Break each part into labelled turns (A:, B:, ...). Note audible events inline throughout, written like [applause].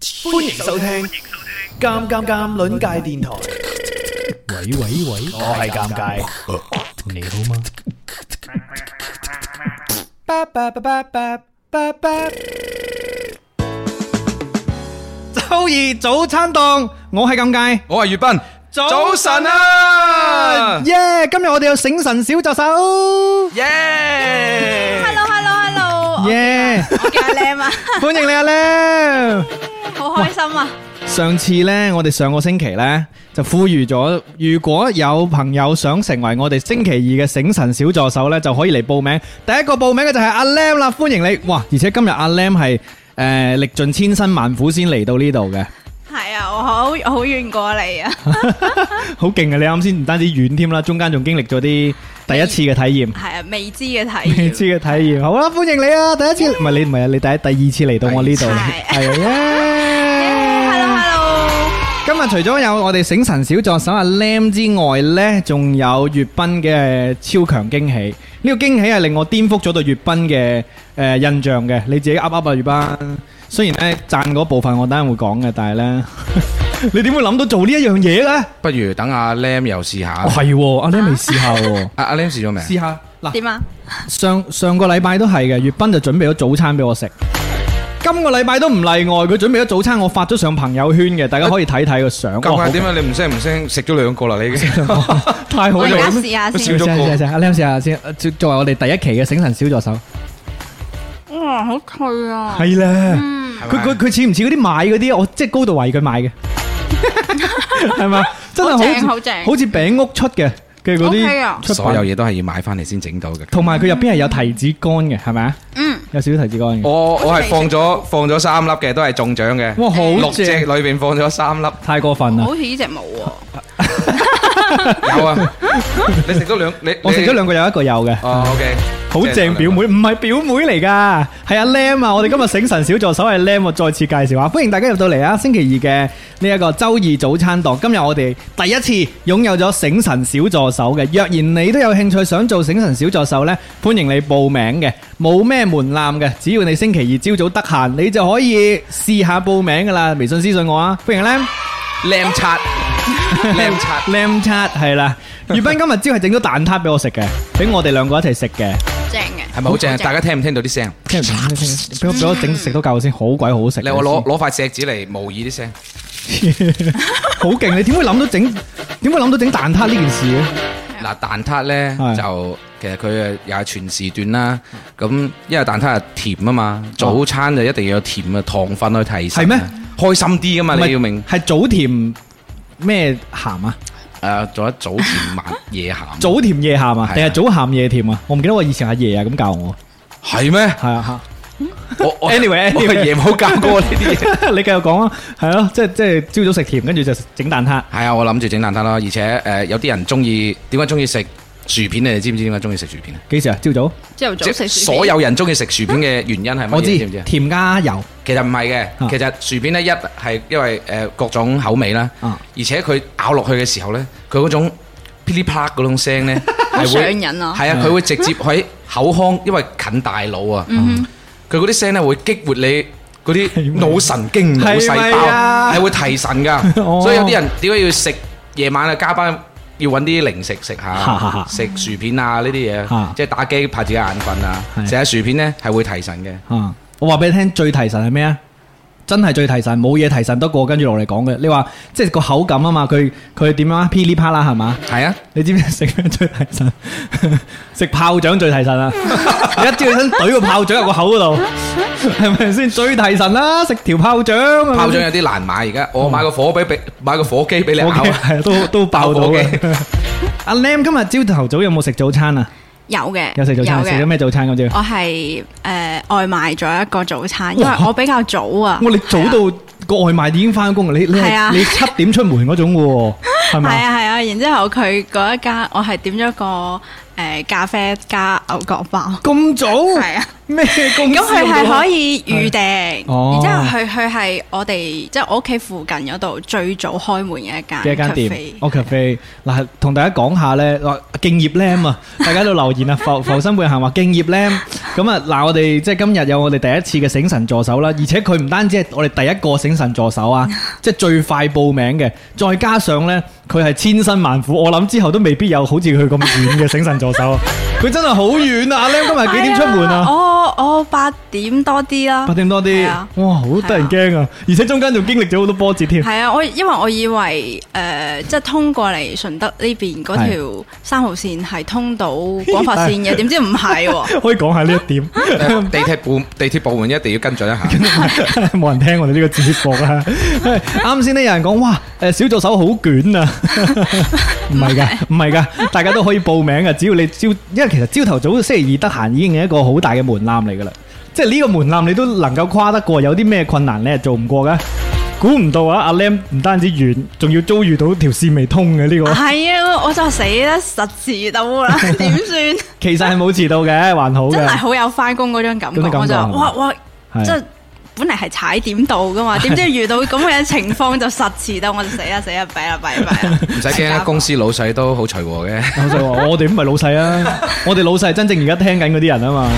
A: 歡迎收聽《尷尷尷》鄰界電台。
B: 喂喂喂，
A: 我係尷尬，
B: 你好嗎？
A: 巴巴巴巴巴巴巴。周二早餐檔，我係尷尬。
C: 我係粵斌，
A: 早晨
C: 啊
A: 耶！今日我哋有醒神小助手，
C: 耶！
D: Hello Hello Hello，
A: 耶！
D: 我叫阿 Lam 啊，
A: 歡迎你啊咧！
D: 好開心啊！
A: 上次呢，我哋上個星期呢，就呼籲咗，如果有朋友想成為我哋星期二嘅醒神小助手呢，就可以嚟報名。第一個報名嘅就係阿 Lam 啦，歡迎你！哇，而且今日阿 Lam 係誒歷盡千辛萬苦先嚟到呢度嘅，
D: 係啊，我好好遠過嚟啊，
A: 好勁啊！你啱先唔單止遠添啦，中間仲經歷咗啲第一次嘅體驗，
D: 係啊，未知嘅
A: 第一
D: 體
A: 次
D: 驗，
A: 嘅體驗。好啦，歡迎你啊！第一次唔係你唔係啊，你第第二次嚟到我呢度，
D: 係
A: 係啊
D: Hello Hello，
A: 今日除咗有我哋醒神小助手阿 Lam 之外呢，仲有粵斌嘅超強驚喜。呢、個驚喜係令我顛覆咗對粵斌嘅誒印象嘅。你自己噏噏啊，粵斌。雖然呢讚嗰部分我等陣會講嘅，但係呢，你點會諗到做呢一樣嘢呢？
D: Ờ.
C: 不如等阿 Lam 又試下
A: 哦，，係喎，阿 Lam 未試下喎，
C: 阿阿 Lam 試咗未？
A: 試下嗱。
D: 點啊？
A: 上上個禮拜都係嘅，粵斌就準備咗早餐俾我食。今個禮拜都唔例外，佢準備咗早餐，我發咗上朋友圈嘅，大家可以睇睇個相。
C: 咁
A: 哇好
C: 快點啊！你唔聲唔聲食咗兩個啦，你已經。
A: [laughs] 太好
D: 我而
A: 用
D: 家
A: 啦！
D: 試下
C: 笑
D: 先
C: 咗，
A: 試下試下阿 Lam 試下先。呃作作為我哋第一期嘅醒神小助手，
D: 哇，好脆啊！
A: 係啦。
D: 嗯，
A: 佢佢佢似唔似嗰啲買嗰啲？我即係高度懷疑佢買
D: [laughs]
A: 嘅，係嘛？真係
D: 好正
A: 似
D: 好正
A: 好似餅屋出嘅嘅嗰
D: OK 啊
A: 啲出
C: 所有
A: 品，
C: 嘢都係要買翻嚟先整到嘅。
A: 同埋佢入邊係有提子乾嘅，係咪啊？
D: 嗯，
A: 有少少提子乾嘅。
C: 我我
D: 好似
C: 係
D: 未
C: 放咗放咗三粒嘅，都係中獎嘅。
A: 哇，好
C: 六隻
A: 正！
C: 裏邊放咗三粒，
A: 太過分啦！
D: 好似呢只冇喎，
C: 有啊！你食咗兩，你
A: 我食咗。
C: 你
A: 兩個，有一個有嘅。
C: 哦，OK，
A: 好正表妹，唔係表妹嚟噶，係阿 Lam 啊！我哋今日醒神小助手係 Lam，我再次介紹下，歡迎大家入到嚟啊！星期二嘅呢一個周二早餐檔，今日我哋第一次擁有咗醒神小助手嘅。若然你都有興趣想做醒神小助手呢，歡迎你報名嘅，冇咩門檻嘅，只要你星期二朝早得閒，你就可以試下報名噶啦。微信私信我啊，歡迎 [laughs] Lam。
C: ，Lam 刷，Lam 刷，
A: Lam 刷係啦，粵斌今日朝係整咗蛋撻俾我食嘅，俾我哋兩個一齊食嘅。
D: 正嘅，
C: 係咪好正？大家聽唔聽到啲聲？
A: 聽唔聽得清俾我俾我整食到夠先，好鬼好食。
C: 你我攞攞塊石子嚟模擬啲聲。
A: [laughs] 好勁！你點會諗到整？點會諗到整蛋撻呢件事咧？
C: 嗱，蛋撻咧
A: 係
C: 就其實佢誒又係全時段啦。咁因為蛋撻係甜啊嘛，早餐就一定要有甜嘅糖分去提神。啊
A: 係咩？
C: 開心啲噶嘛，
A: 唔係
C: 啊你要明嗯
A: 係早甜咩鹹啊？
C: 誒，仲有早甜晚夜鹹。
A: 早甜夜鹹
C: 係
A: 啊？
C: 啊
A: 定係早鹹夜甜啊？我唔記得我以前阿爺啊咁教我。
C: 係咩？
A: 係啊，
C: 我我
A: Anyway，
C: 我
A: anyway
C: 爺冇教過呢啲嘢。
A: [laughs] 你繼續講啊。係咯，即係即係朝早食甜，跟住就整蛋撻。
C: 係啊，我諗住整蛋撻啦，而且誒有啲人中意點解中意食薯片？你哋知唔知點解中意食薯片啊？
A: 幾時啊？朝早
D: 朝頭
C: 即
D: 早
C: 係
D: 食薯
C: 所有人中意食薯片嘅原因係乜嘢？
A: 我知
C: 知唔知啊？
A: 甜加油
C: 其實唔係
A: 啊
C: 嘅，其實薯片咧一係因為誒各種口味啦，
A: 啊
C: 而且佢咬落去嘅時候咧，佢嗰種噼里啪啦嗰種
A: [laughs]
C: 聲咧
D: 好
C: 係
D: 上
C: 會
D: 癮
A: 嗯
D: 啊！
C: 係啊，佢會直接喺口腔，因為近大腦啊，佢嗰啲聲咧會激活你嗰
A: [laughs]
C: 啲腦神經腦細
A: 係咪啊
C: 胞，係會提神噶
A: [laughs] 哦，，
C: 所以有啲人點解要食夜晚啊加班？要揾啲零食食下
A: [laughs]
C: 食薯片啊呢啲
A: 啊
C: 嘢，即係打機怕自己眼瞓啊，
A: 係
C: 食下薯片咧係會提神嘅。
A: 啊！我話俾你聽，最提神係咩啊？真係最提神，冇嘢提神得過跟住落嚟講嘅。你話即係個口感啊嘛，佢佢點樣啊？噼里啪啦係嘛？
C: 係啊，
A: 你知唔知食咩最提神？ [laughs] 食炮仗最提神
C: [laughs]
A: 啊！你一朝起身懟個炮仗入個口嗰度，係咪先最提神啦？食條炮仗啊，
C: 炮仗有啲難買而家，我買個火俾俾買個火機俾你
A: 我
C: 咬
A: 嘅
C: 啊！
A: 係都都爆到
C: 爆火
A: 嘅。阿 Lam 今日朝頭早有冇食早餐啊？
D: 有嘅，
A: 有食早餐，食咗
D: 嘅。
A: 咩早餐咁朝？
D: 我係誒外賣咗一個早餐，因為我比較早啊。
A: 我哋早到個外賣已經翻工，你你
D: 係啊
A: 係你七點出門嗰種嘅喎，係
D: 係
A: 咪？
D: 啊係啊，然之後佢嗰一間我係點咗個诶咖啡加牛角包。
A: 咁早
D: 係啊
A: 咩公司
D: 咁佢係可
A: 以
D: 以預訂，然之
A: 哦
D: 後佢佢係我哋即係我屋企附近嗰度最早開門嘅一間
A: 嘅一間
D: cafe
A: 店，OK 飛嗱，同大家講下咧，話敬業 Lam
D: [laughs]
A: 啊，大家喺度留言啊，浮浮生背行話敬業 Lam，咁啊嗱，我哋即係今日有我哋第一次嘅醒神助手啦，而且佢唔單止係我哋第一個醒神助手
D: [laughs]
A: 啊，即係最快報名嘅，再加上咧佢係千辛萬苦，我諗之後都未必有好似佢咁遠嘅醒神助
D: [laughs]
A: 手，啊佢真係好遠啊！阿 Lam 今日幾點出門
D: 係
A: 啊？
D: 我我八點多啲啦，
A: 八點多啲
D: 係啊，
A: 哇，好得人驚啊！而且中間仲經歷咗好多波折添。
D: 係啊，我因為我以為誒、呃即係通過嚟順德呢邊嗰條三號線係通到廣佛線
A: [laughs]
D: 嘅，點知唔係喎。
A: 可以講下呢一
D: [laughs]
A: 點，
C: [laughs] 地鐵部地鐵部門一定 [laughs] 要跟進一下。
A: [laughs] 冇人聽我哋呢個節目啊！啱先呢，有人講哇，誒小助手好卷啊， [laughs] 唔係 [laughs] 㗎，唔係㗎，大家都可以報名㗎，只要你朝，因為其實朝頭早星期二得閒已經係一個好大嘅門檻嚟㗎啦，即係呢個門檻你都能夠跨得過，有啲咩困難你係做唔過㗎？估唔到啊！阿 Lam 唔單止遠，仲要遭遇到條線未通嘅呢、個。
D: 係啊，我就死啦，實遲到
A: [laughs]
D: 啦，點算？
A: 其實係冇遲到嘅，還好
D: 真
A: 嘅
D: 係。好有翻工嗰種感覺，
A: 嗰種感
D: 我
A: 覺
D: 就
A: 係嘛
D: 哇哇，
A: 係
D: 即係本嚟係踩點到
A: [laughs]
D: 噶嘛，點知遇到咁嘅情況就實遲到，我就死啦死啦，弊啦弊啦弊啦！啊
C: 唔使 [laughs] 驚啦，公司老細都好隨和嘅。 [laughs]
A: 老細話：我哋唔係老細啊，我哋老細係真正而家聽緊嗰啲人啊嘛。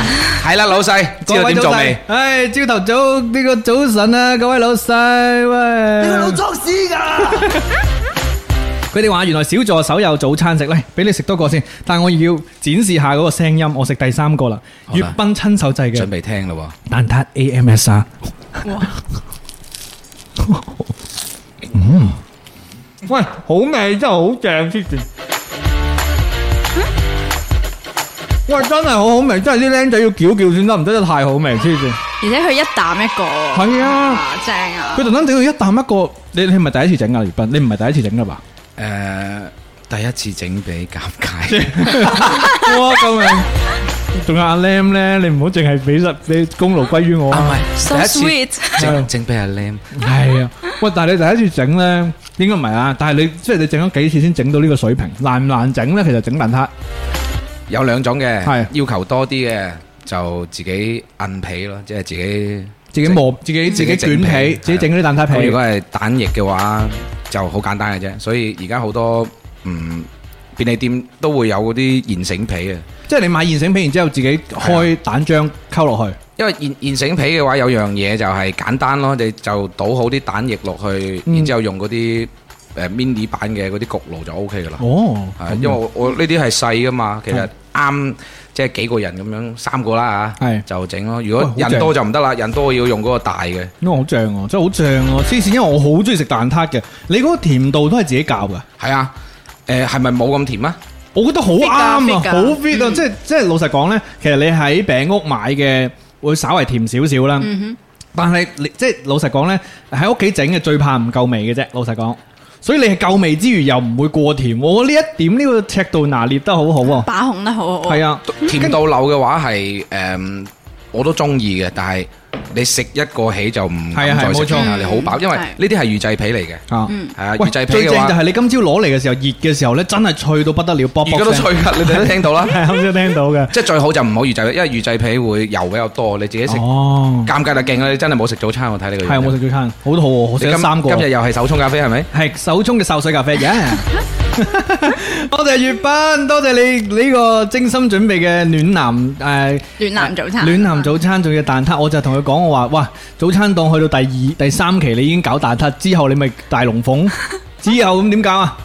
C: 係啦，老細知道點做未？
A: 唉，朝頭早呢個早晨啊，各位老細，喂，你個老作屎噶！佢哋話原來小助手有早餐食咧，俾你食多個先，但我要展示下嗰個聲音，我食第三個啦，
C: 好
A: 粵
C: 啦
A: 賓親手製
C: 準
A: 嘅
C: 備聽啦
A: 蛋撻 AMS 啊！
D: 哇，
A: 喂，好味真係好正之前。喂，真係好好味，真係啲僆仔要叫叫先得，唔得得太好味黐線。
D: 而且佢一啖一個，
A: 係啊
D: 正啊
A: 佢！特登整到一啖一個，你你係咪第一次整啊？葉斌，你唔係第一次整噶吧？
C: 喎。誒，第一次整俾尷 [laughs]
A: [laughs]
C: 尬，
A: 哇！救命！仲有阿 Lam 咧，你唔好淨係俾實你功勞歸於我
C: 啊唔
A: 啊！
C: 係
D: So
C: 第一
D: sweet，
C: 次整整俾阿 Lam，
A: 係啊，喂！但係你第一次整咧，應該唔係啊。但係你即係你整咗幾次先整到呢個水平，難唔難整咧？其實整蛋撻
C: 有兩種
A: 係
C: 嘅，要求多啲嘅就自己摁皮咯，即係自己。
A: 自己磨，自己自己捲皮，啊自己整嗰啲蛋撻
C: 咁如
A: 皮
C: 果。係蛋液嘅話，就好簡單嘅啫。所以而家好多嗯便利店都會有嗰啲現成皮啊嘅，
A: 即係你買現成皮，然之後自己開蛋漿溝落去。
C: 因為現現成皮嘅話有樣嘢就係簡單咯，你就倒好啲蛋液落去，
A: 嗯
C: 然之後用嗰啲誒 mini 版嘅嗰啲焗爐就 O K 噶啦。
A: 哦
C: 係，因為我我呢啲係細噶嘛，其實啱即係幾個人咁樣三個啦嚇
A: 係，
C: 就整咯。如果
A: 喂好正
C: 人多就唔得啦，人多要用嗰個大嘅。
A: 因為好正啊喎，真係好正喎！黐線，因為我好中意食蛋撻嘅，你嗰個甜度都係自己教㗎。
C: 係啊，誒係咪冇咁甜啊？
A: 我覺得好啱
D: Fit
A: 啊，
D: 㗎，fit 㗎
A: 好 fit 啊！即係即係老實講呢，其實你喺餅屋買嘅會稍為甜少少啦。但係你即係老實講呢，喺屋企整嘅最怕唔夠味嘅啫。老實講，所以你係夠味之餘又唔會過甜。我覺得呢一點呢個尺度拿捏得好好喎。
D: 把控得好好。
A: 係啊，
C: 甜到漏嘅話係誒、嗯我都中意嘅，但係你食一個起就唔
A: 係啊
C: 敢
A: 係
C: 再食
A: 冇錯
C: 啦，你好飽，
D: 嗯
C: 因為
D: 係
C: 呢啲係預製皮嚟嘅，
A: 啊，
C: 係啊
A: 喂，
C: 預製
A: 最
C: 皮
A: 正就
C: 嘅話，
A: 係你今朝攞嚟嘅時候，熱嘅時候呢，真係脆到不得了，卜
C: 而
A: 卜
C: 家都
A: 聲。
C: 脆㗎，
A: [laughs]。
C: 你哋都聽到啦
A: 係啱先聽到嘅。
C: 即係最好就唔好預製皮，因為預製皮會油比較多，你自己食
A: 哦，
C: 尷尬得勁啦！你真係冇食早餐，我睇你個樣。
A: 係我食早餐，好好喎，我
C: 你
A: 食
C: 今
A: 咗三個。
C: 今日又係手沖咖啡係咪？
A: 系手冲嘅瘦水咖啡嘅。 [laughs] 多謝月斌，多謝你呢個精心準備嘅暖男诶。
D: 暖男早餐，
A: 暖男早餐仲要蛋撻，我就同佢講我話：，哇，早餐檔去到第二、第三期，你已經搞蛋撻，之後你咪大龍鳳，之後咁點搞啊？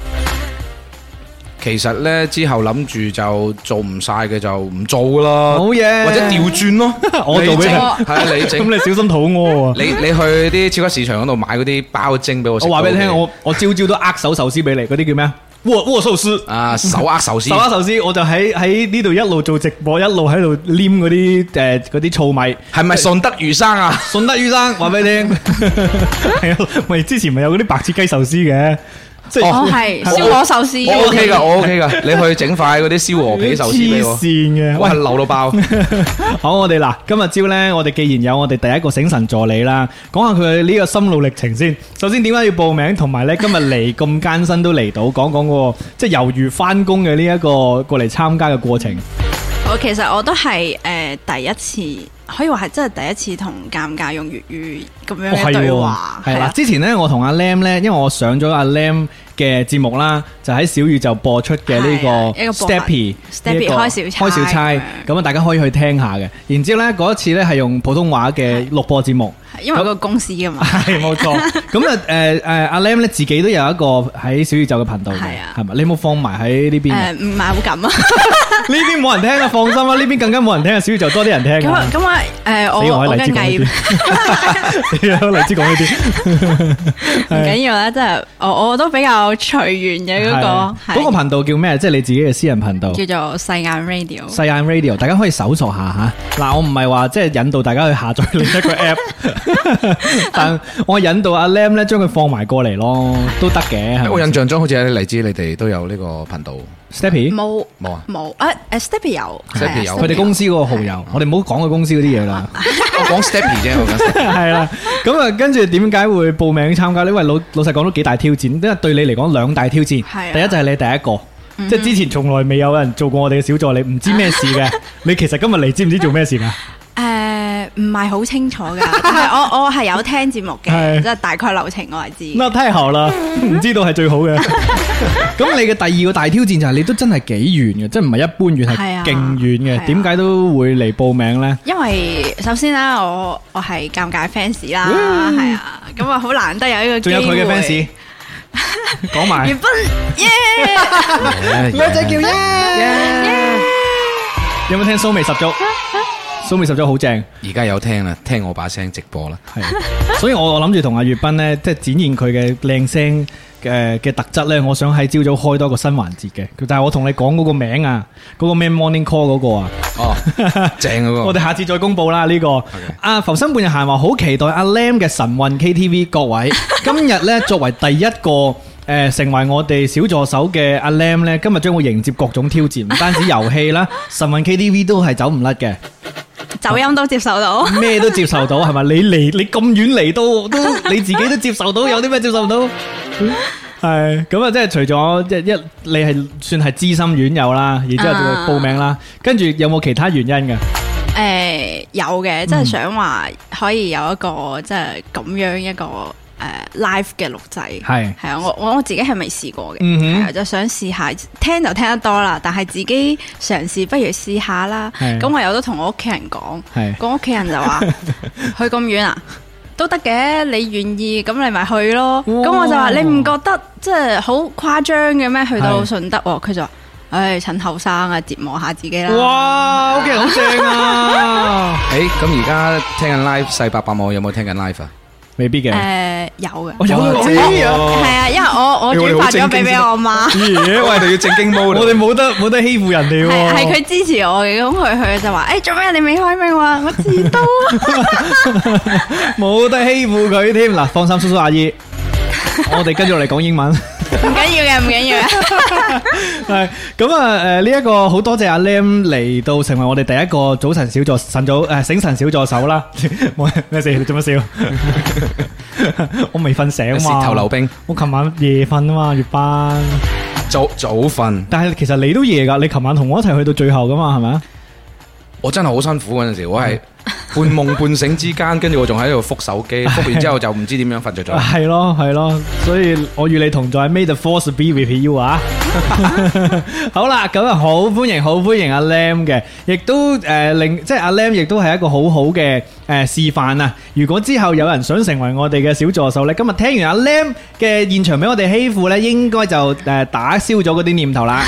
C: 其實呢，之後諗住就做唔晒嘅就唔做㗎啦，
A: 好嘢。
C: 或者調轉咯
A: [laughs] [laughs] 我做俾你
C: 你整係啊你
A: 咁
C: 整，
A: 你小心肚 [laughs] 屙喎！啊
C: 你你去啲超級市場嗰度買嗰啲包蒸俾我食
A: 我
C: 都
A: 話
C: OK。
A: 俾你聽，我我朝朝都握手壽司俾你，嗰啲叫咩啊？握握壽司。
C: 啊，手握壽司
A: 手，拉壽司，我就喺喺呢度一路做直播，一路喺度黏嗰啲誒嗰啲醋米，
C: 係咪順德魚
A: [laughs]
C: 生啊？
A: 順德醫生話俾你聽，係啊，咪之前咪有嗰啲白切雞壽司嘅，即係
D: 我哦係燒鵝壽司，
C: 我 OK 噶，我 OK 噶，你去整塊嗰啲燒鵝皮壽司俾我
A: 黐，線嘅，
C: 哇
A: 喂！[laughs]
C: 流到爆！
A: 好，我哋嗱，今日朝呢，我哋既然有我哋第一個醒神助理啦，講下佢呢個心路歷程先。首先點解要報名，同埋呢今日嚟咁艱辛都嚟到，講講嗰個即係猶如翻工嘅呢一個過嚟參加嘅過程。
D: 我其實我都係誒、呃第一次，可以話係真係第一次同尷尬用粵語咁樣
A: 哦
D: 嘅
A: 係
D: 對
A: 喎
D: 話，
A: 係啦。之前呢，我同阿 Lam 呢，因為我上咗阿 Lam 嘅節目啦，就喺小宇宙播出嘅呢
D: 係啊一
A: 個
D: 個播客
A: Steppy
D: Steppy
A: 呢個
D: 開小差
A: 開小差
D: 咁
A: 咁啊，大家可以去聽下嘅。然之後呢，嗰一次呢，係用普通話嘅錄播
D: [laughs]
A: 節目。
D: 係因為個公司噶嘛，
A: [laughs] 係冇錯，咁啊誒誒，阿 Lam 咧自己都有一個喺小宇宙嘅頻道嘅，
D: 係啊
A: 係咪？你有冇放埋喺呢邊啊？
D: 誒唔係好敢啊。
A: 呢邊冇人聽啊，放心啦，呢邊更加冇人聽啊，小宇宙多啲人
D: 咁
A: 聽
D: 啊
A: 啊。
D: 咁啊誒，
A: 死
D: 我
A: [laughs] 我
D: 我
A: 喺
D: 嘅
A: 荔枝講
D: 藝
A: 呢啲，死我喺荔枝講呢啲。
D: 唔緊要啦，即係我我都比較隨緣嘅嗰
A: 係
D: 個，
A: 嗰個
D: 係
A: 頻道叫咩？即係你自己嘅私人頻道。
D: 叫做細眼 Radio。
A: 細眼 Radio，大家可以搜索下吓。嗱，我唔係話即係引導大家去下載另一個
D: [laughs]
A: app，但我引導阿 Lam 咧將佢放埋過嚟咯，都得嘅。係咪
C: 我印象中好似喺荔枝，你哋都有呢個
A: [laughs]
C: 頻道，
A: Steppy。
D: 冇
C: 冇啊
D: 冇啊誒啊 Steppy 有
C: Steppy 有
A: 佢哋公司嗰個號
D: [laughs]
A: 友，我哋唔好講佢公司嗰啲嘢啦。
C: 我講 Steppy 啫，我講
A: [laughs]
C: Steppy。
A: 係啦，咁啊，跟住點解會報名參加呢？因為老老實講都幾大挑戰，因為對你嚟講兩大挑戰。第一就
D: 係啊嗯
A: 係你第一個。即係之前從來未有人做過我哋嘅小助理，唔知咩事
D: [laughs]
A: 嘅。你其實今日嚟知唔知做咩事㗎？
D: 誒唔係好清楚㗎， [laughs] 但係我我係有聽節目
A: 係
D: 嘅，即係大概流程我係知嘅。
A: 那太好
D: [laughs]
A: 啦，唔知道係最好嘅。咁你嘅第二個大挑戰就係你都真係幾遠嘅，即係唔係一般遠，
D: 係
A: 係
D: 啊
A: 勁遠
D: 係
A: 嘅。
D: 啊
A: 點解都會嚟報名呢？
D: 因為首先啦，我我係尷尬 fans 啦，係啊，咁啊好難得有呢個
A: 仲有佢嘅 fans 講
D: [laughs]
A: 埋 [laughs]
D: 葉。斌耶，
A: 女仔叫耶有冇聽蘇味十足？蘇味十足好正，
C: 而家有聽啦，聽我把聲直播啦。
D: [laughs]
A: 係。所以我我諗住同阿月斌呢，即係展現佢嘅靚聲嘅嘅特質呢。我想喺朝早開多個新環節嘅。但係我同你講嗰個名啊，嗰、個咩 morning call 嗰個啊，
C: 哦，正嗰
A: 我
C: 個
A: 哋下次再公布啦呢、個。啊，浮生半日閒話好期待阿 Lam 嘅神韻 KTV 各位，今日呢，作為第一個。誒、成為我哋小助手嘅阿 Lam 呢，今日將會迎接各種挑戰，唔單止遊戲啦，神韻 KTV 都係走唔甩嘅。
D: 走音都接受到。
A: 咩都接受到係咪？你嚟你咁遠嚟都都你自己都接受到，有啲咩接受唔到？係咁啊！即係除咗即係一你係算係資深院友啦，然之後
D: 啊
A: 就報名啦，跟住有冇其他原因嘅？
D: 誒呃有
A: 嗯
D: 嘅，即係想話可以有一個即係咁樣一個誒 live 嘅錄製，
A: 係
D: 係啊，我我我自己係未試過嘅，
A: 嗯哼
D: 係啊就想試下，聽就聽得多啦，但係自己嘗試不如試下啦。
A: 係
D: 咁我有都同我屋企人講，
A: 係
D: 咁我屋企人就
A: [laughs]
D: 話去咁遠啊。都得嘅，你願意咁你咪去咯。
A: 哇
D: 咁我就話你唔覺得即係好誇張嘅咩？去到
A: 係
D: 順德喎，佢就話：唉，趁後生啊，折磨下自己啦。
A: 哇！屋企人好正啊！
D: [laughs]
C: 誒，咁而家聽緊 live 細伯伯，我有冇聽緊 live 啊？
A: 未必嘅，
D: 誒有
A: 我
D: 嘅，
A: 有
C: 我知啊
D: 係啊，因為我我
C: 因為
D: 轉
C: 我哋好
D: 發
C: 正
D: 咗
C: 經
D: 俾俾我
A: [laughs]
D: 媽，
A: 咦
C: 我
A: 喂，
C: 哋要正經 mode 啦
A: 我哋冇得冇得欺負人哋
D: 係係
A: 喎。
D: 佢支持我嘅，咁佢佢就話：誒做咩你未開名話我知道
A: [laughs]
D: 啊？
A: 冇得欺負佢添。嗱，放心，叔叔阿姨，
D: [laughs]
A: 我哋跟住落嚟講英文。 [laughs]
D: 唔緊要嘅，唔緊要嘅，
A: 系咁啊！诶，呢一個好多謝阿 Lam 嚟到成為我哋第一個早晨小助晨早诶醒神小助手啦。 [laughs] 冇咩事，你做乜笑？ [laughs] 我未瞓醒
C: 舌
A: 嘛，
C: 頭溜冰，
A: 我琴晚夜瞓啊嘛，月班。
C: 早早瞓，
A: 但係其實你都夜㗎，你琴晚同我一齊去到最後㗎嘛，係咪啊？
C: 我真係好辛苦嗰陣時，我係半夢半醒之間，跟住我仲喺度覆手機，覆完之後就唔知點樣
A: [laughs]
C: 瞓着咗。
A: 係咯係咯，所以我與你同在，May the force be with you 啊！ [laughs] 好啦，咁啊好歡迎好歡迎阿 Lam 嘅，亦都誒令、即係阿 Lam 亦都係一個好好嘅誒示範啊！如果之後有人想成為我哋嘅小助手呢，今日聽完阿 Lam 嘅現場俾我哋欺負呢，應該就誒、打消咗嗰啲念頭啦。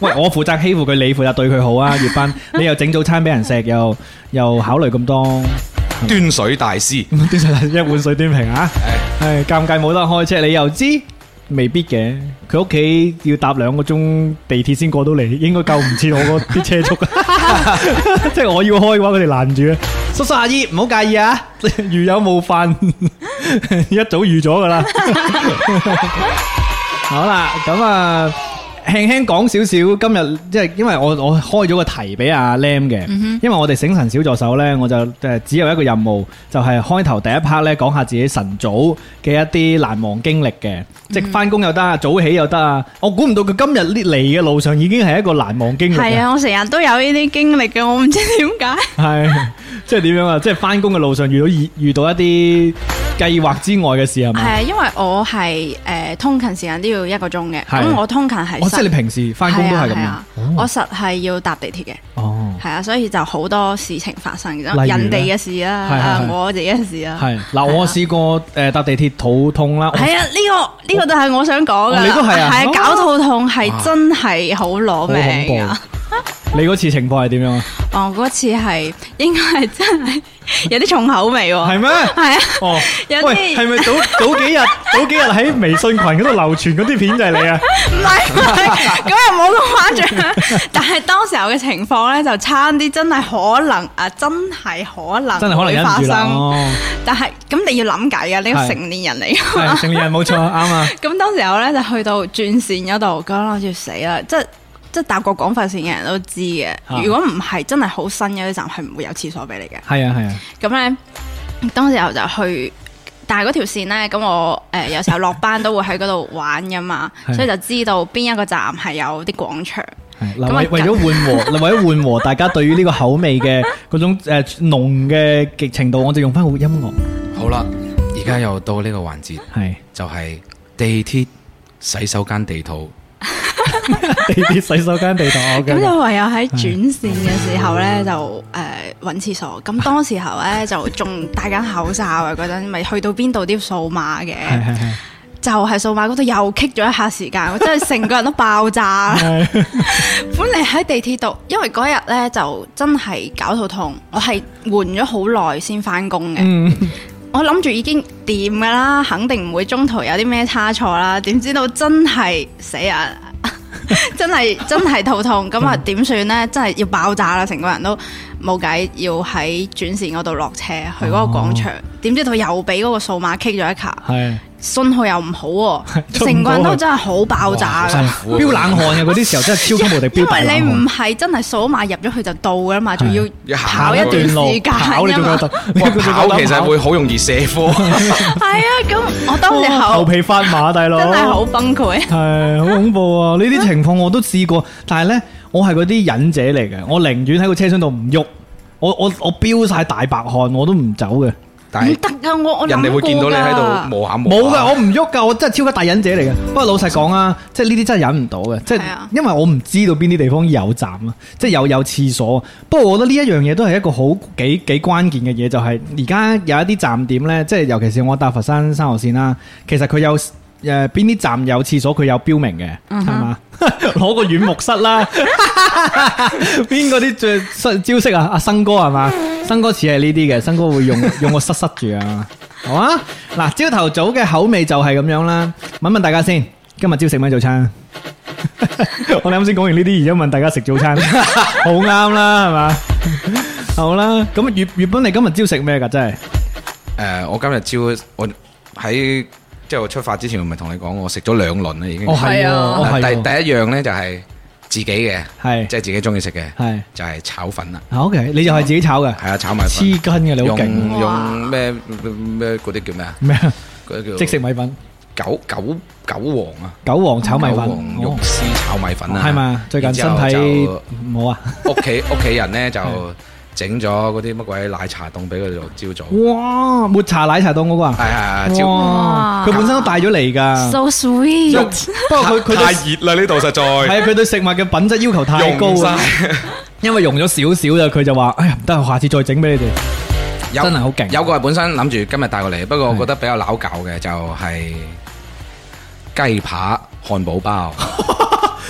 A: 喂，我負責欺負佢，你負責對佢好啊，月斌，你又整早餐俾人食，又又考慮咁多。
C: 端水大師，
A: 端水大一碗水端平啊！系尷尬冇得開車，你又知？未必嘅，佢屋企要搭兩個鐘地鐵先過到嚟，應該夠唔切我嗰啲車速。 [laughs] 即係我要開嘅話，佢哋攔住啊！叔叔阿姨唔好介意啊，如有冒犯， [laughs] 一早預咗噶啦。好啦，咁啊，輕輕講少少今日，即係因為我我開咗個題俾阿 Lam 嘅，
D: 嗯
A: 因為我哋醒神小助手呢，我就誒只有一個任務，就係、開頭第一 part 呢講下自己晨早嘅一啲難忘經歷嘅，即
D: 嗯
A: 係翻工又得啊，早起又得啊。我估唔到佢今日嚟嘅路上已經係一個難忘經歷
D: 系
A: 嘅。
D: 啊，我成日都有呢啲經歷嘅，我唔知點解。
A: 系，即系点样啊？即系翻工嘅路上遇到遇遇到一啲計劃之外嘅事係
D: 係
A: 咪？
D: 啊，因為我係诶通勤時間都要一個鐘嘅，
A: 係
D: 咁我通勤係
A: 我
D: 實
A: 哦即係你平時翻工都係咁哦
D: 係
A: 樣。
D: 啊係啊我實係要搭地鐵嘅，
A: 哦，
D: 係啊，所以就好多事情發生嘅
A: 如，咧
D: 人哋嘅事啦，
A: 係係
D: 啊
A: 係
D: 我自己嘅事啦，啊
A: 係嗱，我試過诶搭地鐵肚痛啦，
D: 係啊，呢個呢個就係我想講
A: 哦
D: 噶，
A: 你都係啊
D: 係
A: 哦
D: 搞肚痛係真係哎好啊
A: 好
D: 攞
A: 恐
D: 命㗎。
A: 怖。你嗰次情況係點
D: [laughs]
A: 樣啊？
D: 哦，嗰次係應該係真係有啲重口味喎，
A: 係咩？
D: 係啊，
A: 哦，
D: 有啲
A: 喂，係咪
D: [laughs]
A: 早早幾日早幾日喺微信群嗰度流傳嗰啲片就係你啊？
D: 唔係唔係，咁又冇咁誇張。但係當時候嘅情況咧，就差啲真係可能啊，真係可能
A: 真係可能忍
D: 啊
A: 唔
D: 會發
A: 住啦，
D: 生。
A: 哦，
D: 但係咁你要諗計啊，你
A: 係
D: 個成年人嚟㗎嘛
A: 係
D: [laughs]
A: 成年人冇錯，啱啊，
D: 咁當時候咧就去到轉線嗰度，咁我諗住死啦，即係即係搭過廣佛線嘅人都知嘅
A: 啊。
D: 如果唔係真係好新嘅啲站係唔會有廁所俾你嘅。
A: 係啊係啊，
D: 咁咧，當時候就去，但係嗰條線咧，咁我誒、呃有時候落班都會喺嗰度玩噶嘛
A: [laughs] 係，
D: 所以就知道邊一個站係有啲
A: [laughs]
D: 廣場。
A: 係
D: 咁
A: 嗱
D: 啊
A: 為為咗
D: [laughs]
A: 緩和，為咗緩和大家對於呢個口味嘅嗰種誒濃嘅極程度，我就用翻好音樂，
C: 好啦，而家又到呢個環節，
D: [laughs]
A: 係。
C: 就係地鐵洗手間地圖。
A: 地鐵洗手間地圖我
D: 咁
A: 嘅。
D: 就唯有喺轉線嘅時候咧，就誒揾廁所。咁當時候咧就仲戴緊口罩啊，嗰陣咪去到邊度啲數碼嘅，
A: 係係係。
D: 就係數碼嗰度又棘咗一下時間，我 [laughs] 真係成個人都爆炸
A: [laughs]
D: [laughs]
A: 係
D: 本嚟喺地鐵度，因為嗰日咧就真係搞肚痛，我係緩咗好耐先翻工嘅。
A: 嗯，
D: 我諗住已經掂噶啦，肯定唔會中途有啲咩差錯啦。點知道真係死啊！ [laughs] 真係真係肚痛，咁啊點算呢？真係要爆炸啦！成個人都冇計，要喺轉線嗰度落車去嗰個廣場。點、知道又俾嗰個數碼棘咗一卡，
A: 係
D: 信號又唔好、
A: [laughs]
D: 喎，
A: 出唔到去
D: 成個人都真係好爆炸
C: 哇
D: 㗎。
C: 辛苦啊
A: 哎飆冷汗嘅嗰啲時候真係超級無敵 [laughs] 飆
D: 因
A: 大
D: 為你
A: 冷
D: 唔
A: 汗。
D: 係真係數碼入咗去就到噶啦嘛，仲
A: 係
D: 要
C: 行
D: 跑一段
A: 路
D: 時間
A: 跑你
D: 㗎
A: 仲
D: 嘛
A: 夠。 [laughs] 膽，你
C: 哇
A: 仲夠膽
C: 跑其實會好容易射
A: [laughs]
C: 科，
D: 係啊，咁我當時
A: 哇
D: 候
A: 頭皮發麻，大佬
D: 真係好崩潰。
A: 係好恐怖啊！呢啲情況我都試過，但係呢，我係嗰啲忍者嚟嘅，我寧願喺個車廂度唔喐，我我我飆晒大白汗，我都唔走嘅。
C: 但
D: 唔
C: 係
D: 得噶，我我
C: 人哋會見到你喺度
D: 冇。
C: 磨啊下磨
A: 冇
C: 下
A: 噶，我唔喐噶，我真係超級大忍者嚟嘅。不過老實講啊，即係呢啲真係忍唔到嘅，即係
D: 係啊
A: 因為我唔知道邊啲地方有站啊，即係有有廁所。不過我覺得呢一樣嘢都係一個好幾幾關鍵嘅嘢，就係而家有一啲站點呢，即係尤其是我搭佛山三號線啦，其實佢有。誒邊啲站有廁所佢有標明嘅，係嘛？ [laughs] 攞個軟木塞啦，邊嗰啲最塞招式啊？阿生哥係嘛？生哥似係呢啲嘅，生哥會用用個塞塞住啊，好啊！嗱，朝頭早嘅口味就係咁樣啦。問問大家先，今日朝食咩早餐？ [laughs] 我哋啱先講完呢啲，而家問大家食早餐， [laughs] 好啱啦，係嘛？好啦，咁月月斌，你今日朝食咩㗎？真係
C: 誒，我今日朝我喺即係我出發之前，我咪同你講，我食咗兩輪啦已經。
A: 係喎
D: 係啊
A: 哦
C: 第
A: 係
C: 第
A: 喎，
C: 一樣咧就係自己嘅，
A: 係
C: 即係自己中意食嘅，
A: 係
C: 就係炒粉啦。
A: 啊，OK，你又係自己炒嘅，
C: 係啊，炒米粉。
A: 黐筋嘅你好
C: 用
A: 勁
D: 哇
C: 用咩咩嗰啲叫咩啊？
A: 咩啊？
C: 嗰啲叫
A: 即食米粉、
C: 九九九黃啊，
A: 韭黃炒米
C: 九
A: 粉，
C: 黃肉絲炒米粉啊，
A: 係嘛？最近
C: 然之
A: 身
C: 後
A: 體
C: 就
A: 冇啊？
C: 屋企屋企人咧就整咗嗰啲乜鬼奶茶凍俾佢做朝早，
A: 哇！抹茶奶茶檔嗰個啊，
C: 係係係朝。
A: 哇！
D: 哇
A: 佢本身都帶咗嚟㗎，
D: So
A: 不
D: sweet，
A: 過佢佢對
C: 熱啦！呢度實在
A: 係啊佢對食物嘅品質要求太高
C: 用
A: 啊，
C: [laughs] 晒
A: 因為用咗少少就佢就話：哎呀，唔得，下次再整俾你哋。
C: 有
A: 真係好勁
C: 有個係本身諗住今日帶過嚟，不過我覺得比較撈搞嘅就係雞扒漢堡包，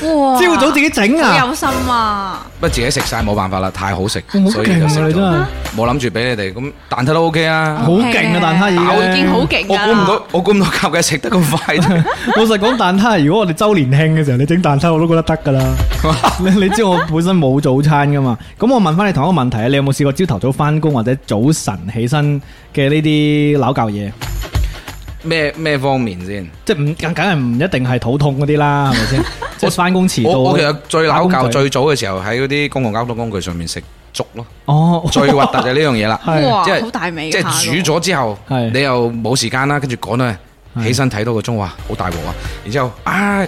C: 哦
D: 哇！
A: 朝早自己整
D: 好
A: 啊！
D: 有心啊！
C: 不過自己食晒冇辦法啦，太好食
A: 哇好，
C: 所以就食
A: 勁啊你真係
C: 咗。冇諗住俾你哋咁蛋撻都 OK 啊！
A: 好勁啊蛋撻已經
D: 我已經好勁㗎
C: 我
D: 啦
C: 估唔到，我估唔到夾嘅食得咁
A: [laughs]
C: 快啫。
A: 老實講，蛋撻如果我哋周年慶嘅時候，你整蛋撻我都覺得得㗎啦。你你知我本身冇早餐㗎嘛？咁我問翻你同一個問題啊，你有冇試過朝頭早翻工或者早晨起身嘅呢啲撈教嘢？
C: 咩咩方面先？
A: 即係唔梗梗係唔一定係肚痛嗰啲啦，係咪
C: [laughs]
A: 先？即係翻工遲到嗰
C: 我
A: 啲。
C: 我其實最
A: 打
C: 撈
A: 工
C: 教
A: 仔
C: 最早嘅時候喺嗰啲公共交通工具上面食粥
A: [laughs]
C: 咯，
A: 哦，
C: 最核突就係呢樣嘢
D: [laughs]
C: 啦。
A: [laughs] 係
D: 哇，
C: 即係
D: 好大味
C: 即
D: 嘅
C: 係
D: 蟹
C: 煮咗之後，
A: 係
C: 你又冇時間啦，跟住趕到去
A: 係
C: 起身睇到個鐘，哇，好大鑊啊！然之後啊，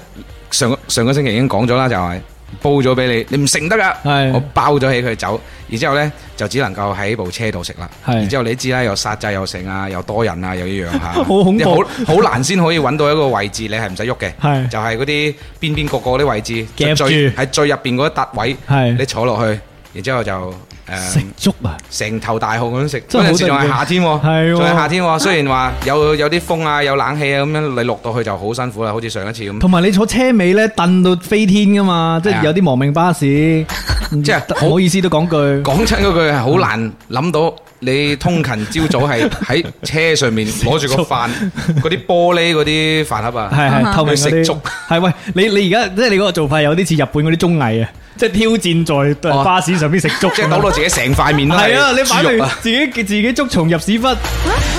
C: 上個上個星期已經講咗啦，就係煲咗俾你，你唔食唔得噶，
A: 係
C: 我包咗起佢走，然之後咧就只能夠喺部車度食啦。
A: 係
C: 然之後你知啦，又殺掣又剩啊，又多人啊，又呢
A: [laughs]
C: 樣嚇，好
A: 恐怖
C: 好好難先可以揾到一個位置你係唔使喐嘅，
A: 係
C: 就係嗰啲邊邊角角嗰啲位置，就
A: 夾
C: 最
A: 住
C: 喺最入邊嗰一笪位，
A: 係
C: 你坐落去，然之後就誒
A: 食。粥啊！
C: 成頭大汗咁食，
A: 真係
C: 嗰
A: 好
C: 陣時仲係夏天喎，
A: 得意
C: 仲係夏天喎。雖然話有有啲風啊，有冷氣啊，咁樣你落到去就好辛苦啦，好似上一次咁，
A: 同埋你坐車尾咧，蹬到飛天噶嘛，即
C: 嗯係
A: 係
C: 啊
A: 有啲亡命巴士，即
C: 係
A: 唔好意思都講句，
C: 講親嗰句係好難諗到，你通勤朝早係喺車上面攞住個飯，嗰啲玻璃嗰啲飯盒啊，
A: 係係
D: 啊
A: 透明嗰
C: 去食
A: 啲
C: 粥，
A: 係喂你你而家即係你嗰個做法有啲似日本嗰啲綜藝啊，即係挑戰在
C: 哦
A: 巴士上邊食粥咁樣，
C: 即係抖到自己成塊面都
A: 係啊，你擺
C: 豬肉
A: 明
C: 啊！
A: 自己自己捉蟲入屎忽，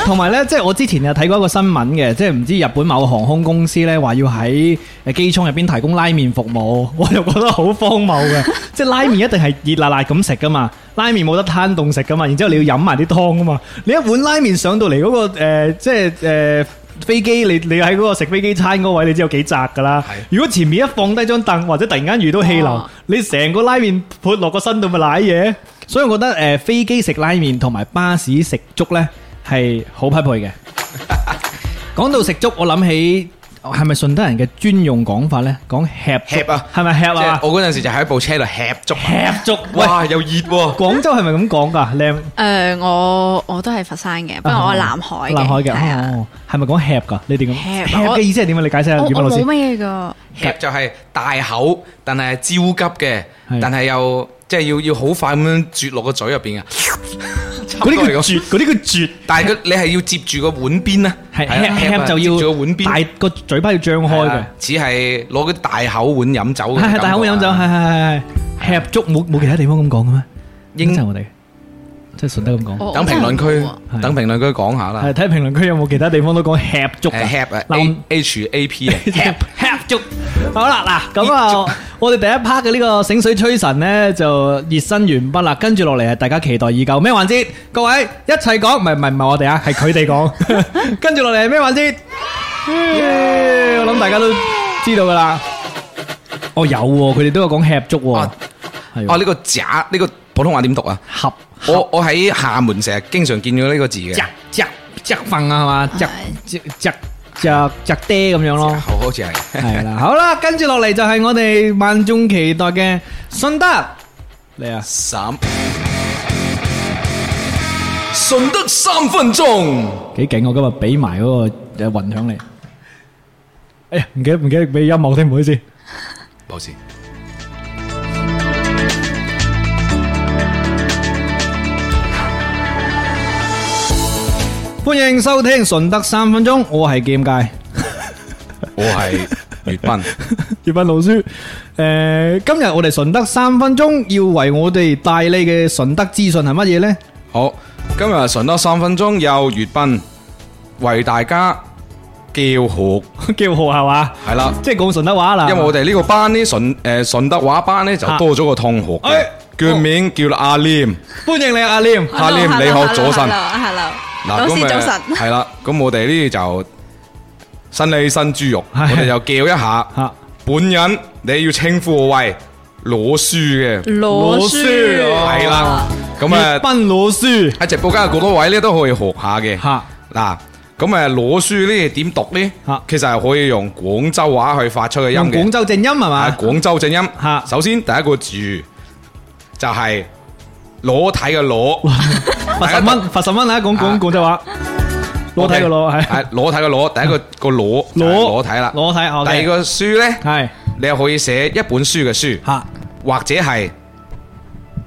A: 同埋呢，即係我之前有睇過一個新聞嘅，即係唔知日本某航空公司呢話要喺誒機艙入邊提供拉麵服務， [laughs] 我就覺得好荒謬嘅。即係拉麵一定係熱辣辣咁食噶嘛，拉麵冇得攤凍食噶嘛，然之後你要飲埋啲湯噶嘛，你一碗拉麵上到嚟嗰、個、呃、即係誒。呃飛機你你喺嗰個食飛機餐嗰位，你知有幾窄噶啦
C: 係。
A: 如果前面一放低張凳，或者突然間遇到氣流
D: 哇，
A: 你成個拉麵潑落個身度咪瀨嘢。所以我覺得誒、呃、飛機食拉麵同埋巴士食粥呢係好匹配 [laughs] 嘅。講到食粥，我諗起係咪順德人嘅專用講法呢？講吃
C: 吃啊
A: 係咪吃
C: 即係
A: 啊？
C: 我嗰陣時就喺部車度吃粥，
A: 吃粥，喂，
C: 哇又熱喎！
A: 廣州係咪咁講㗎？靚
D: 誒，我我都係佛山嘅，不過我係南海嘅，
A: 南海嘅，
D: 係啊，
A: 哦，係咪講吃㗎？你哋咁
D: 吃
A: 吃嘅
D: 我
A: 意思係點啊？你解釋下，
D: 我
A: 語文
D: 我
A: 老師
D: 冇。咩噶，
C: 吃就係大口，但係焦急嘅
A: 係，
C: 但係又即係要要好快咁樣啜落個嘴入邊啊！
A: 嗰啲叫絕，嗰啲叫絕，
C: 但係佢你係要接住個碗邊啊，
A: 係
C: 係啊
A: 吃
C: 啊
A: 吃就
C: 接住
A: 要
C: 個碗邊
A: 大個嘴巴要張開
C: 係
A: 嘅
C: 啊。只係攞嗰啲大口碗飲酒嘅
A: 係
C: 感
A: 係
C: 覺啊，
A: 大口飲酒，係係係係吃粥，冇冇其他地方咁講嘅咩？
C: 應
A: 應承我哋，即係順德咁講。
E: 哦
D: 我
C: 等評論
D: 我真係冇啊
C: 區，
A: 係
C: 等評論區講下
A: 係
C: 啦。
A: 睇評論區有冇其他地方都講吃粥啊
C: 誒 hap 啊
A: 嗱
C: ，A H A，H A P 啊
A: [laughs] hap hap 粥。好啦，嗱咁啊，我哋第一 part 嘅呢個醒水吹神呢，就熱身完畢啦，跟住落嚟係大家期待已久咩環節？各位一齊講，唔係唔係唔係我哋啊，係佢哋 [laughs] 講。跟住落嚟係咩環節？耶我諗大家都知道噶啦。哦，有喎，佢哋都有講吃粥喎
C: 啊，
A: 係
C: [laughs] 哦
A: 喎
C: 呢個渣呢個普通話點讀啊？
A: 合
C: 我我喺廈門成日經常見到呢個字嘅
A: 夾，夾夾瞓啊，係嘛？夾夾夾夾夾爹咁樣咯。
C: 好好似係
A: 系啦，好啦，跟住落嚟就系我哋万众期待嘅顺德嚟啊！
C: 三。順德三分鐘，
A: [laughs] 几劲，我今日俾埋嗰个诶混响你。哎呀，唔记得唔记得俾音乐听，唔好意思。
C: 冇事。
A: 欢迎收听顺德三分钟，我系剑界
C: 我係粵斌，
A: 叶斌老师。诶、今日我哋顺德三分钟要为我哋带嚟嘅顺德资讯系乜嘢呢？ [laughs]
C: 好，今日順德三分鐘有粵斌為大家叫學，
A: 叫号系嘛？
C: 係啦。
A: 即系讲顺德话啦。
C: 因為我哋呢個班呢，順诶顺德話班呢，就多咗個同學嘅
A: 啊哎，
C: 叫名叫阿廉。
A: 欢迎你啊阿廉。
C: 阿
E: 哦
C: 廉你好，早晨。
D: ，hello，
C: 嗱
D: 老師
C: 咁
D: 早
C: 誒
D: 晨，
C: 係啦，咁我哋呢就新嚟新豬肉，我
A: 係
C: 哋就叫一下
A: 吓，
C: 本人，你要稱呼我為老書嘅，
D: 羅
A: 羅書
C: 係啦。咁
A: 叶
C: 啊，
A: 斌老师
C: 喺直播間有好多位呢，都可以學下嘅。
A: 吓。
C: 嗱，咁诶，攞書呢點讀呢
A: 啊？
C: 其實係可以用廣州話去發出嘅音
A: 用
C: 嘅
A: 廣，州正音係嘛？
C: 係廣州正音
A: 啊。
C: 首先第一個字就係裸體嘅裸，
A: 罰十蚊，罰十蚊啦！講
C: 啊
A: 講廣州話，裸體嘅裸係
C: 係裸體嘅裸，第
A: [laughs]
C: 一個個裸就係
A: 裸
C: 裸體啦。
A: 裸體，
C: 第二個書呢，
A: 哦係
C: 你又可以寫一本書嘅書，
A: 嚇
C: 或者係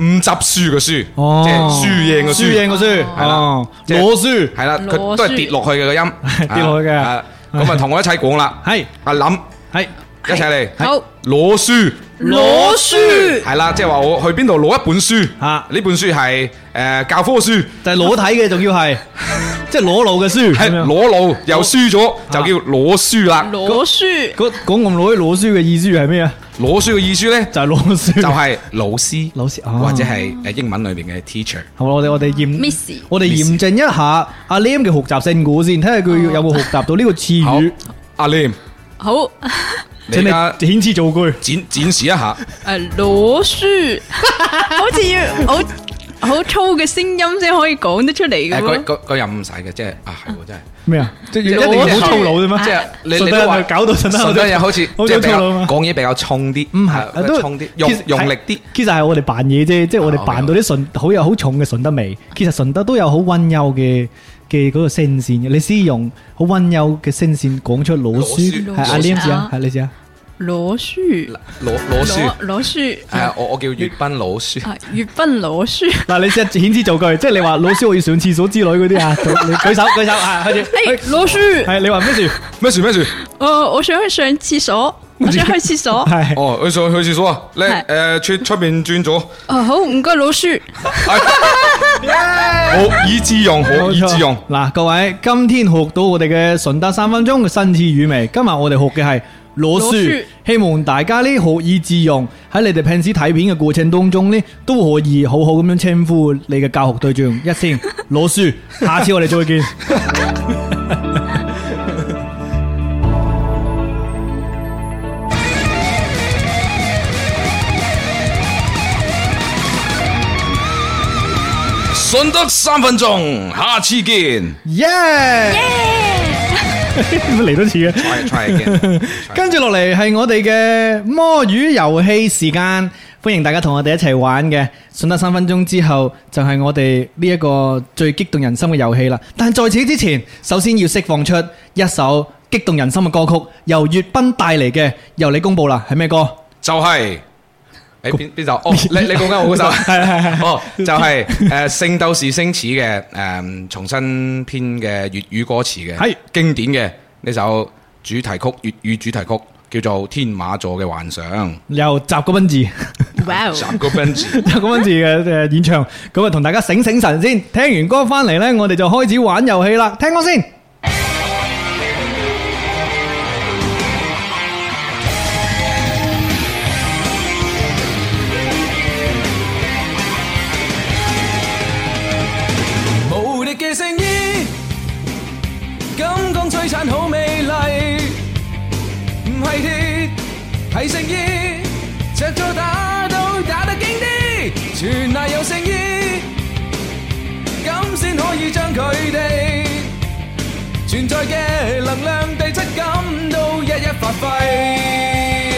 C: 五集書嘅書，即
A: 哦
C: 係輸贏嘅
A: 輸贏
C: 書。
A: 個輸，
C: 係啦
A: 哦，
C: 即係
A: 裸輸
C: 係啦，佢
D: 裸
C: 都係
D: 書
C: 跌落去嘅個音，
A: [laughs] 跌落去嘅
C: 啊咁啊，同我一齊講啦，
A: 係
C: 阿林
A: 係
C: 一齊嚟。
D: 好，
C: 攞書
A: 裸書
C: 係啦，即係話我去邊度攞一本書
A: 啊
C: 呢本書係诶教科書， [laughs]
A: 就係裸體嘅，仲要係即係裸露嘅書，
C: 係
A: 咁樣
C: 裸露又輸咗，就叫裸輸啦。
E: 攞書
A: 嗰講咁攞攞書嘅意思係咩啊？
C: 裸輸嘅意思咧，
A: 就係攞書，
C: 就
A: [laughs]
C: 係老師，
A: 老師哦
C: 或者係诶英文裏边嘅 teacher。
A: 好啦，我哋我哋
C: 嗯
A: 驗
D: Miss
A: 我哋驗證一下阿 Lim 嘅學習勝果先，睇下佢有冇學習到呢個詞
C: 好
A: 語。，
C: 阿廉，
E: 好
C: 你
A: 請
C: 而
A: 你
C: 家
A: 遣詞造句。
C: 展展示一下，
E: 诶，攞
C: [laughs]
E: 書好似要好好粗嘅聲音先可以講得出嚟嘅
C: 诶，嗰
E: 喎。
C: 嗰嗰又唔使嘅，即係啊，係喎，真係。
A: 咩啊？即
C: 即
A: 一
C: 係
A: 定要好粗魯啫嘛。
C: 即係你
A: 順
C: 你
A: 德
C: 都話
A: 人搞到順德人
C: 順德人好似
A: 好
C: 即係比較
A: 粗魯啊嘛
C: 講嘢比較衝啲，
A: 唔
C: 係
A: 係，都
C: 衝啲，用
A: 其實
C: 用力啲。。
A: 其實係我哋扮嘢啫，即係我哋扮到啲順好有好重嘅順德味。其實順德都有好温柔嘅嘅嗰個聲線嘅，你先用好温柔嘅聲線講出老
C: 攞
A: 書。
C: 書
A: 係阿
E: 攞書
A: Lim 字啊
E: 啊，
A: 係你字啊。
E: 攞書，
C: 攞攞書
E: 攞，攞書，
C: 係啊我我叫粵賓老書，
E: 係啊粵賓攞書。
A: 嗱，你試下遣詞造句，即係你話老師我要上廁所之類嗰啲啊，你舉手舉手啊，開
C: 哎
A: 始。
E: 诶，攞書，
A: 係你話咩事？
C: 咩事咩事？
E: 哎哦，我想去上廁
C: [laughs]
E: 所，我想去廁所。
A: 係。
C: 哦，去上去廁所啊！你
E: 係
C: 誒出出邊轉咗，
E: 啊，好，唔該，攞書。
C: 好以致用，好以致用。
A: 嗱，各位，今天學到我哋嘅順德三分鐘嘅新詞語未？今日我哋學嘅係攞
E: 攞
A: 書
E: 書，
A: 希望大家呢學以致用，喺你哋平時睇片嘅過程當中呢，都可以好好咁樣稱呼你嘅教學對象一聲攞書。下次我哋再見。
C: 順德三分鐘，下次見。
A: 耶！ [laughs] 嚟多次嘅。
C: Try try again。
A: 跟住落嚟係我哋嘅摸魚遊戲時間，歡迎大家同我哋一齊玩嘅。順德三分鐘之後，就係我哋呢一個最激動人心嘅遊戲啦。但在此之前，首先要釋放出一首激動人心嘅歌曲，由粵斌帶嚟嘅，由你公佈啦，係咩歌？
C: 就 [laughs] 係誒邊邊首？哦，你你講緊我嗰 [laughs] 首，哦，就係誒《聖鬥士星矢》嘅誒重新編嘅粵語歌詞嘅，
A: 係
C: 經典嘅呢首主題曲粵語主題曲，叫做《天馬座嘅幻想》，
A: 由習嗰斌字，
E: 哇哦
C: 集個 b e
A: [laughs]
C: n j
A: 習嗰斌字嘅誒演唱，咁啊同大家醒醒神先。聽完歌翻嚟呢，我哋就開始玩遊戲啦。聽歌先。
F: 无敌嘅圣衣，金光璀璨好美丽，唔系铁系圣衣，着咗打都打得劲啲，全賴有聖衣，咁先可以將佢哋存在嘅能量第七感都一一發揮。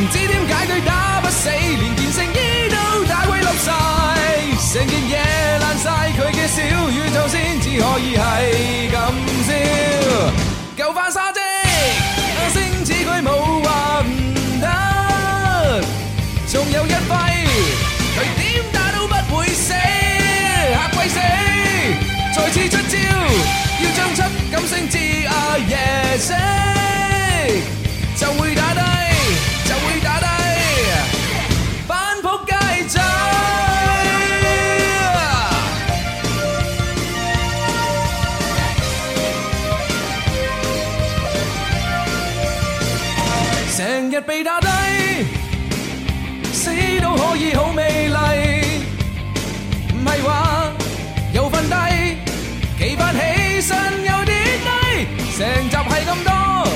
F: 唔知點解佢打不死，連件聖衣都打鬼笠晒，成件嘢爛晒，佢嘅小宇宙先至可以係咁笑，救翻沙姐，星矢佢冇話唔得，仲有一揮，佢點打都不會死，嚇鬼死！再次出招，要將七金星至阿爺死。就會打低，就會打低，反撲街仔。成日被打低，死都可以好美麗。唔係話又瞓低，企翻起身又跌低，成集係咁多。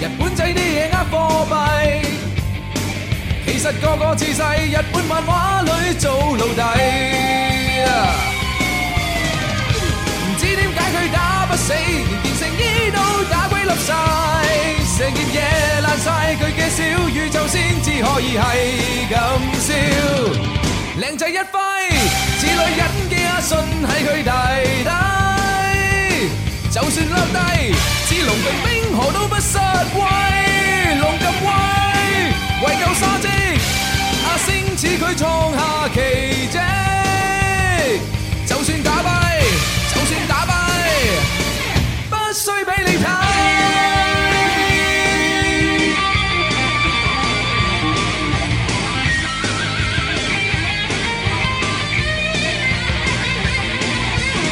F: 日本仔啲嘢呃貨幣，其實個個自細日本漫畫裏做奴隸。唔知點解佢打不死，連件聖衣都打鬼笠晒，成件嘢爛晒，佢嘅小宇宙先至可以係咁笑。靚仔一揮，似女人嘅阿信喺佢大低。就算落低，似龍定冰河都不失威，龍咁威，為救沙織，阿星似佢創下奇蹟，就算打跛，就算打跛，不需俾你睇。
G: Hãy subscribe cho kênh Ghiền Mì Gõ Để không bỏ lỡ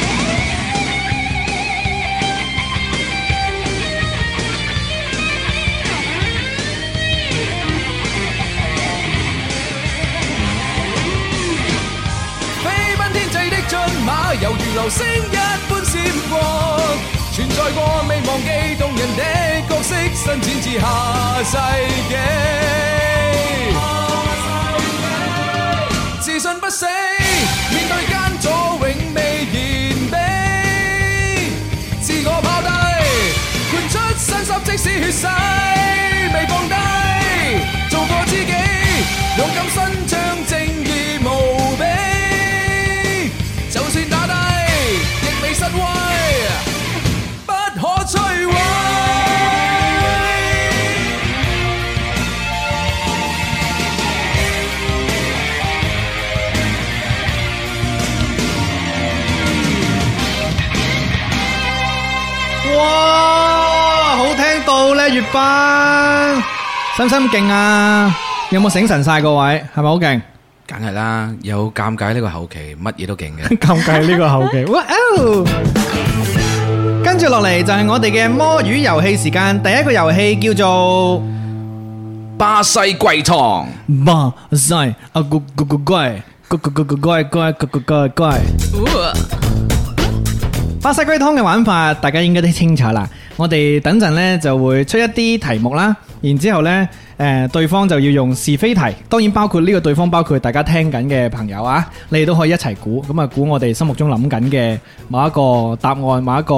F: 星一般闪過，存在過未忘記動人的角色，伸展至下世紀。自信不死，面對艱阻永未言悲。自我拋低，灌出身心，即使血洗未降低，做個知己，勇敢伸張正義無比，就算打低，亦未失威，不可摧毀。
A: 哇，好聽到咧，粵班，使唔使咁勁啊？有冇醒神晒各位？係咪好勁？
C: 梗係啦，有尷尬呢個後期，乜嘢都勁
A: [laughs]
C: 嘅。
A: 尷尬呢個後期，哇哦！跟住落嚟就係我哋嘅摸魚遊戲時間，第一個遊戲叫做
C: 巴西跪堂，
A: 巴西啊咕咕咕怪，咕咕咕咕怪怪咕咕怪怪。巴西龜湯嘅玩法，大家應該都清楚啦。我哋等陣呢就會出一啲題目啦，然之後呢，誒、對方就要用是非題，當然包括呢個對方，包括大家聽緊嘅朋友啊，你哋都可以一齊估，咁啊估我哋心目中諗緊嘅某一個答案，某一個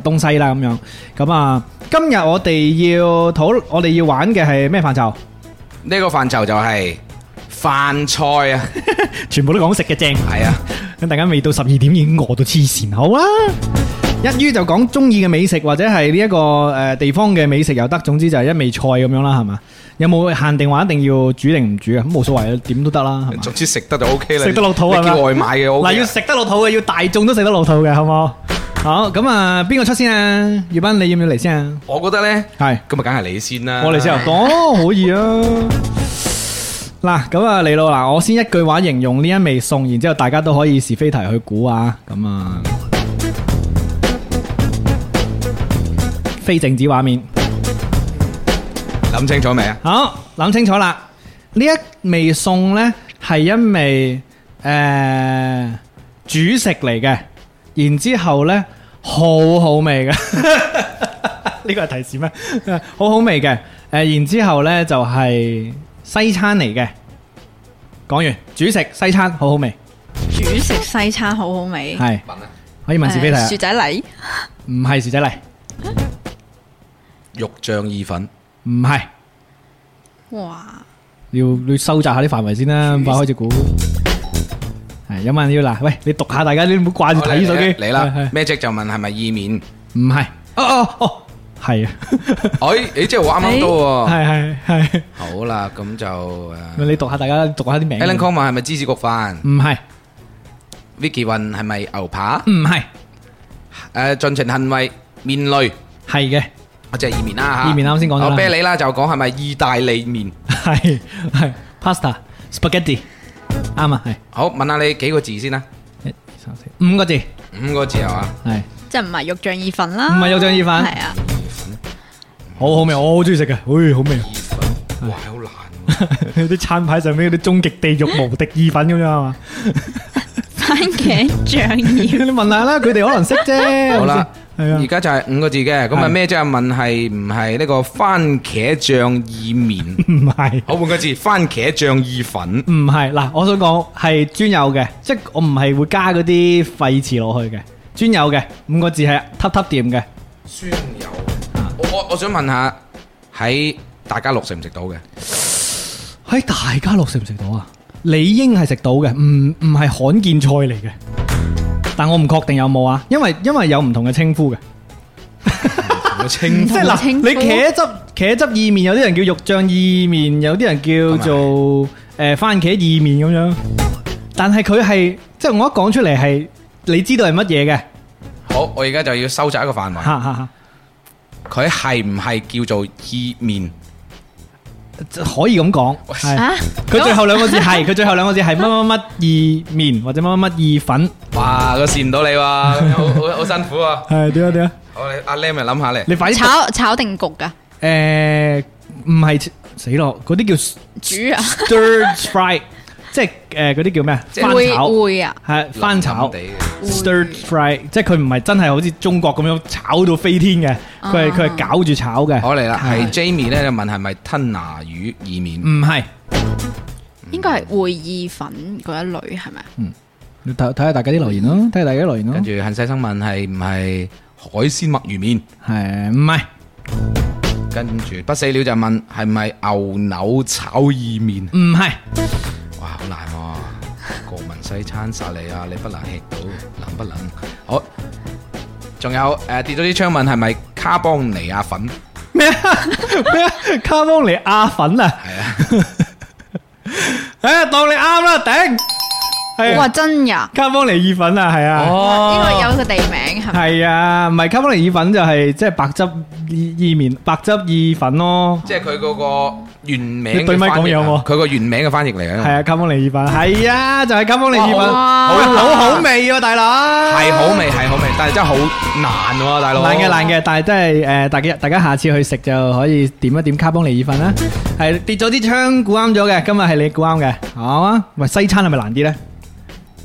A: 誒東西啦咁樣。咁啊，今日我哋要討，我哋要玩嘅係咩範疇？
C: 呢個範疇就係飯菜啊，
A: 全部都講食嘅正。
C: 係啊，
A: 咁大家未到十二點已經餓到黐線，好啊！一於就講中意嘅美食或者係呢一個誒地方嘅美食又得，總之就係一味菜咁樣啦，係嘛？有冇限定話一定要煮定唔煮啊？咁冇所謂，點都得啦，係嘛？
C: 總之 [laughs] 食得就 O K 啦。
A: 食得落肚
C: 你
A: 係嘛？
C: 叫外賣嘅 O
A: 嗱，要
C: K。
A: 食得落肚嘅，要大眾都食得落肚嘅，好冇？好咁啊，邊個出先啊？月斌，你要唔要嚟先啊？
C: 我覺得呢，
A: 係。
C: 咁啊，梗係你先啦。
A: 我嚟先啊，講可以啊。嗱，咁啊嚟到嗱，我先一句話形容呢一味餸，然之後大家都可以是非題去估啊。咁啊，非靜止畫面。
C: 諗清楚未啊？
A: 好，諗清楚啦。呢一味餸呢，係一味诶、呃主食嚟嘅，然之后咧好好味嘅。 [laughs] 呢個係提示咩？ [laughs] 好好味嘅，诶、然之后咧就係西餐嚟嘅。講完主食西餐好好味，
D: 煮食西餐好好味。
A: 係
C: 問啊，
A: 可以問是非題
E: 誒
A: 啊
E: 薯？仔泥
A: 唔係薯仔嚟，
C: 肉醬意粉，
A: 唔係
D: 哇！
A: 要要收窄下啲範圍先啦，咁快開始估。係有冇人要嗱？喂，你讀下大家，啊你唔好掛住睇手機。
C: 嚟
A: 係
C: 啦
A: 係。
C: 咩即就問係咪意面？
A: 唔係，哦哦哦，係啊，
C: 哎，你即係話啱啱到喎。
A: 係係哎係，
C: 好啦，咁就誒
A: 你讀下大家讀下啲名。
C: Alan Coleman 係咪芝士焗飯
A: 唔係
C: ？Vicky 雲係咪牛扒？
A: 唔係，
C: 誒，盡情行為面類，
A: 係嘅，
C: 我即係意面啦嚇。
A: 意面啱先講咗啦
C: 我啤你啦，就講係咪意大利面？
A: 係係 pasta spaghetti，啱啊，係
C: 好，問下你幾個字先啦，
A: 一二三四五個字，
C: 五個字係嘛？
A: 係
D: 即系唔系肉醬意粉啦，
A: 唔係肉醬意粉
D: 系啊，
A: 好好味，我好中意食嘅，唉，好 [laughs] 味啊，
C: 意粉，哇，好難喎。
A: 啲餐牌上面嗰啲終極地獄無敵意粉咁樣係嘛？
D: 番茄醬意
A: 你問下啦，佢哋可能識啫。
C: 好啦，
A: 係啊
C: 而家就係五個字嘅，咁
A: 係
C: 啊咩即係問係唔係呢個番茄醬意面？
A: 唔係。
C: 好，換個字，番茄醬意粉。
A: 唔係嗱，我想講係專有嘅，即係我唔係會加嗰啲廢詞落去嘅，專有嘅五個字係揼揼掂嘅。
C: 酸油。啊我我我想問下，喺大家樂食唔食
A: [laughs]
C: 到嘅？
A: 喺大家樂食唔食到啊？理應係食到嘅，唔唔係罕見菜嚟嘅。但我唔確定有冇啊，因為因為有唔同嘅稱呼嘅，
C: 我清
A: 即係嗱，
D: 稱
A: 你
D: 呼
A: 茄汁茄汁意麵，有啲人叫肉醬意麵，有啲人叫做诶番茄意麵咁樣。但係佢係即係我一講出嚟係你知道係乜嘢嘅，
C: 好，我而家就要收窄一個範圍，
A: 哈哈哈，
C: 佢係唔係叫做意面？
A: 可以咁講係。
D: 啊，
A: [laughs] 佢最後兩個字係，佢最後兩個字係乜乜乜意面或者乜乜乜意粉。
C: 哇，我試唔到你喎，咁樣好好好辛苦啊！
A: 係點啊點啊？
C: 好，你阿 Lam 咪諗下嚟，
A: 你快啲讀
D: 炒炒定焗噶，
A: 誒，唔係死咯，嗰啲叫
D: 煮啊，
A: [laughs] stir fry， [laughs] 即係誒嗰啲叫咩啊？
C: 即
A: 翻
E: 會
A: 炒
E: 會啊，
A: 係翻炒
C: 冧冧地嘅
A: stir fry，即係佢唔係真係好似中國咁樣炒到飛天嘅，佢係佢係攪住炒嘅。
C: 我嚟啦，係 Jamie 咧就問係咪吞拿魚意面？
A: 唔係？
E: 應該係會意粉嗰一類係咪？
A: 你睇睇下大家啲留言咯，睇下大家啲留言咯
C: 跟住恨世生問係唔係海鮮墨魚面？
A: 係唔係？
C: 跟住不死鳥就問係咪牛柳炒意面？
A: 唔係
C: 哇，好難喎、國民西餐薩莉亞，你不能吃到，能不能？好，仲有誒、呃跌咗啲槍問係咪卡邦尼亞粉？
A: 咩啊咩啊？ [laughs] 卡邦尼亞粉啊！
C: 係啊，
A: 誒，當你啱啦，頂係
D: 哇
A: 啊
D: 真呀，
A: 卡邦尼意粉啊，係啊。
D: 呢個有個地名係咪？
A: 系啊，唔系卡邦尼意粉就係即係白汁意意面、白汁意粉咯。
C: 即係佢嗰個原名
A: 你對咪
C: 嘅翻譯
A: 講嘢好
C: 啊
A: 冇
C: 佢個原名嘅翻譯嚟嘅，
A: 係啊，卡邦尼意粉係啊，就係卡邦尼意粉，
C: 哇
A: 好
C: 好
A: 好好味啊，大佬。
C: 係好味係好味，但係真係好難喎、大佬。
A: 難嘅難嘅，但係真係诶，誒大家大家下次去食就可以點一點卡邦尼意粉啦。係跌咗啲槍估啱咗嘅，今日係你估啱嘅，好啊。喂，西餐係咪難啲呢？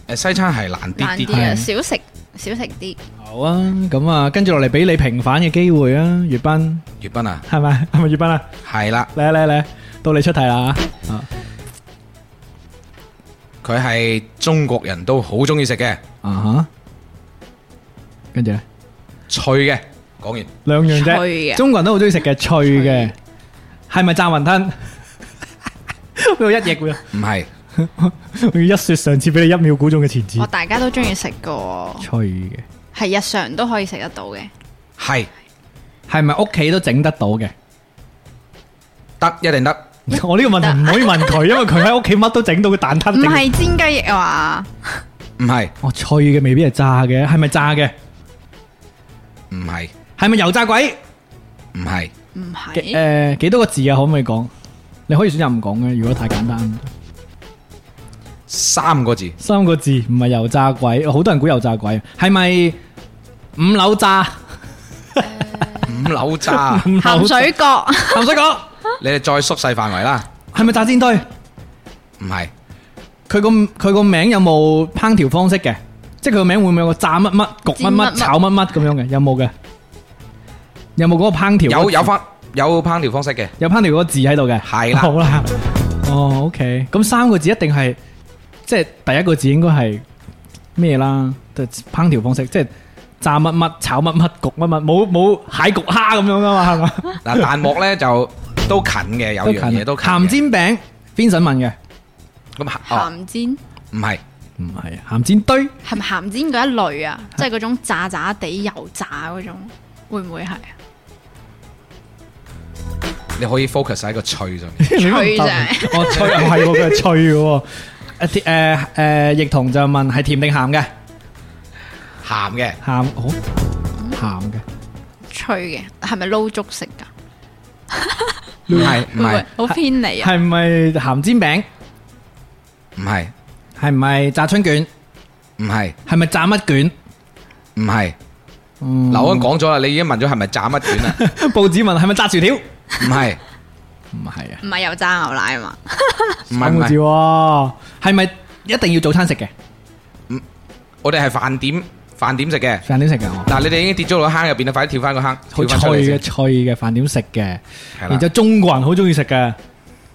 C: 誒西餐係難啲
D: 難
C: 啲
D: 啲
C: 嘅
D: 啊，少食少食啲。
A: 好啊，咁啊，跟住落嚟俾你平反嘅機會啊，月斌
C: 粵斌啊，
A: 係咪？ [laughs] 係咪月斌啊？
C: 係啦，
A: 嚟啊嚟啊嚟啊，到你出題啦啊！
C: 佢係中國人都好中意食嘅，
A: 啊哈，跟住咧啊
C: 脆嘅。講完
A: 兩樣
E: 脆
A: 啫，
E: 嘅
A: 中國人都好中意食嘅脆嘅，係咪炸雲吞？ [laughs] 佢一啊翼
C: 唔係
A: 我要一雪上次俾你一秒估中嘅前置
D: 我，大家都中意食噶，
A: 脆嘅
D: 係日常都可以食得到嘅。
C: 係
A: 係咪屋企都整得到嘅？
C: 得一定得，
A: [laughs] 我呢個問題唔可以問佢，因為佢喺屋企乜都整到個蛋撻
D: 唔
A: 整。
D: 係煎雞翼啊
C: 唔係
A: 哦，脆嘅未必係炸嘅，係咪炸嘅？
C: 唔係
A: 係咪油炸鬼？
C: 唔係
D: 嘛，唔
A: 幾
D: 係
A: 誒幾多個字啊？可唔可以講？你可以選擇唔講嘅，如果太簡單。
C: 三個字，
A: 三個字，唔係油炸鬼，好多人估油炸鬼，係咪五樓炸？，
C: 五柳炸
A: [laughs] 五
D: 鹹
A: 樓炸
D: 水角，
A: 鹹水角
C: 你哋再縮細範圍啦，
A: 係咪炸煎堆？
C: 唔係
A: 佢個佢個名有冇烹調方式嘅？即係佢個名會唔會有個炸乜乜、焗乜乜、
D: 煎乜乜
A: 炒乜乜咁樣嘅？有冇嘅？有冇嗰個烹調？
C: 有有翻有烹調方式嘅，
A: 有烹調嗰個字喺度嘅。
C: 係啦
A: 好啦。哦，OK。咁三個字一定係即係第一個字應該係咩啦？即係烹調方式，即係炸乜乜、炒乜乜、焗乜乜，冇冇蟹焗蝦咁樣噶嘛？係嘛？ [laughs]
C: 嗱彈幕咧就都近嘅，有樣嘢都近嘅
A: 啊鹹煎餅，Vincent 問嘅，
C: 咁哦
D: 鹹煎
C: 唔係
A: 唔係啊鹹煎堆。
D: 係咪鹹煎嗰一類啊？即係嗰種炸炸地油炸嗰種，會唔會係啊？
C: 你可以 focus 喺個脆上
A: [laughs]
C: 面，
A: 脆
D: 脆啫
A: 哦脆唔係喎，佢係脆嘅喎。誒誒誒，易彤就問係甜定鹹嘅？
C: 鹹嘅
A: 鹹好鹹嘅，
D: 脆嘅，係咪撈粥食㗎？
A: 嗯
C: 唔係唔
E: 會
C: 係
E: 會好偏離啊！
A: 係咪鹹煎餅？
C: 唔係
A: 係咪炸春卷？
C: 唔係
A: 係咪炸乜卷？
C: 唔係，
A: 嗯
C: 劉安講咗啦，你已經問咗係咪炸乜卷啦，
A: [laughs] 報紙問係咪炸薯條？唔
C: 唔係
A: 係啊，
D: 唔係油炸牛奶啊嘛？
C: 唔係
A: 三
C: 唔
A: 個字
C: 係，
A: 喎，係咪一定要早餐食嘅？
C: 我哋係飯點飯點食嘅。
A: 飯點食啊嘅我，
C: 嗱，你哋已經跌咗落坑入邊啦，快啲跳翻個坑，
A: 好
C: 跳翻出嚟
A: 脆嘅
C: 先。
A: 脆嘅飯點食嘅，
C: 係啦
A: 然之後中國人好中意食嘅，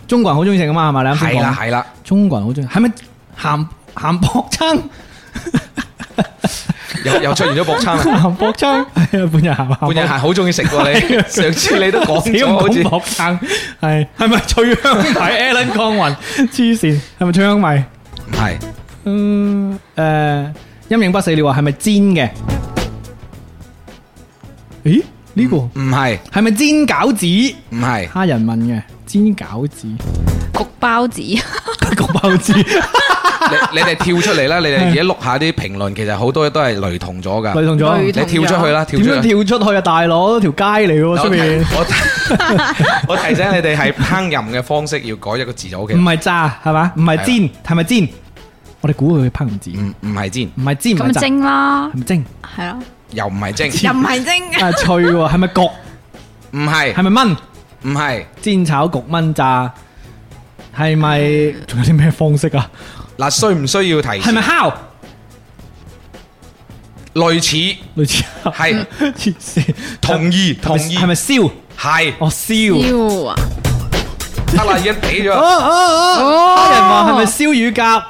A: 中國人好中意食㗎嘛係咪？你啱先
C: 係
A: 講
C: 啦係啦，
A: 中國人好中意，係咪鹹鹹薄撐？
C: 又又出現咗薄撐啦。
A: 鹹薄撐係 [laughs] 啊，半日鹹
C: 半日
A: 鹹
C: 行好中意食喎你，上次你都講
A: 薄。
C: 咗好似
A: 薄撐係係咪脆香 [laughs] 米 Alan 江雲黐線係咪脆香米？
C: 唔係
A: 嗯誒，陰影不死了啊，係咪煎嘅？咦？呢個
C: 唔係
A: 係咪煎餃子？
C: 唔係
A: 他人問嘅煎餃子，
D: 焗包子，
A: 焗包子，
C: 你你哋跳出嚟啦！你哋而家碌下啲評論，其實好多都係雷同咗
A: 雷
C: 㗎。
A: 同咗
E: 雷。
C: 你跳出去啦，跳
A: 點
C: 出
A: 樣
C: 去。
A: 跳出去啊，大佬？條街嚟
C: 我
A: 喎，出
C: [laughs]
A: 面
C: 我我我提醒你哋係烹飪嘅方式要改一個字就 O K。
A: 唔
C: 唔
A: 係炸係嘛？唔係煎係咪煎？我哋估佢烹唔子，
C: 唔係煎，
A: 唔係煎唔
D: 咁
A: 係
D: 咪
A: 炸，
D: 蒸啦
A: 係，咪蒸？
D: 係咯，
C: 又唔係蒸，
D: 又唔係蒸，
A: 啊脆喎，係咪焗？
C: 唔係
A: 係咪炆？
C: 唔係
A: 煎炒焗炆炸？系咪仲有啲咩方式啊？
C: 嗱，需唔需要提示？
A: 系咪敲？
C: 類似
A: 类似敲 [laughs]
C: 係
A: 黐線
C: 同意同意
A: 係咪系咪烧？
C: 係
A: 哦，烧。
E: 要啊，
C: 得啦，已經俾
A: 哦
C: 咗
A: 哦哦！有人话系咪烧乳鸽？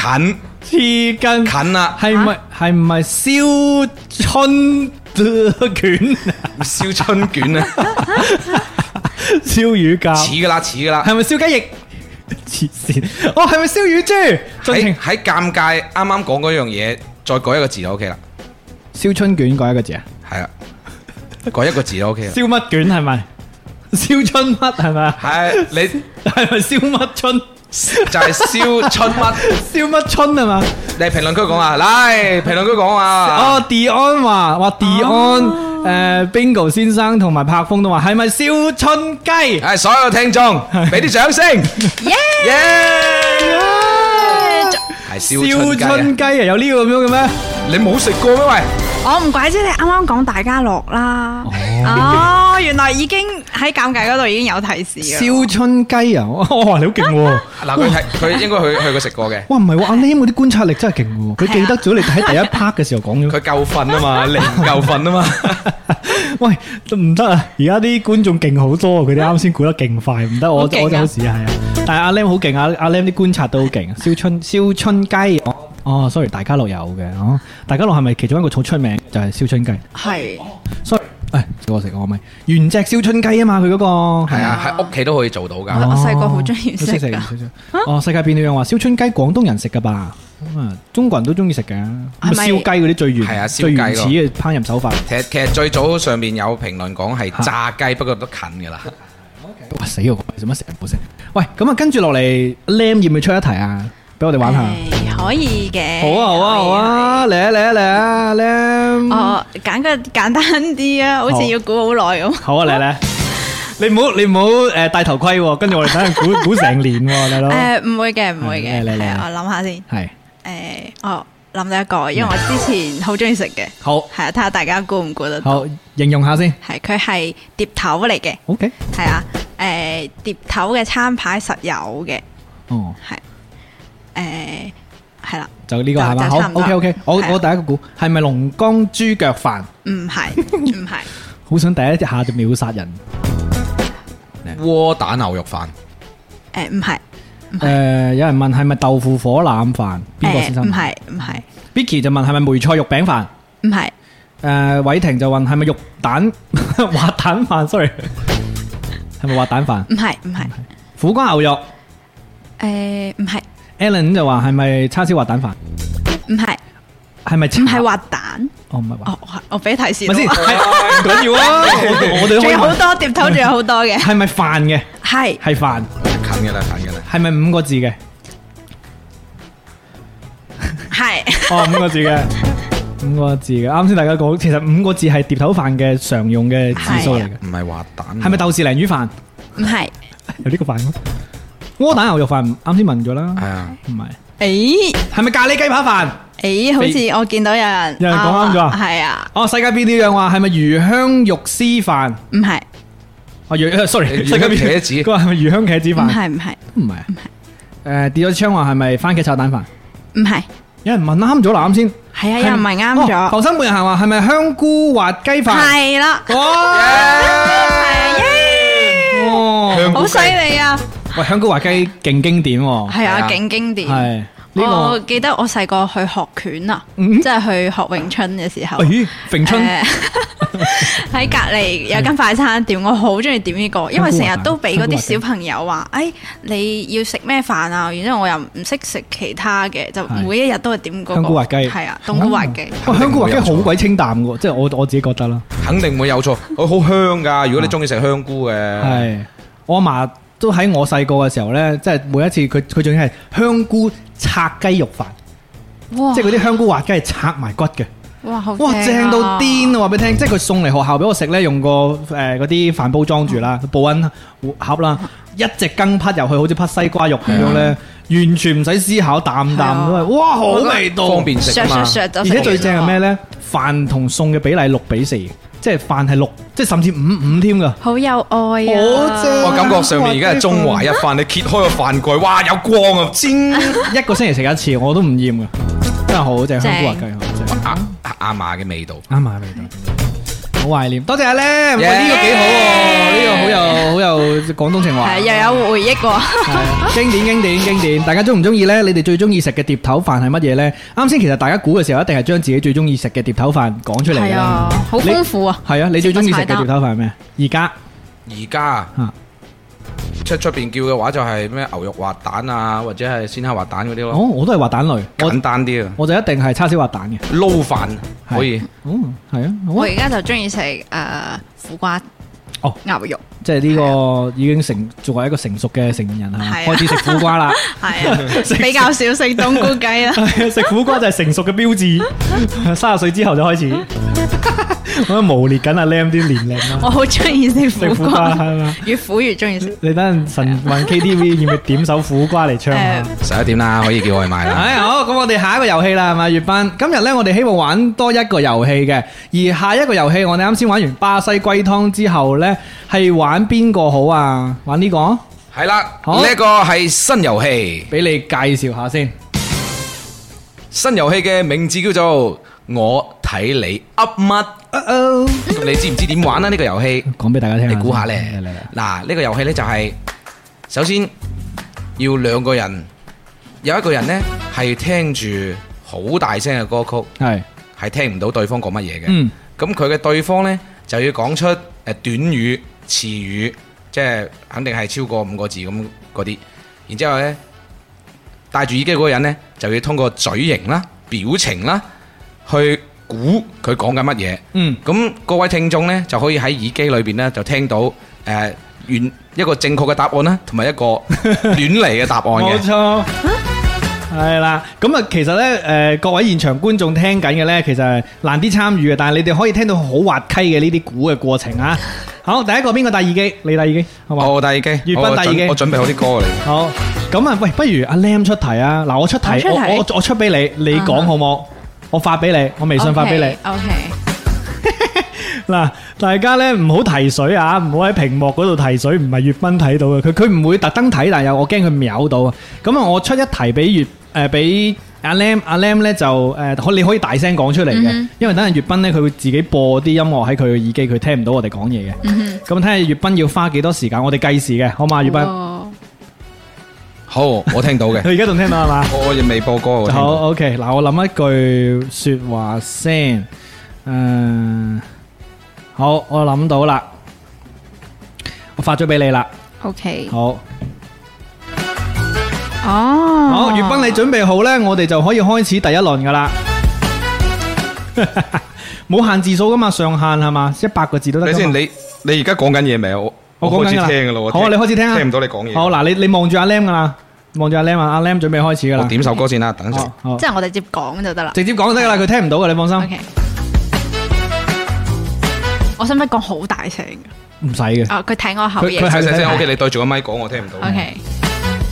C: 近
A: 黐筋
C: 近啦，
A: 系咪系咪烧春 [laughs] 卷？
C: 燒春卷啊，
A: 烧乳鸽
C: 似噶啦，似噶啦。
A: 系咪烧鸡翼？黐线！哦，系咪烧乳猪？盡
C: 喺
A: 情
C: 喺尷尬啱啱講嗰樣嘢，再改一個字就 OK 啦，
A: 烧春卷改一个字啊？
C: 係啦，改一個字就 OK 啦。
A: 烧乜卷系咪？烧春乜系咪啊？
C: 係你
A: 系咪烧乜春？
C: 就係燒春乜？ [laughs]
A: 烧乜春系嘛？
C: 你評論區講啊，嚟評論區講啊。
A: 哦，Dion 话话 Dion 诶，Bingo 先生同埋柏峰都话系咪烧春鸡？
C: 诶，所有聽眾俾啲掌聲，耶！係燒
A: 烧
C: 春
A: 春
C: 雞
A: 鸡啊，有呢个咁样嘅咩？
C: 啊！你冇食過咩？喂，
D: 我唔怪之你啱啱講大家樂啦。哦，原來已經喺尷尬嗰度已經有提示嘅。
A: 烧春鸡啊！哇，你好劲喎！
C: 嗱，佢係佢應該去去過食過嘅，
A: 哇，唔係喎，阿 Lam 嗰啲觀察力真係勁喎，佢記得咗你喺第一 part 嘅時候講咗。
C: 佢夠瞓啊嘛，你唔夠瞓啊嘛。
A: [laughs] 喂，唔得啊！而家啲觀眾勁好多，佢哋啱先估得勁快，唔得我
E: 好
A: 我
E: 勁啊
A: 就好似係啊。但係阿 Lam 好勁啊，阿 Lam 啲觀察都好勁。燒春燒春雞，哦哦，sorry，大家樂有嘅，哦，大家樂係咪其中一個好出名就係燒春雞
D: 係
A: ？sorry，誒，食我食我咪原隻燒春雞啊嘛，佢嗰個
C: 係啊，喺屋企都可以做到㗎。
D: 我細個好鍾意
A: 好識
D: 食
A: 食
D: [laughs] 㗎
A: 好識食哦，世界變了樣話燒春雞廣東人食噶吧？咁啊，中國人都中意食嘅。咁啊
D: 係咪
A: 燒雞嗰啲最原
C: 係啊燒雞
A: 最原始嘅烹飪手法。
C: 其實其實最早上面有評論講係炸雞，不過都近㗎啦。
A: 哇死我！做乜成日冇食？喂，咁啊，跟住落嚟，Lam 要唔要出一題啊？俾我哋玩下。
D: 誒可以嘅。
A: 好啊，好啊，好啊！嚟啊，嚟啊，嚟啊
D: 可以。
A: ，Lam。
D: 哦，揀個簡單啲啊，好
A: 好
D: 似要估好耐咁。
A: 好啊，嚟嚟。你唔好，你唔好誒戴頭盔喎，跟住我哋等
D: [laughs]
A: 陣估估成年喎，大佬。
D: 誒，唔會嘅，唔會嘅。
A: 嚟嚟嚟
D: 係啊我諗下先。
A: 係
D: 誒，哦，諗到一個，因為我之前好中意食嘅。
A: 好
D: 係啊，睇下大家估唔估得到。
A: 好形容下先。
D: 係，佢係碟頭嚟嘅，
A: OK，
D: 係啊。誒，碟頭嘅餐牌實有嘅，
A: 哦，
D: 係。誒，係啦，
A: 就呢個係嘛？
D: 就
A: 好
D: 就差唔多
A: ，OK，OK。我
D: 係啊
A: 我第一個估係咪龍江豬腳飯？[laughs]
D: 唔係，唔係。
A: 好想第一下就秒殺人。
C: 窩蛋牛肉飯，
D: 诶，唔係，
A: 誒、有人問係咪豆腐火腩飯？邊個
D: 诶，
A: 先生？
D: 唔係，唔係，
A: Vicky 就問係咪梅菜肉餅飯？誒、
D: 唔係，
A: 呃偉霆就問係咪肉蛋 [laughs] 滑蛋飯？sorry，係咪滑蛋飯？
D: 唔係，唔係，
A: 苦瓜牛肉
D: 诶，唔係，
A: ，Alan 就話係咪叉燒滑蛋飯？
D: 唔係，
A: 係咪叉？
D: 唔係滑蛋。
A: 哦，唔係滑，
D: 哦，我我俾提示
A: 咪
D: 咯。
A: 先，係
D: [laughs]
A: 唔緊要啊！我我哋都
D: 仲
A: 可以
D: 有好
A: 問
D: 多碟頭，仲有好多嘅。
A: 係咪飯嘅？
D: 係
A: 係飯，
C: 近㗎啦，近㗎啦。
A: 係咪五個字嘅？
D: 係
A: [laughs] 哦，五個字嘅，五個字嘅。啱先大家講，其實五個字係碟頭飯嘅常用嘅
D: 啊
A: 字數嚟嘅。
C: 唔係滑蛋，
A: 係咪豆豉鯪魚飯？
D: 唔係？
A: [laughs] 有呢個飯咩？窩蛋牛肉飯啱先問咗啦，
C: 係啊，
A: 唔係
D: 诶
A: 係咪咖喱雞扒飯？
D: 诶，好似我見到有人
A: 有人講啱咗啊
D: 係啊，
A: 哦，世界變了樣話係咪魚香肉絲飯？
D: 唔係，
A: 哦，魚 sorry，
C: 魚
A: 世
C: 香
A: 界變
C: 茄子
A: 佢話係咪魚香茄子
D: 唔
A: 飯？
D: 係，
A: 唔
D: 唔係，
A: 係啊，誒跌咗窗話係咪番茄炒蛋飯？
D: 唔係，
A: 有人問啱咗啦，啱先
D: 係啊，有人唔係啱
A: 哦
D: 咗。
A: 後生每人行話係咪香菇滑雞飯？
D: 係啦，
A: 哇！
C: 香
A: 哦，
D: 好犀利啊！
A: 喂，香菇滑雞勁經典喎，
D: 係
C: 係啊
D: 啊，勁經典。
A: 係呢
D: 我
A: 個
D: 記得我細個去學拳啊，
A: 嗯
D: 即係去學詠春嘅時候。
A: 咦，揈春
D: 誒 [laughs] 喺隔離有間快餐店，我好中意點呢
A: 啊
D: 個，因為成日都俾嗰啲小朋友話：，誒你要食咩飯啊？然之後我又唔識食其他嘅，就
A: 係
D: 每一日都係點嗰個。
A: 香菇滑雞
D: 係啊，冬菇滑雞。
A: 哇，香菇滑雞好鬼清淡嘅喎，即係我我自己覺得啦。
C: 肯定會有錯。佢好香㗎，如果你中意食香菇嘅，
A: 系我阿嫲都喺我細個嘅時候呢，即係每一次佢佢仲要係香菇拆雞肉飯，
D: 哇
A: 嗯即係嗰啲香菇滑雞係拆埋骨嘅，
D: 哇，好
A: 哇
D: 啊嗯
A: 正到！癲啊！話俾你聽，即係佢送嚟學校俾我食呢，用個誒嗰啲飯煲裝住
D: 嗯
A: 啦，保温盒啦，一隻羹匹入去，好似匹西瓜肉咁樣呢，
D: 嗯
A: 完全唔使思考，啖啖都係，哇好味道，
C: 方便食啊
D: 削削
C: 嘛。
D: 削就
A: 而
D: 食
A: 且最正係咩
D: 完啦？
A: 呢？飯同餸嘅比例六比四，即係飯係六，即係甚至五五添㗎。
D: 好有愛
A: 好正
D: 啊！
C: 我感覺上面而家係中華一飯，你揭開個飯蓋，哇有光啊！煎
A: 一個星期食一次，我都唔厭㗎，真係好正，香菇滑雞好正，
C: 啊啊阿嫲嘅味道，
A: 啱啊味道，好懷念。多謝阿 Lam，喂呢個幾好喎，呢個好有好有廣東情
D: 係啊
A: 懷。
D: 又有回憶喎。
A: 经典经典经典，大家中唔中意呢？你哋最中意食嘅碟頭飯係乜嘢呢？啱先其實大家估嘅時候，一定係將自己最中意食嘅碟頭飯講出嚟㗎
D: 係啊
A: 啦。
D: 好
A: 你
D: 豐富啊！
A: 係啊，你最中意食嘅
D: 成個菜
A: 碟
D: 單
A: 頭飯係咩？而家
C: 而家
A: 啊
C: 出出邊叫嘅話就係咩牛肉滑蛋啊，或者係鮮蝦滑蛋嗰啲
A: 哦，
C: 咯，
A: 我都係滑蛋類，
C: 簡
A: 我
C: 單啲啊，
A: 我就一定係叉燒滑蛋嘅。
C: 撈飯
A: 係
C: 可以。
A: 哦，係啊，好
D: 我
A: 啊
D: 而家就中意食诶苦瓜
A: 哦
D: 牛肉，
A: 即係呢個已經成作為一個成熟嘅成年人係嘛，
D: 係啊
A: 開 [laughs] 始食苦瓜
D: [laughs]
A: 啦。
D: 係啊，比較少食冬菇雞
A: [laughs]
D: 啦。
A: 食苦瓜就係成熟嘅標誌，三十歲之後就開始。我喺污列緊阿 Lam 啲年齡啦，
D: 我好中意食
A: 食
D: 苦
A: 苦瓜
D: 瓜，
A: 係嘛？
D: 越苦越中意食。
A: 你等陣神運 KTV 要唔要點首苦瓜嚟唱下
D: 誒？
C: 十一點啦，可以叫外賣啦。
A: 哎，好，咁我哋下一個遊戲啦，係咪？月班，今日呢，我哋希望玩多一個遊戲嘅，而下一個遊戲我哋啱先玩完巴西龜湯之後呢，係玩邊個好啊？玩呢、個？
C: 係啦，
A: 好
C: 呢個係新遊戲，
A: 俾你介紹下先。
C: 新遊戲嘅名字叫做我睇你噏乜。
A: 哦，
C: 咁你知唔知點玩啊？呢個遊戲？
A: 講俾大家聽，啊
C: 你估下咧
A: 嚟嚟嚟，
C: 嗱呢個遊戲咧就係首先要兩個人，有一個人呢係聽住好大聲嘅歌曲，
A: 係，
C: 係聽唔到對方講乜嘢嘅。
A: 嗯，
C: 咁佢嘅對方呢，就要講出誒短語、詞語，即係肯定係超過五個字咁嗰啲。然之後呢，戴住耳機嗰個人呢，就要通過嘴型啦、表情啦去估佢講緊乜嘢。
A: 嗯，
C: 咁各位聽眾呢，就可以喺耳機裏邊呢，就聽到誒、呃、原一個正確嘅答案啦，同埋一個
A: [laughs]
C: 亂嚟嘅答案
A: 冇
C: 嘅。
A: 錯。係啦，咁啊，其實呢，誒、各位現場觀眾聽緊嘅呢，其實係難啲參與嘅，但係你哋可以聽到好滑稽嘅呢啲估嘅過程 [laughs] 啊。好，第一個邊個戴耳機？你戴耳機，好嘛？
C: 我戴耳機，
A: 粵
C: 我
A: 賓戴耳機
C: 準我準備好啲歌嚟。
A: 好，咁啊，喂，不如阿 Lam 出題啊！嗱，我出題，
E: 我出
A: 我
E: 題
A: 我我出俾你，你講
E: 啊
A: 好冇？我發俾你，我微信發俾你。
D: O K，
A: 嗱，大家咧唔好提水啊，唔好喺屏幕嗰度提水，唔係粵斌睇到嘅，佢佢唔會特登睇，但係我驚佢秒到啊。咁啊，我出一題俾粵誒俾阿 Lam，阿 Lam 咧就誒可你可以大聲講出嚟嘅，因為等陣粵斌咧佢會自己播啲音樂喺佢嘅耳機，佢聽唔到我哋講嘢嘅。咁睇下粵斌要花幾多時間，我哋計時嘅，好嘛？粵斌，
E: 哦
C: 好，我聽到
A: [laughs]
C: 嘅，
A: 佢而家仲聽到係嘛？
C: 我我亦未播歌，我聽到。
A: 好，OK，嗱，我諗一句说話先，诶、好，我諗到啦，我發咗俾你啦，
E: ，O K，
A: 好，
E: 哦，
A: 好，月斌你準備好呢，我哋就可以開始第一輪噶啦， [laughs] 冇限字數噶嘛，上限係嘛，一百個字都得
C: 你
A: 㗎嘛
C: 先，你你而家講緊嘢未啊？我
A: 我講
C: 開
A: 緊
C: 始
A: 㗎啦
C: 聽噶咯。我
A: 好啊，你開始聽啊，
C: 聽唔到你講嘢。
A: 好，嗱，你你望住阿 Lam 噶啦，望住阿 Lam 啊，阿 Lam 準備開始噶
C: 我
A: 啦，
C: 點首歌先啦，等陣。
A: 好，好
D: 哦即係我哋直接講就得啦。
A: 直接講得噶啦，佢聽唔到噶，你放
D: O
A: 心，
D: K，我使唔使講好大聲㗎？
A: 唔使嘅。
D: 啊，佢睇我口
A: 佢
D: 型
A: 佢。
C: 細細
A: 係
C: 聲
A: 係
C: ，OK，你對住個咪講，我聽唔到。
D: O K，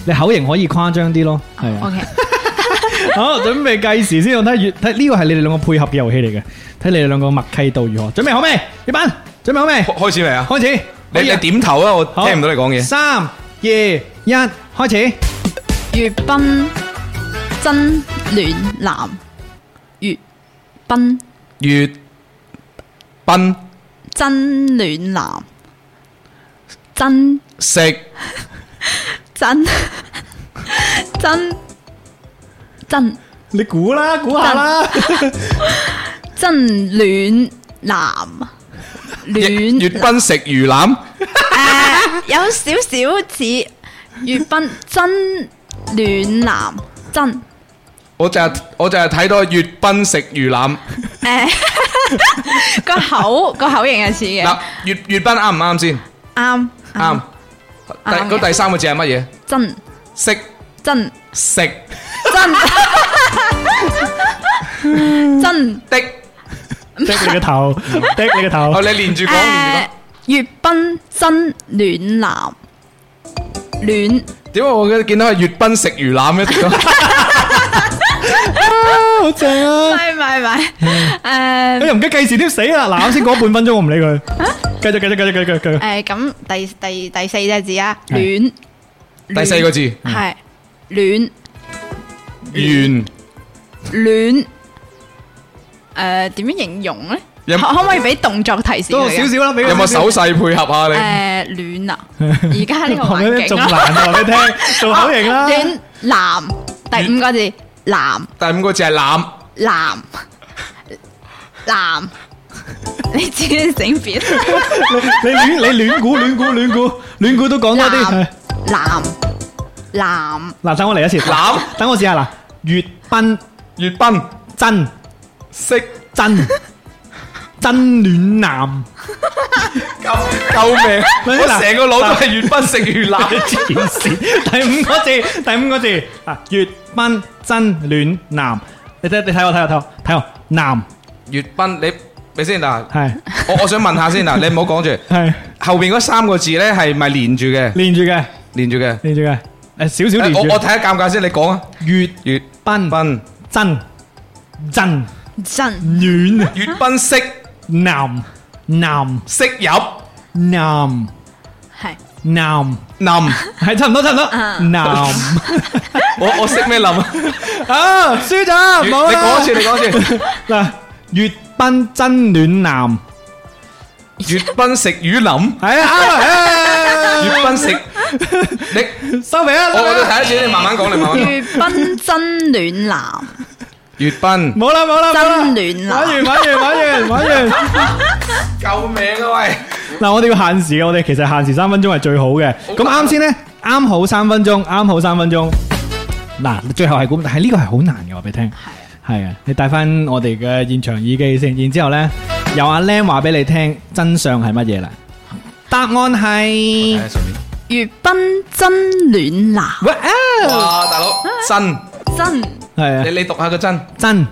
A: 你口型可以誇張啲咯，係
D: O
A: 啊。
D: K，
A: 好，準備計時先，我睇越睇呢個係你哋兩個配合嘅遊戲嚟嘅，睇你哋兩個默契度如何。準備好未？一班準備好未？
C: 開開始未啊？
A: 開始，
C: 你你點頭啊？我
A: 好
C: 聽唔到你講嘢。
A: 三二一，開始。
D: 粵賓真暖男，粵賓
C: 粵賓
D: 真暖男，真
C: 食
D: [laughs] 真真真
A: 你估啦，估下啦，
D: 真暖男，暖
C: 粵賓食魚腩。
D: 有少少似粵賓真暖男，真
C: 我就係我就係睇到粵賓食魚腩
D: [laughs] 诶個口個口型係似嘅，
C: 嗱，粵粵賓啱唔啱先？
D: 啱
C: 啱。第
D: 啱嘅
C: 咁第三個字係乜嘢？
D: 真
C: 識
D: 真
C: 食
D: 真真
C: 的，
A: 掟你個頭，掟你個頭
C: 哦，。你連住講，連
D: 诶，粵賓真暖男，暖
C: 住講。點解
D: [laughs]
C: 我見到係粵賓食魚腩嘅？
A: 好正啊！
D: 係唔係唔 [laughs] 係，诶
A: 又唔記計時添死啦！嗱，啱先嗰半分鐘我唔理 [laughs] 佢，繼續繼續繼續繼續繼續。
D: 诶咁第第第四隻字啊，戀
C: 第四個字
D: 係戀
C: 緣，
D: 戀诶點樣形容咧？
C: 有
D: 可可唔可以俾動作提示
A: 多
D: 佢
A: 少
D: 嘅？
A: 少啦，俾
C: 有冇手勢配合啊？你
D: 诶戀啊，而家呢個環境
A: 仲
D: 咯，
A: 難啊！話俾 [laughs] 你聽，做口型啦。
D: 戀男第五個字男。
C: 第五個字係攬，
D: 男男，你自己整扁
A: 你亂你亂估亂估亂估亂估都講多啲。係
D: 男男男
A: 嗱，等我嚟一次。
C: 攬，
A: 等我試下嗱，粵斌
C: 粵賓
A: 真
C: [laughs] 識，
A: 真真暖
C: [laughs]
A: 男。
C: 救救
A: [laughs]
C: 命！我成個腦都係粵賓食粵攬。
A: 黐線！第五個字，第五個字啊，粵斌真暖男。你睇你睇我睇我睇我睇我男
C: 粵賓，你你先嗱，
A: 係
C: 我我想問
A: [laughs]
C: 下先嗱，你唔好講住，
A: 係
C: 後邊嗰三個字咧係咪連住嘅？
A: 連住嘅，
C: 連住嘅。
A: 連住嘅，誒少少連
C: 誒我
A: 住。
C: 我睇下尷尬先，你講啊。
A: 粵
C: 粵
A: 斌
C: 賓，
A: 真真
D: 真
A: 暖
C: 粵賓識
A: 男男
C: 識入
A: 男
D: 係
A: 男，
C: 冧，
A: 係差唔多差唔多
C: [laughs]
A: 男
C: 我我識咩冧啊？
A: 啊，輸咗
C: 你
A: 冇
C: 講
A: 啦
C: 住，。你講住。
A: 嗱，粵斌真暖男，
C: 粵賓食魚冧，
A: 係啊啱啊
C: 粵賓食你，
A: 誒，收尾啊，
C: 我我都睇得住，你慢慢講，你慢
D: [laughs]
C: 慢講。
D: 粵斌真暖男，
C: 粵賓，
A: 冇啦冇啦冇啦。
D: 真暖
A: 玩完
D: 男
A: 玩完玩完玩完。
C: 救命啊喂！
A: 嗱，我哋要限時嘅，我哋其實限時三分鐘係最好嘅。咁
C: 難啊
A: 啱先呢，啱好三分鐘，啱好三分鐘。嗱，最後係咁，但係呢個係好難嘅，我俾你聽。係啊，你戴翻我哋嘅現場耳機先，然之後呢，由阿 Lam 話俾你聽真相係乜嘢啦？答案係
C: 睇下順便
D: 粵斌真暖男，
A: 哇哦，
C: 哇，大佬真，
D: 真
A: 係啊，
C: 你你讀下個真
A: 真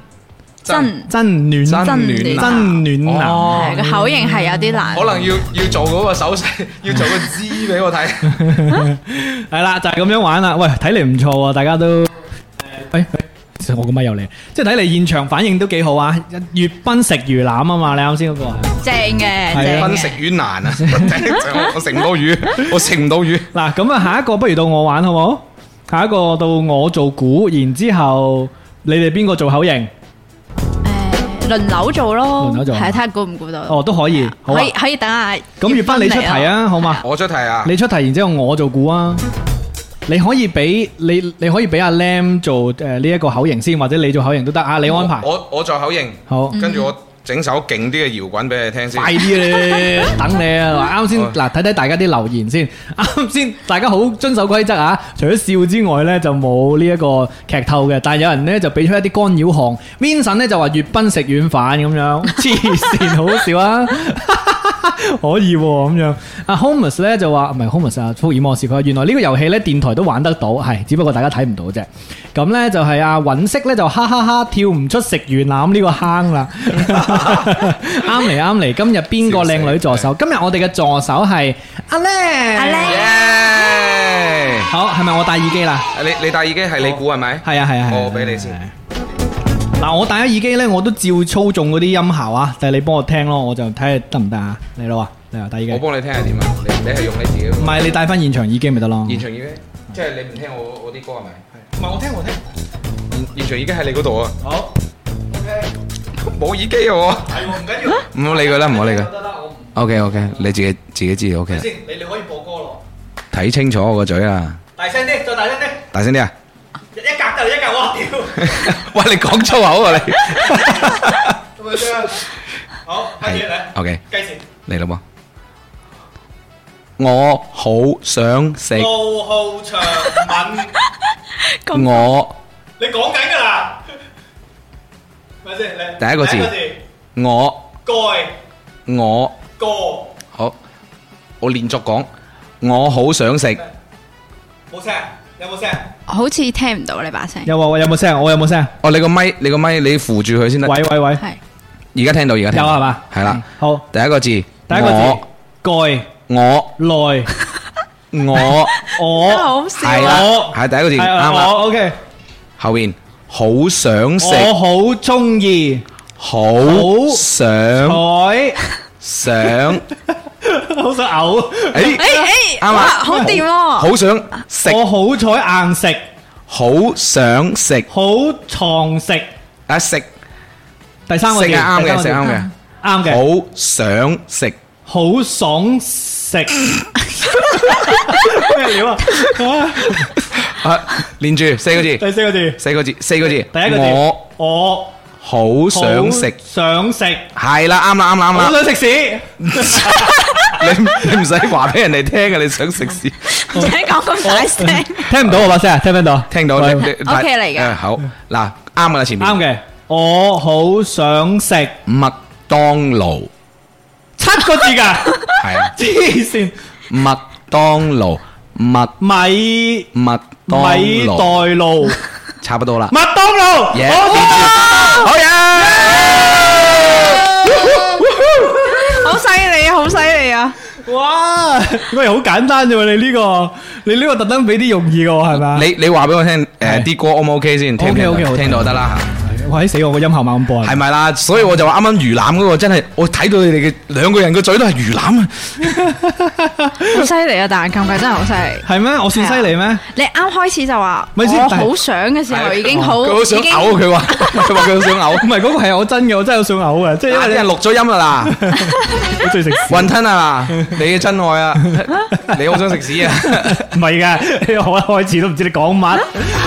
D: 真
A: [laughs] 真暖
C: 真
D: 真
C: 暖男。
A: 真暖男。 [laughs]
C: 哦
D: 係個口型係有啲難
C: 可，能要要做嗰個手勢， [laughs] 要做個姿俾我睇。
A: 系啦，就系、咁样玩啦。喂，睇嚟唔错喎，大家都喂，喂其實我個咪又嚟，即係睇嚟現場反應都幾好啊！粵賓食魚腩啊嘛，你啱先嗰個係
D: 正嘅
A: 係啊
D: 正
C: 分食
D: 嘅，
C: 魚難啊！我我食唔到魚，我食唔到魚。
A: 嗱，咁啊下一個不如到我玩好冇？下一個到我做估，然之後你哋邊個做口型？
D: 誒輪流做咯，
A: 輪流做
D: 係睇下估唔估到，
A: 哦，都可以，好啊
D: 可以。可以等下。
A: 咁粵賓你出題啊，好嘛？
C: 我出題啊！
A: 你出題，然之後我做估啊。你可以俾你你可以俾阿 Lam 做誒呢一個口型先，或者你做口型都得啊，你安排
C: 我我做口型，
A: 好。
C: 跟住我整首勁啲嘅搖滾俾你聽先。
A: 快啲
C: [laughs]
A: 咧，等你啊！嗱啱先
C: 好
A: 嗱，睇睇大家啲留言先。 [laughs] 啱先大家好遵守規則啊，除咗笑之外呢，就冇呢一個劇透嘅。但係有人呢，就俾出一啲干擾項，Vincent 呢，就話粵賓食軟飯咁樣，黐線好笑啊！可以喎咁樣。阿 Homus 咧就話唔係 Homus 啊，福爾摩斯佢話原來呢個遊戲咧電台都玩得到，係只不過大家睇唔到啫。咁咧就係阿允色咧就哈哈哈跳唔出食魚腩呢個坑
C: [laughs]
A: 啦。啱嚟啱嚟，今日邊個靚女助手？今日我哋嘅助手係阿咧，
D: 阿 Lam
C: 耶！
A: 好係咪我戴耳機啦？
C: 你你戴耳機係你估係咪？
A: 係啊係啊係啊。
C: 我俾你先
A: 係啊。嗱，我戴咗耳機咧，我都照操縱嗰啲音效啊，但係你幫我聽咯，我就睇下得唔得啊？嚟咯啊，嚟啊，戴耳
C: 我
A: 機。
C: 幫你聽係點啊？你你係用你自己
A: 唔係你戴翻現場耳機咪得咯。
C: 現場耳機，即係你唔聽我我啲歌係咪？
A: 唔係我聽我聽。
C: 現場耳機喺你嗰度啊！
A: 好。
C: 冇耳機啊我。唔好理佢啦，唔好理佢。
A: 得啦，我唔
C: OK OK，你自己自己知道 OK 啦。
A: 先，你你可以播歌咯，
C: 睇清楚我個嘴啦， [laughs]
A: 大聲啲，再大聲啲，
C: 大聲啲啊！
A: 一格就一格喎，屌，
C: 喂，你講粗口啊你！
A: 咁咪先。好，開始嚟，
C: OK，
A: 計時。
C: 嚟啦噃。我好想食，
A: 路浩長文，
C: 我
A: 你講緊㗎啦，咪先？你
C: 第一個字
A: 第
C: 我
A: 蓋
C: 我
A: 過
C: 好，我連續講，我好想食，
A: 冇聲，有冇聲？
D: 好似聽唔到你把聲，
A: 有冇有冇聲？我有冇聲？
C: 哦，你個咪，你個咪，你扶住佢先得。
A: 喂喂喂，
D: 係
C: 而家聽到，而家聽
A: 有啊
C: 到
A: 係嘛？
C: 係啦，
A: 好，
C: 第一個字，第一
A: 第一個字蓋
C: 我
A: 內
C: [laughs] 我
A: 我
E: 好笑
C: 係
A: [laughs]
E: 啊！
A: 我
C: 啦，係第一個字
A: 係
C: 啱
A: 我
C: 啦。
A: OK，
C: 後邊好想食，
A: 我好中意
C: [laughs] 好
A: 好彩，
C: 想
A: 好
C: 想，
A: [laughs] 想嘔，
D: 诶
C: 诶，
A: 哎
D: 诶，
C: 啱啊
D: 哇，好掂喎！
C: 好想食，
A: 我好彩硬食，
C: 好想食，
A: 好藏食。
C: 啊食食
A: 第三個字
C: 係啱嘅，食啊
A: 第三個字
C: 啱
A: 啊啱嘅，
C: 嘅，好想食，
A: 好爽食。咩料啊？啊
C: 啊連住四個字，
A: 第四個字，
C: 四個字，四個字，
A: 第一個字，
C: 我
A: 我
C: 好想食，
A: 想食，
C: 係啦，啱啦，啱啦，啱
A: 好
C: 啦。
A: 想食屎。
C: [laughs] 你你唔使話俾人哋聽啊嘅，你想
A: [laughs]
C: 食屎，
D: 唔使講咁大聲，
A: 聽唔到我把聲，聽唔聽到？
C: 聽到你你
D: OK 嚟嘅
C: [laughs] 誒好嗱，啱噶啦，前面
A: 啱嘅，我好想食
C: 麥當勞
A: 七個字㗎，
C: 係啊，
A: 黐線
C: 麥當勞麥
A: 米
C: 麥當
A: 米袋
C: 勞，
A: 勞
C: 差不多啦。
A: 麥當勞，
C: 耶
A: 好
C: 好嘢！
D: 好犀利啊，好犀利啊！
A: 哇！喂，好簡單啫喎，你呢個你呢個特登俾啲用意嘅喎，係咪？
C: 你你話俾我聽，誒
A: 係
C: 啲歌 O 唔 OK 先？聽唔
A: OK，OK，
C: 聽
A: 好
C: 到
A: 聽
C: 聽到就得啦
A: 哇！死我個音效猛咁播
C: 嚇，
A: 啊
C: 係！咪啦？所以我就話啱啱魚腩嗰個真係，我睇到你哋嘅兩個人個嘴都係魚腩啊！
D: 好犀利啊！但係尷尬真係好犀利。
A: 係咩？我算犀利咩？
D: 你啱開始就話我
A: 咪先但係
D: 好想嘅時候已經好，
C: 佢好想
D: 已經
C: 嘔，佢話佢話佢好想
A: 唔
C: 嘔，
A: 係嗰個係我真嘅，我真係好想嘔啊！即係因
C: 啲
A: 為
C: 人
A: 你
C: 錄咗音啦啦。
A: 好中意食屎，
C: 云吞啊，你嘅真愛啊，你好想食屎啊！
A: 唔係㗎， [laughs] 我一開始都唔知你講乜。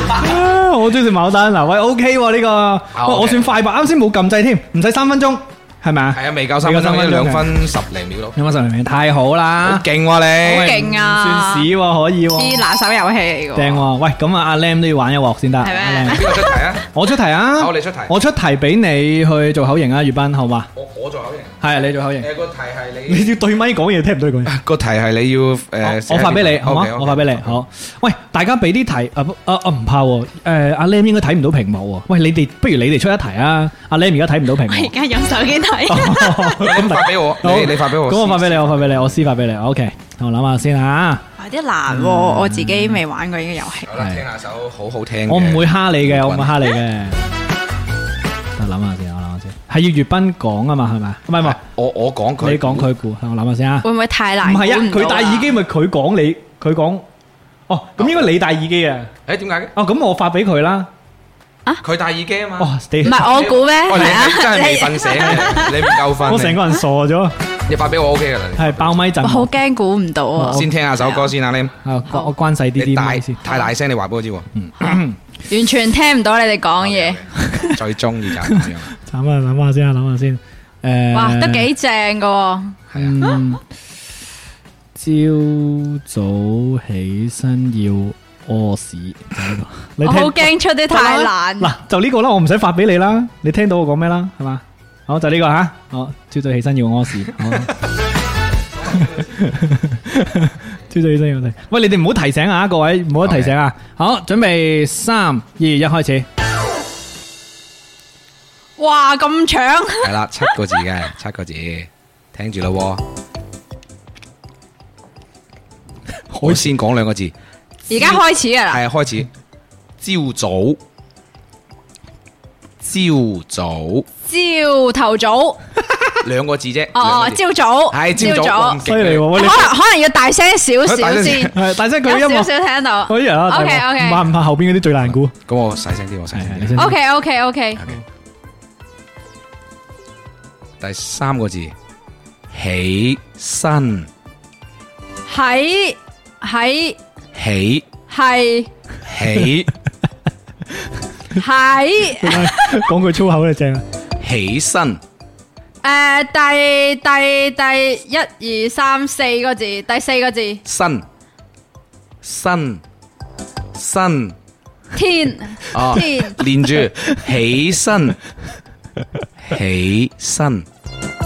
A: 啊我中意食牡丹嗱，喂，OK 喎呢個，喂
C: OK
A: 我算快吧，啱先冇撳掣添，唔使三分鐘，係咪啊
C: 係？啊，未夠三
A: 未
C: 分
A: 夠三
C: 鐘，
A: 分鐘
C: 兩分十零秒咯，
A: 有冇十零名太好
C: 好
A: 啦，
C: 勁喎你！
D: 勁啊
A: 算屎喎，可以喎
D: 啲，拿手遊戲嚟
A: 正
D: 嘅。
A: 喎。喂，咁啊，阿 Lam 都要玩一鑊先得。
D: 咩
A: 阿 Lam
C: 邊個出題啊？
A: 我出題啊，
C: 好你出題
A: 我出題俾你去做口型啊，月斌，好嘛？
C: 我我做口型。
A: 係你做口型，
C: 誒個題係你
A: 你要對咪講嘢，聽唔到佢講嘢。
C: 個題係你要誒，
A: 我我發俾你，好嘛？我發俾你，好。喂，大家俾啲題啊不啊啊唔怕喎，誒阿 Lam 應該睇唔到屏幕喎。喂，你哋不如你哋出一題啊！阿 Lam 而家睇唔到屏
D: [laughs] 我而
A: 幕。
D: 家用
A: [laughs]
D: 手機睇，
A: 咁
C: 你
A: 大
C: 發俾我，
A: 好
C: 你你發俾我。
A: 咁我發俾你，我發俾你，我私發俾你。OK，我諗下先啊。
D: 有啲難喎，我自己未玩過呢個遊戲。
C: 好啦，聽下首好好聽嘅。
A: 我唔會蝦你嘅，
C: 冠軍
A: 我唔會蝦你嘅。我諗下先，我諗下先，係要粵斌講啊嘛，係咪？唔係唔係，
C: 我我講佢，
A: 你講佢估，我諗下先啊。
D: 會唔會太難？
A: 唔係啊，
D: 估
A: 佢
D: 到
A: 戴耳機咪佢講你，佢講。哦，咁應該你戴耳機啊。
C: 誒點解嘅？
A: 哦，咁我發俾佢啦。
C: 佢戴耳機啊嘛。
A: 哦，你
D: 唔係我估咩？
C: 哦，你
D: 係
C: 你真係未
D: 啊，
C: 瞓醒嘅，你唔夠瞓。
A: 我成個人傻咗，
C: 你發俾我 OK 㗎啦。你
A: 係爆咪陣
D: 我。好驚估唔到啊！
C: 先聽下首歌先啊，你
A: 啊，我我關細啲啲
C: 你大
A: 咪先。嗯
C: 太大聲，你話俾我知喎。
D: 完全聽唔到你哋講嘢，
C: 最中意就係咁樣。
A: 慘啊，諗下先啊，諗下先。誒，
D: 哇，都幾正噶！
A: 嗯，朝早起身要屙屎，就呢個。你
D: 我
A: 聽
D: 好驚出啲太難。
A: 嗱，就呢個啦，我唔使發俾你啦，你聽到我講咩啦，係嘛？好，就呢個吓，好，朝早起身要屙屎。好 [laughs] 朝早起身要屙屎。喂，你哋唔好提醒啊，各位唔好提醒啊。好，準備三二一，開始。
D: 哇，咁長，
C: 系啦，七個字嘅，七個字，聽住咯
A: [laughs]
C: 喎。我先講兩個字，
D: 而家開始噶啦，
C: 係啊開始。朝早，朝早，
D: 朝頭早。
C: 兩個字啫。
D: 哦哦，
C: 兩個字
D: 朝早，
C: 係朝早，咁
A: 犀
C: 勁
A: 利喎，喂
D: 可
A: 你
D: 能可能要大聲少少
C: [laughs] 大聲
D: 先，
A: 係但係佢音
D: 有少
A: 樂，
D: 少聽到。
A: 我啲人啊，
D: OK，
A: 大鑊
D: OK
A: 唔怕唔怕，後邊嗰啲最難估。 [laughs]
C: 咁我細聲啲，我細
A: 係係，你
C: 聲
A: 先
C: 啲。
A: 先。
D: OK OK OK，
C: 第三個字，起身，
D: 喺喺
C: 起
D: 係
C: 起 [laughs]
D: 喺
A: 講句粗口就正啦。
C: 起身，
D: 誒第第第一二三四個字，第四個字
C: 身身身，
D: 天
C: 哦。
D: 天
C: 连住起身，起身，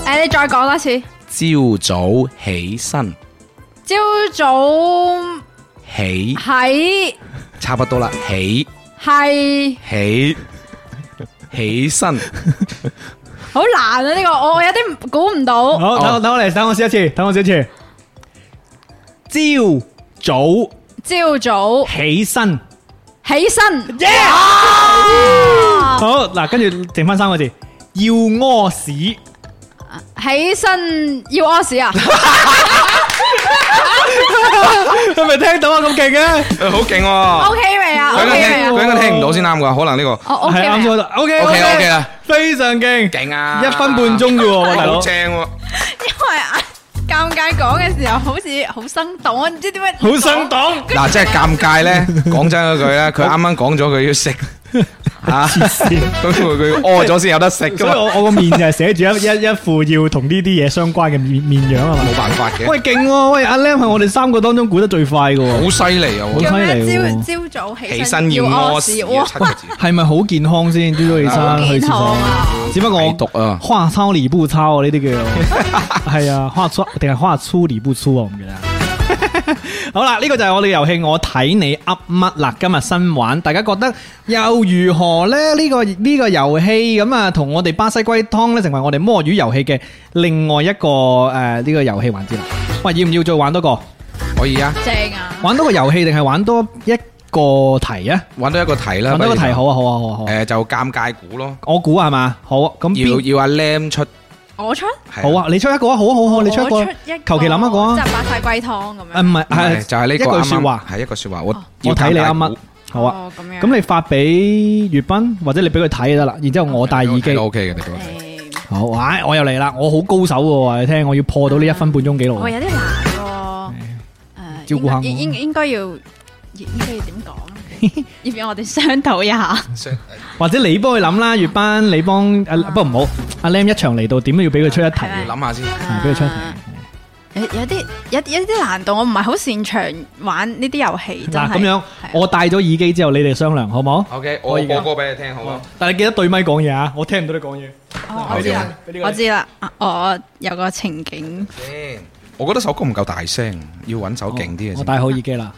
D: 誒，你再講多次，
C: 朝早起身，
D: 朝早
C: 起
D: 喺
C: 差不多啦，起
D: 係
C: 起起身，
D: 好難啊！呢個我我有啲估唔到，
A: 好，等我等我嚟，等我試一次，等我試一次。朝早
D: 朝早
A: 起身，
D: 起身，
A: 好嗱，跟住剩翻三個字，要屙屎。
D: 起身要
A: [laughs]
D: 屙屎啊！
A: 係咪聽到啊？咁勁嘅，
C: 誒好勁喎！
D: OK 未啊
C: 佢應該
D: OK
C: 聽
D: 未啊
C: 佢應該聽唔到先啱㗎，可能呢個
D: 哦 OK
A: 係啱
D: 未
A: 咗
D: 啊
A: 啦。O K
C: OK，OK
A: 啊
C: 啦，
A: 非常勁，
C: 勁啊！
A: 一分半鐘啫喎，喂大佬
C: 好，正喎！
D: 因為尷尬講嘅時候好似好生動，我唔知點解
A: 好生動。
C: 嗱，即係尷尬咧，講真嗰句咧，佢啱啱講咗佢
A: [laughs]
C: 要食啊，咁佢佢屙咗先有得食噶
A: 所以
C: 嘛，
A: 我我个面就係寫住一一一副要同呢啲嘢相關嘅面面样啊嘛。
C: 冇辦法嘅，
A: 喂，勁喎！喂，阿 Lam 係我哋三個當中估得最快嘅喎，
C: 好犀利啊！
A: 好
D: 叫咩
A: 犀利喎
D: 朝朝早起
C: 起身要
D: 屙
C: 屙
D: 屎，
C: 屎，
D: 哇
C: 要！七個字，
A: 係咪好健康先？朝早起身去
D: 健
A: 廁
D: 康
A: 所，
D: 啊！
A: 只不過
C: 排
A: 我
C: 毒啊！
A: 花糙理不糙啊，呢啲
D: [laughs]
A: 叫係啊，花粗定係花粗理不粗啊？我唔記得 [laughs] 啦。好啦，呢、個就係我哋遊戲，我睇你噏乜啦。今日新玩，大家覺得又如何呢？呢、個呢、個遊戲咁啊，同我哋巴西龜湯呢，成為我哋摸魚遊戲嘅另外一個诶呢、個遊戲環節啦。喂，要唔要再玩多個？
C: 可以啊，
D: 正啊！
A: 玩多個遊戲定係玩多一個題啊？
C: 揾到一個題啦，
A: 揾多個題
C: 不
A: 好啊，好啊，好啊，好
C: 如就，
A: 啊。
C: 誒就尷尬估咯，
A: 我估係嘛？好啊，咁
C: 要
A: 邊
C: 要阿 Lam 出，
D: 我出，
A: 好
C: 係，
A: 啊？你出一個啊，好啊，好啊，好啊，你出一個
D: 我
A: 啊
D: 出。一個
A: 求其諗一個啊
D: 即係八晒龜湯咁
A: 啊，
D: 樣。
A: 唔係，
C: 唔係
A: 係
C: 就係呢個
A: 一
C: 啱
A: 句說話
C: 啱，。係一句説話，我
A: 我睇你啱乜？好啊。
D: 哦，咁樣。
A: 咁你發俾粵斌，或者你俾佢睇就得啦。然之後我戴耳機。
C: ，OK 嘅，你嗰個題
D: 誒
A: 好，唉，我又嚟啦，我好高手喎，話你聽，我要破到呢一分半鐘紀
D: 哦我
A: 錄。
D: 有啲難喎。誒
A: 照顧下我
D: 應應應該要應應該要點講？ [laughs] 要唔要我哋商討一下？
A: 或者你幫佢諗啦，粵斌，你幫啊，不過唔好，阿 Lam 一場嚟到，點都要俾佢出一題。
D: 哦係咪啊
C: 諗下先，
A: 係俾佢出一題。
D: 有有啲有有啲難度，我唔係好擅長玩呢啲遊戲，真
A: 嗱，
D: 係。
A: 咁樣
D: 係啊
A: 我戴咗耳機之後，你哋商量好冇？
C: ，OK，
A: 可
C: 我
A: 以㗎
C: 播歌俾你聽好啊，
A: 但係記得對咪講嘢啊，我聽唔到你講嘢。
D: 哦
C: 好
D: 我知
C: 嘅
D: 啦，我知啦，啊我有個情景，
C: 先我覺得首歌唔夠大聲，要揾首勁啲嘅
A: 我
C: 先。
A: 戴好耳機啦。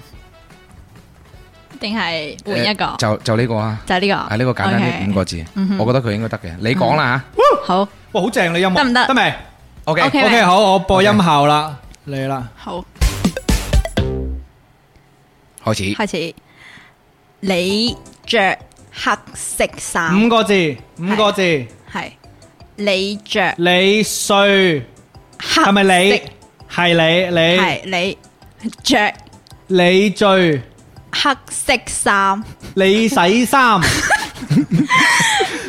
D: 定係換一個
C: 誒，就就呢個啊，
D: 就係呢個。
C: 啊呢個簡單
D: OK
C: 啲五個字，我覺得佢應該得嘅，你講啦嚇
D: 好，
A: 哇，好正你音樂，
D: 得唔得
A: 得未
C: OK，
D: OK
A: ？OK，好，我播音效啦，嚟啦。
D: 好，
C: 開始。
D: 開始。你着黑色衫
A: 五，個字，五個字，
D: 係你着
A: 你睡。
D: 黑，
A: 系咪你？
D: 色？
A: 系
D: 係你着
A: 你，你你醉，
D: [laughs] 黑色衫，
A: 你洗衫，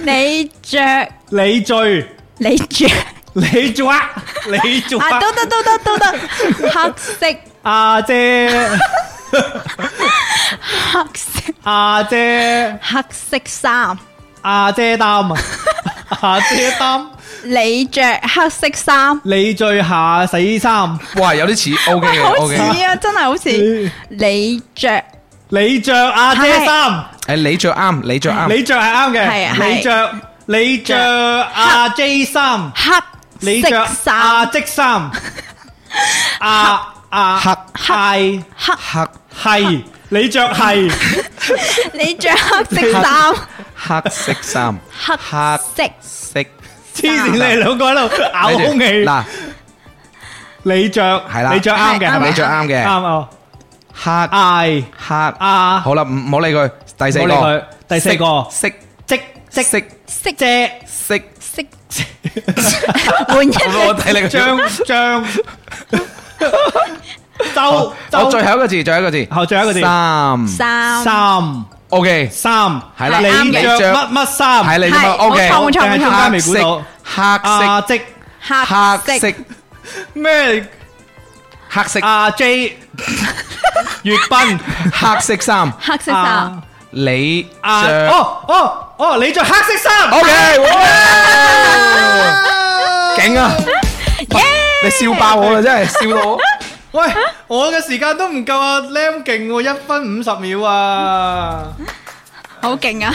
D: 你着
A: 你醉，
D: 你着
A: 你抓，你抓，
D: 啊，都得都得都得，黑色
A: 阿姐， [laughs]
D: 黑色
A: 阿
C: [laughs]
A: 姐，
D: 黑色衫，
A: 阿姐担，阿姐担，
D: 你着黑色衫。
A: 你醉下洗衫，
C: 哇，有啲 [laughs] 似 OK 嘅
D: 好
C: OK
D: 似。啊，真係好似你着
A: 你着阿姐衫，
C: 誒，你着啱，你着啱。
A: 你着系啱
D: 係啊
A: 嘅，
D: 係
A: 你着你着阿 J 衫，
D: 黑
A: 你
D: 色
A: 着阿
F: à.
C: [laughs]
D: 衫，
A: 即衫，阿阿
C: 黑
A: 系
D: 黑
C: 黑
A: 系，你着系。
D: 你着黑色衫，
C: 黑色衫，
A: [laughs]
D: 黑色
C: 色
A: 黐線，你哋兩個喺度咬
C: 睇住
A: 空氣。
C: 嗱，
A: 你着
C: 係啦
A: 你着啱嘅係咪？
C: 你着啱嘅
A: 啱啊！
C: 黑
A: 嗌
C: 黑。
A: 啊，
C: 好啦，唔唔好理佢。第四
A: 唔好理
C: 個
A: 佢，第四個
C: 色
A: 即即
C: 色色
D: 色
A: 遮 [laughs]
C: 色。
D: 色，換一
C: 我
D: 隻
C: 睇你個
A: 張
C: [laughs]
A: 張周
C: 我
A: 周
C: 最後一個字，最後一個字。
A: 好最後一個字
C: 三。
D: 衫，
A: 三
C: OK，
A: 三
C: 係啦
A: 你
D: 啱嘅
A: 着
C: 你着
A: 乜乜衫？
C: 係你咁啊
D: 係
C: OK。
D: 冇錯冇
A: 定
D: 錯
A: 係中間
D: 冇錯，
A: 未
C: 黑
A: 估
C: 色
A: 到
C: 黑
A: 阿即
C: 色黑
D: 黑
C: 色
D: 色
A: 咩？
C: 黑色
A: 阿 [laughs] J 粵斌
C: 黑色衫。
D: 黑色衫
A: 啊，
C: 你
A: 啊
C: 着
A: 哦哦哦，你着黑色衫。
C: OK，哇勁啊！你笑爆我啦，真係笑到我。
A: 喂，我嘅時間都唔夠啊，Lam 勁喎，一分五十秒啊！
D: 好勁啊！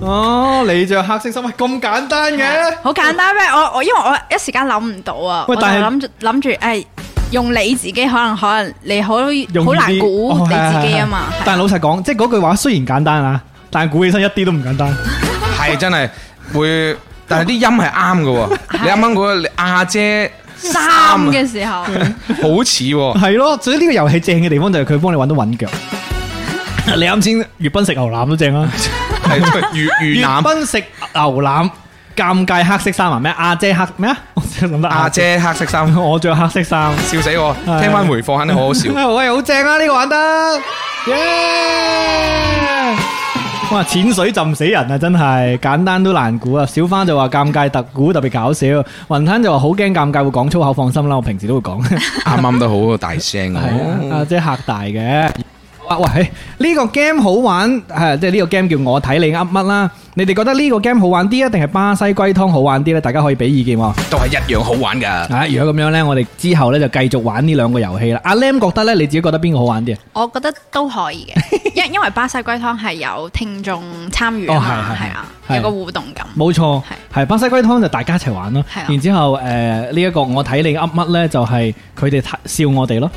A: 哦，你着黑色衫，喂，咁簡單嘅？
D: 好簡單咩？我我因為我一時間諗唔到啊，
A: 喂
D: 我就
A: 但係
D: 諗住諗住誒。用你自己可能可能你好
A: 容
D: 好
A: 易啲
D: 難估
A: 哦
D: 你自己啊
A: 係
D: 嘛，
A: 係係
D: 係
A: 但係老實講，即係嗰句話雖然簡單啊，但係估起身一啲都唔簡單。
C: 系真係會，但係啲音係啱嘅喎。你啱啱嗰個阿姐
A: 哦
D: 衫嘅時候，
A: 嗯
C: 好似
A: [laughs]
C: 喎，
A: 係咯，所以呢個遊戲正嘅地方就係佢幫你揾到揾腳。你啱先粵賓食牛腩都正啊！
C: 係越越南
A: 粵 [laughs] 賓食牛腩，尷尬黑色衫啊咩？阿姐黑咩啊？我真係諗得
C: 阿，姐黑色衫，
A: 我着黑色衫。
C: 笑死我！聽翻回放肯定好好笑。
A: 喂，好正啊！呢個玩得，耶！哇，淺水浸死人啊！真係簡單都難估啊！小花就話尷尬特估特別搞笑，雲吞就話好驚尷尬會講粗口，放心啦，我平時都會講。
C: 啱啱都好大聲
A: 係啊，
C: 啊！
A: 即係嚇大嘅。啊喂，呢、個 game 好玩，係即係呢個 game 叫我睇你噏乜啦？你哋覺得呢個 game 好玩啲啊，定係巴西龜湯好玩啲呢？大家可以俾意見喎。
C: 都係一樣好玩噶。
A: 啊，如果咁樣呢，我哋之後呢就繼續玩呢兩個遊戲啦。阿 Lam 覺得呢，你自己覺得邊個好玩啲啊？
D: 我覺得都可以
A: [laughs]
D: 嘅，因因為巴西龜湯係有聽眾參與啊嘛，
A: 哦係係
D: 係啊，
A: 係
D: 有個互動感。
A: 冇錯，係巴西龜湯就大家一齊玩咯。
D: 係啊
A: 然之後誒呢一個我睇你噏乜呢，就係佢哋睇笑我哋咯。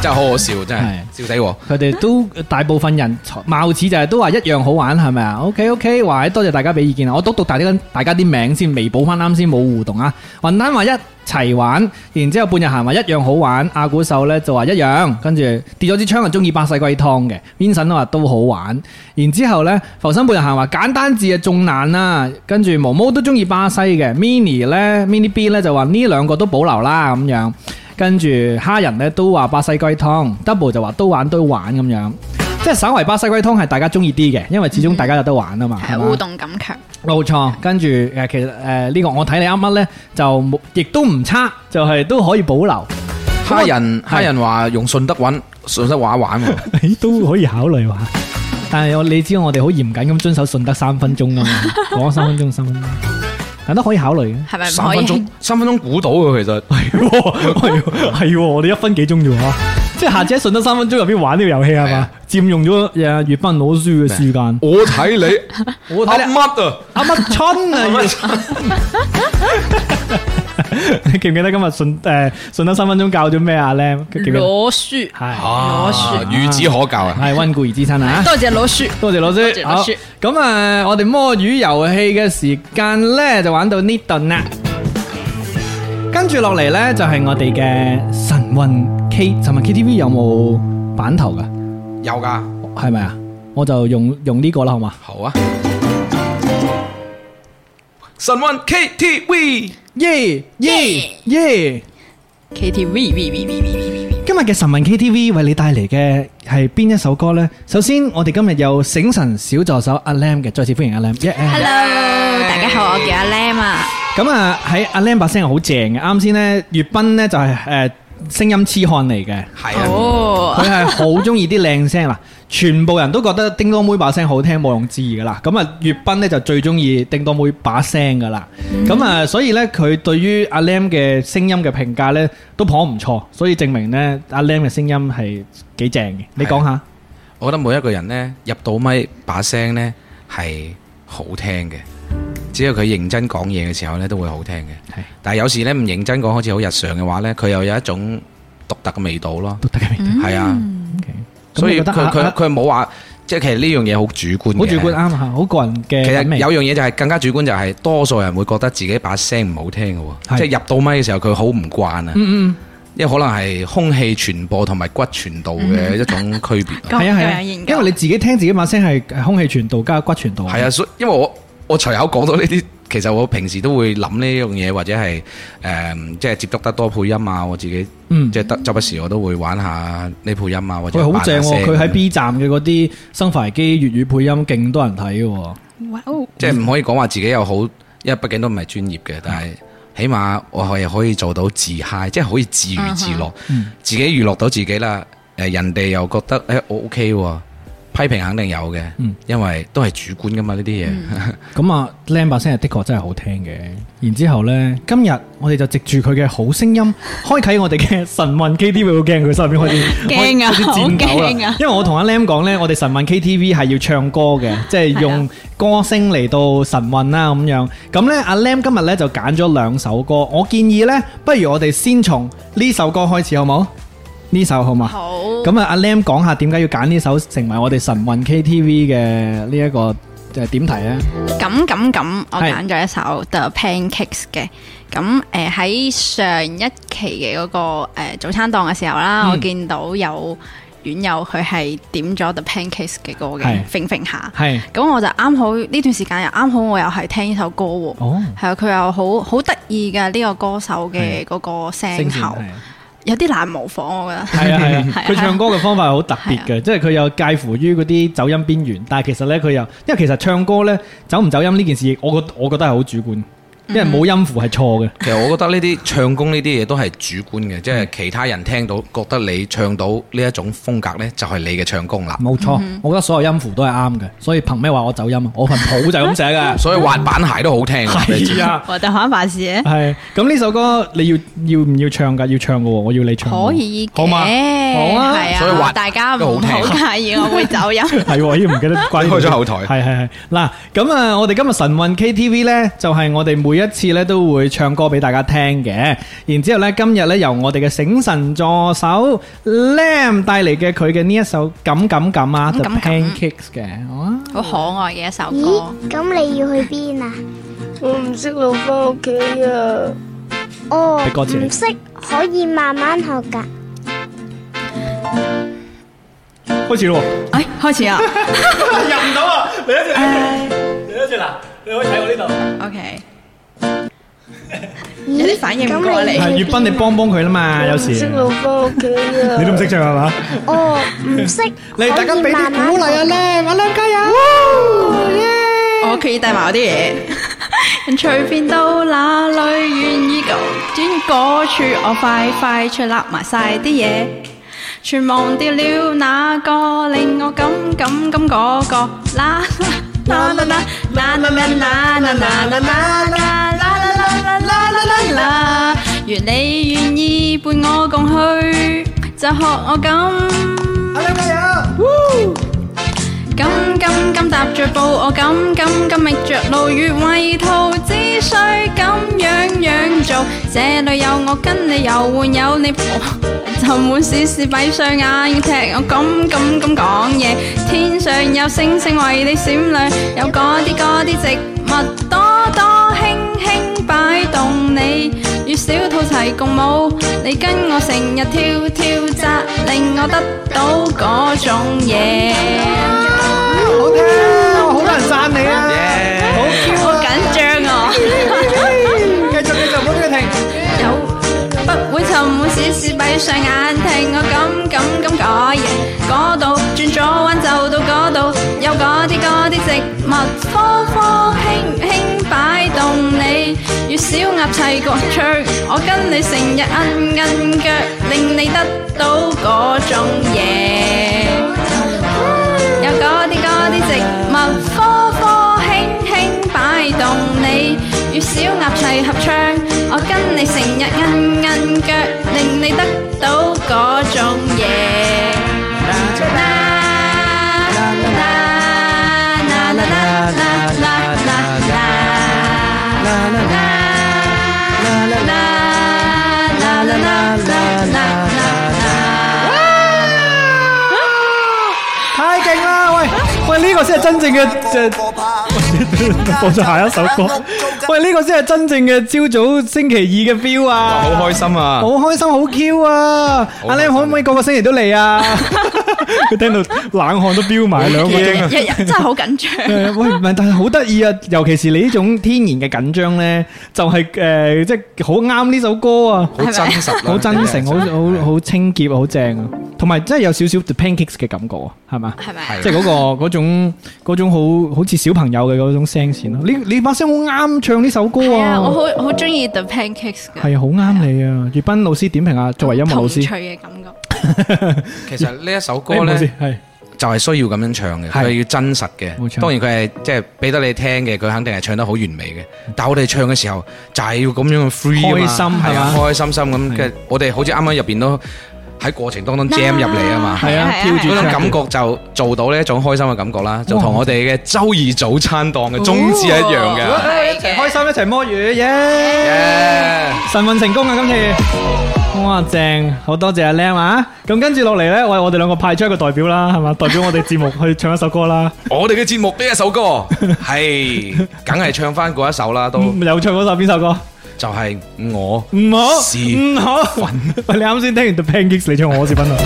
C: 真係好好笑，真係
A: 係
C: 笑死我！
A: 佢哋都大部分人貌似就係都話一樣好玩，係咪啊？OK OK，話多謝大家俾意見啊！我讀讀大家大家啲名先，彌補翻啱先冇互動啊。雲丹話一齊玩，然之後半日閒話一樣好玩，阿古獸呢就話一樣，跟住跌咗支槍啊，中意巴西龜湯嘅，Vincent 都話都好玩，然之後呢，浮生半日閒話簡單字啊仲難啦，跟住毛毛都中意巴西嘅，Mini 呢 Mini B 呢就話呢兩個都保留啦咁樣。跟住蝦人咧都話巴西龜湯，double 就話都玩都玩咁樣，即係稍為巴西龜湯係大家中意啲嘅，因為始終大家有得玩啊嘛，
D: 係
A: 係
D: 互
A: 嘛？
D: 動感強，
A: 冇錯，跟住誒其實誒呃呢、個我睇你啱乜呢，就冇亦都唔差，就係、都可以保留，
C: 蝦人蝦人話用順德揾順德話玩喎，
A: 誒都可以考慮話。但係我你知我哋好嚴謹咁遵守順德三分鐘 [laughs] 啊嘛，講三分鐘三分鐘，但都可以 [laughs] 考慮嘅。
D: 係咪唔
C: 三
D: 可
C: 分
D: 以
C: 鐘？三分鐘估到嘅其實。
A: 係喎係喎係喎，我哋一分幾鐘啫喎，即係下次喺順德三分鐘入邊玩呢個遊 [laughs] 戲係
C: 係
A: 嘛
C: 啊，
A: 佔用咗呃誒粵賓攞書嘅時間。
C: 我睇你，
A: [laughs] 我睇你
C: 乜啊？
A: 阿乜春啊！要 [laughs] 你記唔記得今日順誒順德三分鐘教咗咩啊？咧記唔記得？
E: 攞書，
A: 係
C: 啊，孺子可教啊！
A: 係温故而知新啊！
E: 多謝攞書。
A: 多謝老
E: 多
A: 師。
E: 謝
A: 好
E: 老師
A: 咁啊，我哋摸魚遊戲嘅時間咧就玩到呢度啦。跟住落嚟咧就係我哋嘅神運 K，尋日 KTV 有冇版頭噶？
C: 有噶，
A: 係咪啊？我就用用呢個啦，好嘛？
C: 好啊！神韵 KTV
A: 耶耶耶！
E: KTV V V V V V
A: 今日嘅神文 KTV 為你帶嚟嘅係邊一首歌呢？首先，我哋今日有醒神小助手阿 Lam 嘅，再次歡迎阿 Lam。Yeah，
D: ？Hello，大家好，我叫阿 Lam 啊，
A: 咁啊，喺阿 Lam 把聲係好正嘅。啱先呢，粵斌呢就係誒聲音痴漢嚟嘅，
C: 係啊，
E: 哦
A: 佢，係好中意啲靚聲啦。 [laughs] 全部人都覺得叮當妹把聲好聽，毋庸置疑噶啦。咁啊，粵斌呢就最中意叮當妹把聲噶啦。咁啊，所以呢，佢對於阿 Lam 嘅聲音嘅評價呢都頗唔錯，所以證明呢，阿 Lam 嘅聲音係幾正嘅。你講下。
C: 我覺得每一個人呢，入到咪把聲呢係好聽嘅，只要佢認真講嘢嘅時候呢，都會好聽嘅
A: 係。
C: 但係有時呢，唔認真講，好似好日常嘅話呢，佢又有一種獨特嘅味道咯。
A: 都得嘅味道。
C: 係啊，
A: 嗯咁
C: 所
A: 你
C: 以
A: 覺得
C: 佢
A: 啊
C: 佢
A: 啊
C: 佢冇話，即係其實呢樣嘢好主觀嘅
A: 好主觀啱啊，好個人嘅
C: 其
A: 品
C: 實
A: 味。
C: 有樣嘢就係更加主觀，就係多數人會覺得自己把聲唔好聽嘅
A: 係
C: 喎，即係入到咪嘅時候佢好唔慣啊，
A: 嗯嗯，
C: 因為可能係空氣傳播同埋骨傳導
A: 嗯
C: 嘅一種
A: [laughs]
C: 區別。
D: 咁
A: 係啊係
D: 樣
A: 啊，
D: 研
A: 因
D: 究
A: 為你自己聽自己把聲係係空氣傳導加骨傳導。
C: 係啊，所以因為我我隨口講到呢啲，其實我平時都會諗呢樣嘢，或者係誒、即係接觸得多配音啊，我自己、
A: 嗯
C: 即係得周不時我都會玩下呢配音啊，或者
A: 喂，好正
C: 扮
A: 喎！
C: 下聲
A: 佢喺 B 站嘅嗰啲生化危機粵語配音，勁多人睇嘅喎。
E: 哇哦，
C: 即係唔可以講話自己又好，因為畢竟都唔係專業嘅，但
A: 嗯
C: 係起碼我係可以做到自嗨，即係可以自娛自
A: 嗯
C: 樂，自己娛樂到自己啦。誒，人哋又覺得誒、我 OK 喎，批評肯定有嘅，
A: 嗯
C: 因為都係主觀噶嘛呢啲嘢。
A: 咁啊，Lam 把聲係的確真係好聽嘅。然之後呢，今日我哋就藉住佢嘅好聲音，開啟我哋嘅神運 [laughs] KTV。好驚佢身邊開始
E: 驚啊
A: 開始戰鬥啦
E: 好驚啊
A: 因為我同阿 Lam 講呢，我哋神運 KTV 係要唱歌嘅，即係
E: 啊
A: 用歌聲嚟到神運啦咁樣。咁呢，阿 Lam 今日呢就揀咗兩首歌，我建議呢，不如我哋先從呢首歌開始好冇？呢首好嘛？
D: 好，
A: 咁啊，阿 Lam 講下點解要揀呢首成為我哋神運 KTV 嘅呢一個誒點題咧？
D: 咁咁咁，我
A: 係
D: 揀咗一首 The Pancakes 嘅。咁呃誒呃喺上一期嘅嗰個誒早餐檔嘅時候啦，
A: 嗯
D: 我見到有院友佢係點咗 The Pancakes 嘅歌嘅
A: 係，
D: 揈揈下。
A: 係
D: 咁我就啱好呢段時間又啱好我又係聽呢首歌喎。
A: 哦，
D: 係啊，佢又好好得意嘅呢個歌手嘅
A: 係
D: 嗰個聲
A: 聲線
D: 喉
A: 係，
D: 有啲難模仿我覺得。
A: 係啊係啊
D: [laughs] 係啊，
A: [laughs] 佢唱歌嘅方法係好特別嘅，即係佢又介乎於嗰啲走音邊緣，但係其實咧佢又，因為其實唱歌咧走唔走音呢件事，我覺我覺得係好主觀，
D: 嗯
A: 因為冇音符係錯嘅。
C: [laughs] 其實我覺得呢啲唱功呢啲嘢都係主觀嘅，即
A: 嗯
C: 係其他人聽到覺得你唱到呢一種風格呢，就係你嘅唱功啦。。
A: 冇錯，
D: 嗯
A: 我覺得所有音符都係啱嘅，所以憑咩話我走音啊？我份譜就係咁寫嘅
D: [laughs]
C: 所以滑板鞋都好聽。
A: 係 [laughs] 啊，
D: 我哋玩法事嘅，
A: 係咁呢首歌你要要唔要唱㗎？要唱嘅喎，我要你唱喎。
D: 可以嘅，
A: 好嘛？好啊
D: 係
C: 所以
D: 啊，
C: 滑
D: 大家
C: 都
D: 唔
C: 好聽
D: 好介意我會
A: [laughs]
D: 走音。
A: 係喎，依家唔記得關
C: [laughs] 開咗後台
A: 係係係嗱，咁啊，我哋今日神運 KTV 呢，就係我哋每一次呢都會唱歌俾大家聽嘅。然之後呢，今日呢，由我哋嘅醒神助手 Lam 帶嚟嘅佢嘅呢一首《咁咁咁》啊，《The
D: 咁咁
A: Pancakes》嘅。哦哇
D: 好可愛嘅一首歌。
G: 咁你要去邊啊？
H: 我唔識路翻屋企啊！
G: 哦
A: 俾歌詞你
G: 唔識可以慢慢學噶。
A: 開始咯喎！
D: 哎，開始
A: [laughs]
D: 啦
A: 入唔到啊！你一隻，你一隻嗱，你可以睇我呢度。
D: ，OK，
G: 有
D: 啲反應唔過嚟
A: 係月斌，你幫幫佢啦嘛，有時
H: 識路翻屋企啊！
A: 你都唔識唱係嘛？
G: 哦，唔識可
A: 嚟，大家
G: 以
A: 俾啲
G: 慢慢
A: 鼓勵阿
G: 學。
A: 靚，阿靚加油！
D: 我企帶埋我啲嘢。隨便到哪裏願意go，轉嗰處我快快脆揦埋晒啲嘢，全忘掉了那個令我咁咁咁嗰個啦啦啦啦啦啦啦啦啦啦啦啦啦啦啦啦啦啦，如你願意伴我共去，就學我咁。咁咁咁踏着步，我咁咁咁覓着路，越為途只需咁樣樣做。這裏有我跟你遊玩，有你我就滿是是閉上眼踢，我咁咁咁講嘢。天上有星星為你閃亮，有嗰啲嗰啲植物多多輕輕擺動你，與小兔齊共舞。你跟我成日跳跳扎，令我得到嗰種嘢。
A: 好聽啊，好多人讚你啊，好 Q
D: 好
A: 啊！
D: 緊張啊！
A: 繼續繼續，唔好俾佢停。
D: 有不會沉悶，時時閉上眼聽我咁咁咁講嘢。嗰度轉左彎就到嗰度，有嗰啲嗰啲植物，科科輕輕擺動你，與小鴨齊共唱。我跟你成日摁摁腳，令你得到嗰種嘢。有嗰啲嗰啲植物，科科輕輕擺動你，與小鴨齊合唱，我跟你成日摁摁腳，令你得到嗰種嘢。
A: 太勁啦！喂喂，呢個先係真正嘅誒，放咗下一首歌。喂，呢個先係真正嘅朝早星期二嘅 feel 啊！
C: 好開心啊
A: 好！開心，好 Q 啊！阿靚可唔可以個個星期都嚟啊？佢聽到冷汗都飆埋兩個
D: 日日真係好緊張。
A: 诶，喂，唔係，但係好得意啊！尤其是你呢種天然嘅緊張咧，就係诶，即係好啱呢首歌啊！
D: [laughs]
C: 好真實啊，
A: 好真誠，好好好清潔，好正啊！同埋真係有少少 The Pancakes 嘅感覺啊，係
D: [laughs]
A: 嘛？
D: 係咪？
C: 係
A: 即係嗰個嗰種嗰種好好似小朋友嘅嗰種聲線咯。你你把聲好啱唱呢首歌
D: 係啊，
A: 啊，
D: 我好好中意 The Pancakes 嘅，
A: 係啊，好啱你啊！粵斌老師點評下，作為音樂老
D: 童
A: 師，
D: 趣嘅感覺。
C: 其實呢一首
A: 音
C: 歌
A: 樂老
C: 呢，
A: 師係
C: 就係需要咁樣唱嘅，
A: 係
C: 佢要真實嘅
A: 冇。錯
C: 當然佢係即係俾得你聽嘅，佢肯定係唱得好完美嘅。但我哋唱嘅時候就係要咁樣 free 啊嘛
A: 開心係
C: 係
A: 嘛
C: 啊，開開心心咁。跟住我哋好似啱啱入邊都喺過程當中 jam 入嚟啊嘛。
A: 係啊
D: 係啊
A: 跳
C: 嗰
A: 住
C: 種
A: 唱
C: 感覺就做到呢一種開心嘅感覺啦，就同我哋嘅周二早餐檔嘅宗旨係一樣嘅。
A: 一齊開心，一齊摸魚，耶！神運成功啊！今次，哇正，好多謝阿 Lam 啊！咁跟住落嚟呢，喂，我哋兩個派出一個代表啦，係嘛？代表我哋節目去唱一首歌啦，
C: 我哋嘅節目呢一首歌係，梗係唱翻嗰一首啦，都
A: 有唱嗰首邊首歌？
C: 就係我
A: 唔好，
C: 是
A: [laughs] 唔好，喂，你啱先聽完 The Pancakes，你唱我是分啊！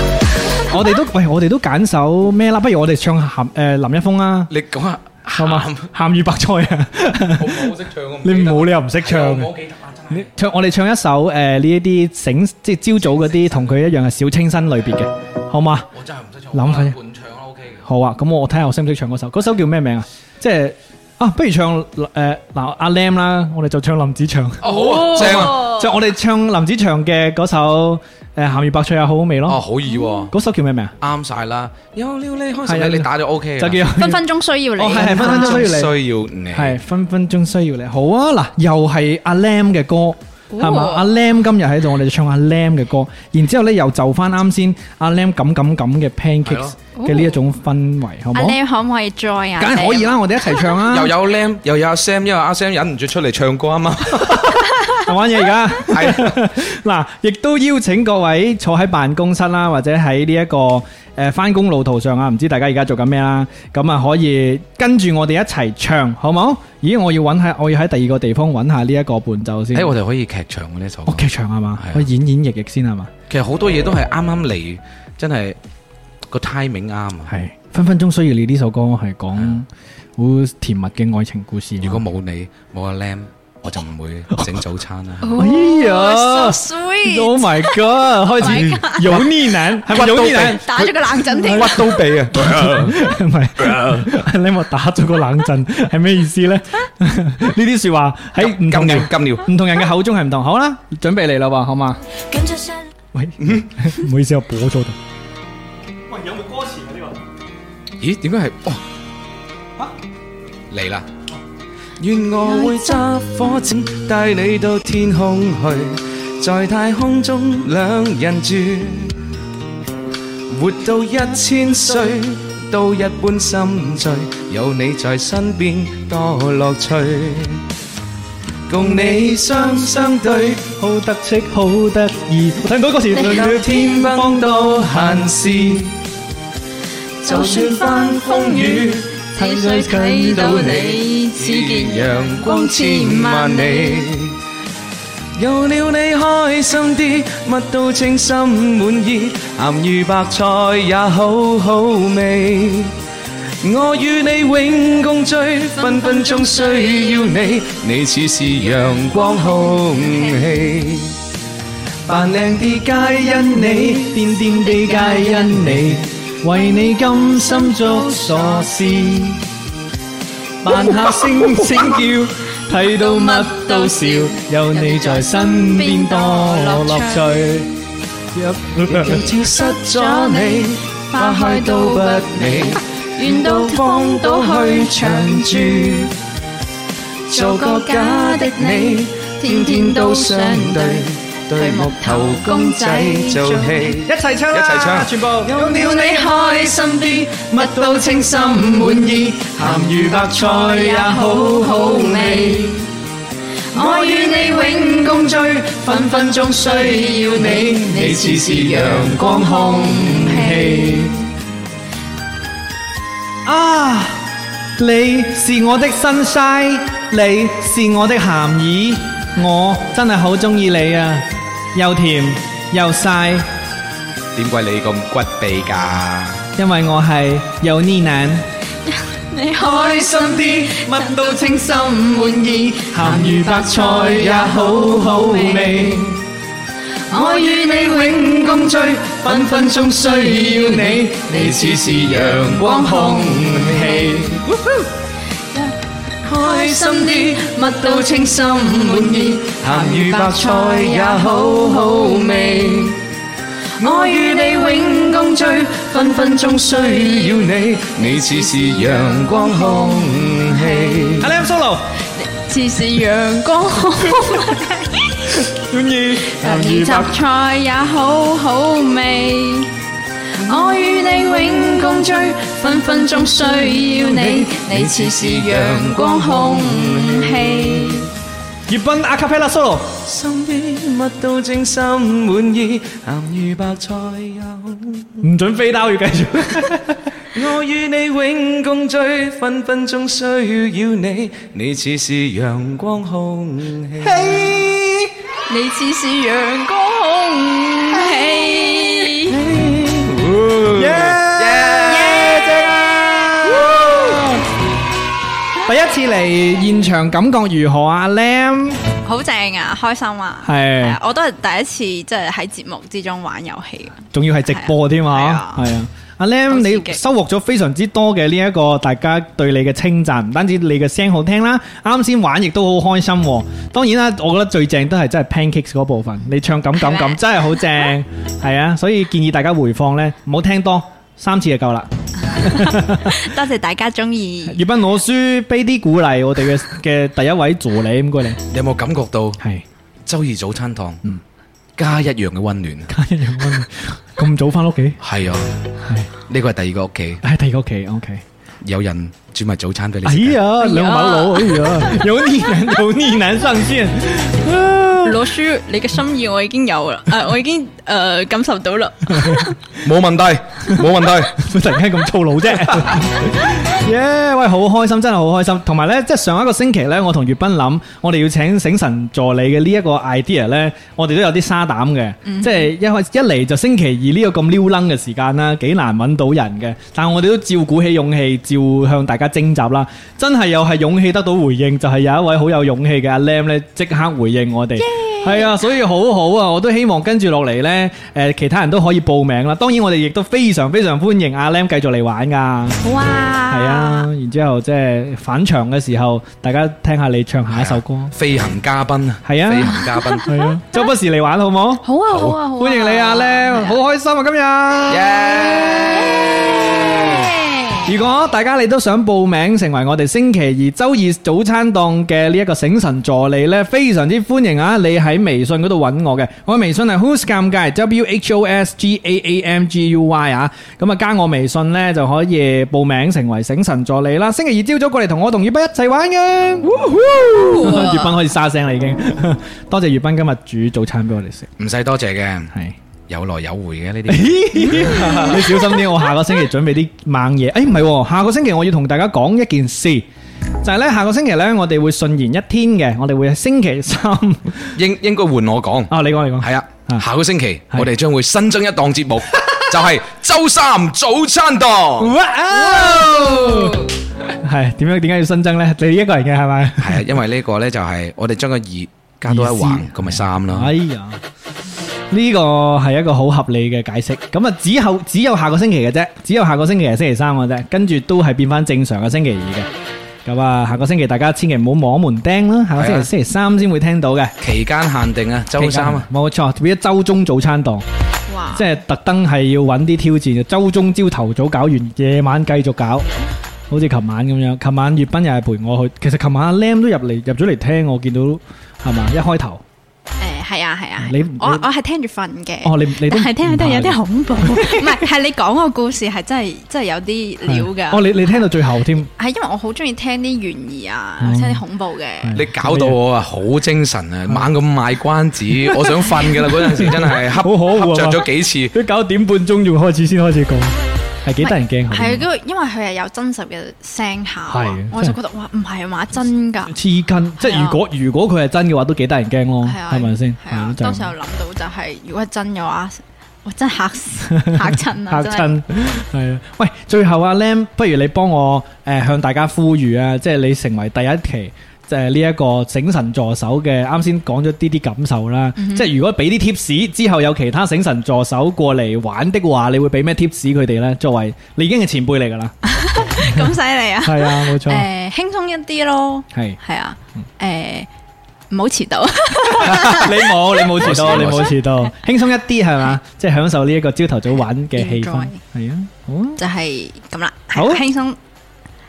A: 我哋都喂，我哋都揀首咩啦？不如我哋唱鹹诶林一峰啊，
C: 你講下
A: 好嘛？鹹魚白菜啊， [laughs]
C: 我唔識唱喎，
A: 你冇理由唔識唱嘅
C: 我記得啊，真係
A: 你唱我哋唱一首诶呢一啲醒即系朝早嗰啲同佢一樣嘅小清新類別嘅，好嘛？
C: 我真係唔識唱。
A: 諗下先
C: 換唱啦，OK 嘅。
A: 好啊，咁我睇下我識唔識唱嗰首，嗰首叫咩名啊？即係啊，不如唱诶嗱阿 Lam 啦，我哋就唱林子祥，
C: 哦，好啊，正啊，
D: Ờ。
A: 就我哋唱林子祥嘅嗰首诶鹹魚白菜啊，好好味
C: 哦，
A: 咯。
C: 好易喎，
A: 嗰首叫咩名啊？
C: 啱晒啦。有料你開
A: 係啊
C: 心，你你打咗 OK 嘅
A: 就叫
D: 分分鐘需要你。
A: 哦係係分分鐘需要你
C: 需要你，
A: 系分分鐘需要你。好啊，嗱，又係阿 Lam 嘅歌，係嘛？阿 Lam 今日喺度，我哋就唱阿 Lam 嘅歌，然之后咧又就翻啱先阿 Lam 咁咁咁嘅 pancakes 嘅呢一種氛圍，好唔
D: 阿
A: 好？
D: Lam 可唔可以 join 啊？
A: 梗係可以啦，我哋一齊 [laughs] 唱啊！
C: 又有 Lam 又有阿 Sam，因為阿 Sam 忍唔住出嚟唱歌啊嘛。
A: 玩嘢而家。
C: 係
A: [laughs] 嗱，亦都邀請各位坐喺辦公室啦，或者喺呢一個诶翻工路途上啊，唔知大家而家做緊咩啦？咁啊，可以跟住我哋一齊唱，好冇？咦，我要揾下，我要喺第二個地方揾下呢一個伴奏先。
C: 哎誒，我哋可以劇場嘅呢首歌
A: 哦，。劇場係嘛
C: 係啊？
A: 我演演繹繹先係嘛？
C: 其實好多嘢都係啱啱嚟，真係個 timing 啱啊。
A: 係分分鐘需要你呢首歌係講好甜蜜嘅愛情故事。啊
C: 如果冇你冇阿 Lam，我就唔會整早餐啦。
A: 哎呀
D: 哦 So sweet，Oh
A: ，Oh my God，開始油腻男係咪油腻男？
D: 打咗個冷
A: [laughs]
D: 震添。
A: 屈到鼻啊！唔係，你咪打咗個冷震，係咩意思咧？呢啲说話喺唔
C: 金
A: 同
C: 尿
A: 人
C: 金尿，
A: 唔同人嘅口中係唔同。好啦，準備嚟啦喎，好嘛？喂，唔好意思，我播咗度。喂，有冇歌詞啊？呢個？
C: 咦？點解係？哇！嚟啦！願我會揸火箭帶你到天空去，在太空中兩人住，活到一千歲都一般心醉，有你在身邊多樂趣，共你雙雙對。
A: 好得戚，好得意。我睇唔到歌詞。
C: 天崩到閒時，就算翻風雨，睇水睇到你，似件陽光千萬里。有了你開心啲，乜都稱心滿意，鹹魚白菜也好好味。我與你永共聚，分分鐘需要你，你似是陽光空氣。扮靚啲皆因你，癲癲地皆因你，為你甘心做傻事。扮下星星叫，睇到乜都笑，有你在身邊多樂趣。若消失咗你，花開都不理，願到荒島去長住。做個假的你，天天都相對，對木頭公仔做戲。一齊唱一齊唱，全部有了你開心啲，乜都稱心滿意，鹹魚白菜也好好味。我與你永共聚，分分鐘需要你，你似是陽光空氣。啊！你是我的 sunshine，你是我的鹹魚，我真係好中意你啊！又甜又晒，點解你咁骨痹㗎？
A: 因為我係有呢 [laughs] 男。
D: 你
A: 開心啲，乜都稱心滿意，鹹魚白菜也好好味。我與你永共聚，分分鐘需要你，你似是陽光空氣。開心啲，乜都稱心滿意，鹹魚白菜也好好味。我與你永共聚，分分鐘需要你，你似是陽光空氣。阿 Lam solo，
E: 似是陽光，
D: [laughs]
A: 願意
E: 鹹魚雜菜也好好味。我與你永共聚，分分鐘需要你，你似是陽光空氣。
A: 葉斌阿卡 pella solo。
F: 身邊乜都精心滿意，鹹魚白菜有。
A: 唔准飛刀，要繼續。
F: 我與你永共聚，分分鐘需要你，你似是陽光空氣。
E: 你似是陽光空氣。
F: Hãy subscribe cho kênh Ghiền Mì Gõ Để không bỏ lỡ
A: 第一次嚟現場感覺如何啊，Lam？
D: 好正啊，開心啊！
A: 係
D: 係啊我都係第一次即係喺節目之中玩遊戲嘅。
A: 仲要係直播添啊，
D: 係啊。
A: 係啊。阿Lam，
D: 好刺激。
A: 你收穫咗非常之多嘅呢一個大家對你嘅稱讚，唔單止你嘅聲好聽啦，啱先玩亦都好開心喎。當然啦，我覺得最正都係真係pancakes嗰部分，你唱感感
D: 係咩？
A: 真係好正。係啊，所以建議大家回放呢，唔好聽多，三次就夠啦。
D: 多謝大家中意，
A: 葉斌老師俾啲鼓勵我哋嘅嘅第一位助理，唔該你。
C: 你有冇感覺到
A: 係
C: 周二早餐堂加一樣嘅温暖啊？
A: 一樣温咁早翻屋企，
C: 係啊，呢個係第二個屋企，
A: 喺第二個屋企，OK。
C: 有人煮埋早餐俾你
A: 哎
C: 食嘅。
A: 呀，兩把佬，哎呀，油膩男，油膩男上線。啊
E: 老鼠，你嘅心意我已經
A: [laughs]
E: 有啦，诶、我已經诶、呃感受到啦。
C: 冇問題，冇問題。
A: [laughs] 突然間咁粗魯啫，耶！喂，好開心，真係好開心。同埋呢，即係上一個星期呢，我同粵斌諗，我哋要請醒神助理嘅呢一個 idea 呢，我哋都有啲沙膽嘅，即係一開一嚟就星期二呢個咁撩楞嘅時間啦，幾難揾到人嘅。但係我哋都照鼓起勇氣，照向大家徵集啦。真係又係勇氣得到回應，就係、有一位好有勇氣嘅阿 Lam 呢，即刻回應我哋。係啊，所以好好啊，我都希望跟住落嚟呢，誒、其他人都可以報名啦。當然我哋亦都非常非常歡迎阿 Lam 繼續嚟玩噶。
D: 哇！
A: 係
D: 係
A: 啊，，然之後即係返場嘅時候，大家聽下你唱下一首歌。
C: 飛行嘉賓啊，
A: 係啊
C: 飛行嘉賓。
A: 係啊，周不時嚟玩好冇？
E: 好啊，好啊，好啊！
A: 歡迎你阿 Lam，好開心啊今日。如果大家你都想報名成為我哋星期二周二早餐檔嘅呢一個醒神助理呢，非常之歡迎啊！你喺微信嗰度揾我嘅，我嘅微信係 Who's 尷尬 W H O S G A A M G U Y 啊，咁啊加我微信呢，就可以報名成為醒神助理啦。星期二朝早過嚟同我同月斌一齊玩嘅， [laughs] 月斌可以沙聲啦已經， [laughs] 多謝月斌今日煮早餐俾我哋食，
C: 唔使多謝嘅，
A: 係。
C: 有來有回嘅呢啲。
A: [laughs] 你小心啲，我下個星期準備啲猛嘢。诶、哎唔係喎，下個星期我要同大家講一件事，就係呢。下個星期呢，我哋會順延一天嘅，我哋會喺星期三。 [laughs] 啊
C: 應應該換我講。
A: 啊，你講，你講。
C: 係
A: 啊
C: 啊，下個星期
A: 係
C: 我哋將會新增一檔
A: [laughs]
C: 節目，就係周三早餐檔。
A: 哇哦！係點樣？點解要新增呢？你一個人嘅係咪？
C: 係啊，因為呢個呢，就係我哋將個二加多一
A: 意
C: 橫，
A: 思
C: 咁咪三咯
A: 哎。呀，呢個係一個好合理嘅解釋。咁啊，只後只有下個星期嘅啫，只有下個星期係星期三嘅啫，跟住都係變翻正常嘅星期二嘅。咁啊，下個星期大家千祈唔好摸門釘啦，下個星
C: 係
A: 期
C: 啊
A: 星期三先會聽到嘅。
C: 期間限定啊，周三啊，
A: 冇錯，變咗周中早餐檔，
D: 哇！
A: 即係特登係要揾啲挑戰，周中朝頭早搞完，夜晚繼續搞。好似琴晚咁樣，琴晚粵斌又係陪我去。其實琴晚阿 Lam 都入嚟入咗嚟聽，我見到係嘛？一開頭，
D: 誒係啊係啊，
A: 你
D: 係啊我
A: 你
D: 我係聽住瞓嘅。
A: 哦，你你都
D: 但係聽下都有
A: 唔怕
D: 啲恐怖， [laughs] 唔係係你講個故事係真係真係有啲料
A: 哦，
D: 㗎，
A: 你你聽到最後添，
D: 係因為我好中意聽啲懸疑啊
A: 哦，
D: 聽啲恐怖嘅，
A: 係
C: 你搞到我啊好精神啊，猛咁賣
A: [laughs]
C: 關子，我想瞓噶啦嗰陣時真係恰
A: 好可惡啊
C: 恰着咗幾次。
A: 佢九點半鐘仲開始先開始講，係幾得人驚。啊
D: 係跟住因為佢係有真實嘅聲效啊
A: 係，
D: 我就覺得哇唔係啊嘛真㗎，
A: 黐筋，即係如果如果佢係真嘅話，都幾得人驚咯，
D: 啊係啊
A: 係咪先？
D: 係啊，
A: 就
D: 當時我諗到就係如果係真嘅話，我真係嚇
A: [laughs]
D: 死嚇親啊，
A: 嚇
D: 真係
A: [laughs] 親，係啊！喂，最後阿 Lam，不如你幫我誒向大家呼籲啊，即係你成為第一期。就係呢一個醒神助手嘅，啱先講咗啲啲感受啦。
D: 嗯
A: 即係如果俾啲 tips 之後有其他醒神助手過嚟玩的話，你會俾咩 tips 佢哋呢？作為你已經係前輩嚟㗎
D: [laughs]
A: 啦，
D: 咁犀利啊！
A: 係啊，冇錯，
D: 誒輕鬆一啲咯，
A: 係。
D: 係啊，誒唔好遲到， [laughs]
A: 你冇，你冇遲到，
C: 冇
A: 你
C: 事
A: 冇遲到，輕鬆一啲係嘛？即係享受呢一個朝頭早玩嘅氣氛
D: Enjoy，
A: 係啊，好啊，
D: 就係咁啦，係啊
A: 好
D: 輕鬆。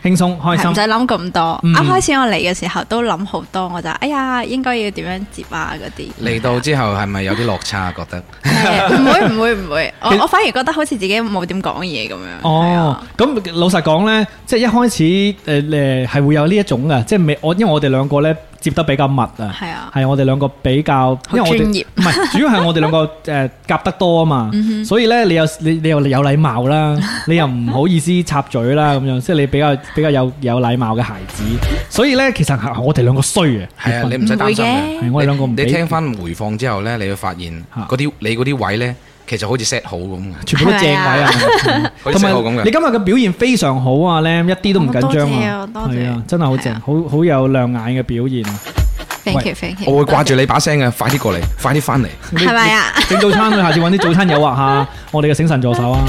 A: 輕鬆開
D: 係唔使
A: 心，
D: 諗咁多。
A: 嗯
D: 啱開始我嚟嘅時候都諗好多，我就哎呀，應該要點樣接啊
A: [laughs]
D: 嗰啲。
C: 嚟到之後係咪有啲落差？啊覺得
D: 誒唔會唔會唔會，我
A: 其實
D: 我反而覺得好似自己冇點講嘢咁樣。啊
A: 哦，咁老實講呢，即係一開始誒誒係會有呢一種嘅，即係未我因為我哋兩個呢接得比較密啊，
D: 係啊
A: 係我哋兩個比較，因為我哋
D: 專業嗯
A: 唔係主要係我哋兩個 [laughs] 誒夾得多啊嘛，所以呢，你有你你又有禮貌
D: [laughs]
A: 啦，你又唔好意思插嘴啦咁樣，即係你比較比較有有禮貌嘅孩子，所以呢，其實係我哋兩個衰嘅，
C: 係啊，你唔使
D: 唔會
C: 擔心嘅。
D: 嘅，
A: 係我哋兩個唔
C: 你
A: 俾
C: 聽翻回放之後呢，你會發現
A: 嚇
C: 嗰啲你嗰啲位呢，其實好似 set 好咁嘅，
A: [laughs] 全部都正位
D: [laughs]
A: 啊！
C: 好似
A: 同
C: set 好咁
A: 埋你
C: 嘅。
A: 今日嘅表現非常好啊，Lam 一啲都唔緊張啊
D: 哦，多謝啊多謝
A: 係啊，真係好正，
D: 係啊
A: 好好有 [laughs] 亮眼嘅表現啊！
D: thank you，thank you，
C: 我會掛住你把聲嘅，快
A: [laughs]
C: 啲過嚟，快啲翻嚟。
A: 你
D: 係咪啊？
A: 整早餐佢下次揾啲早餐誘惑下我哋嘅醒神助手啊！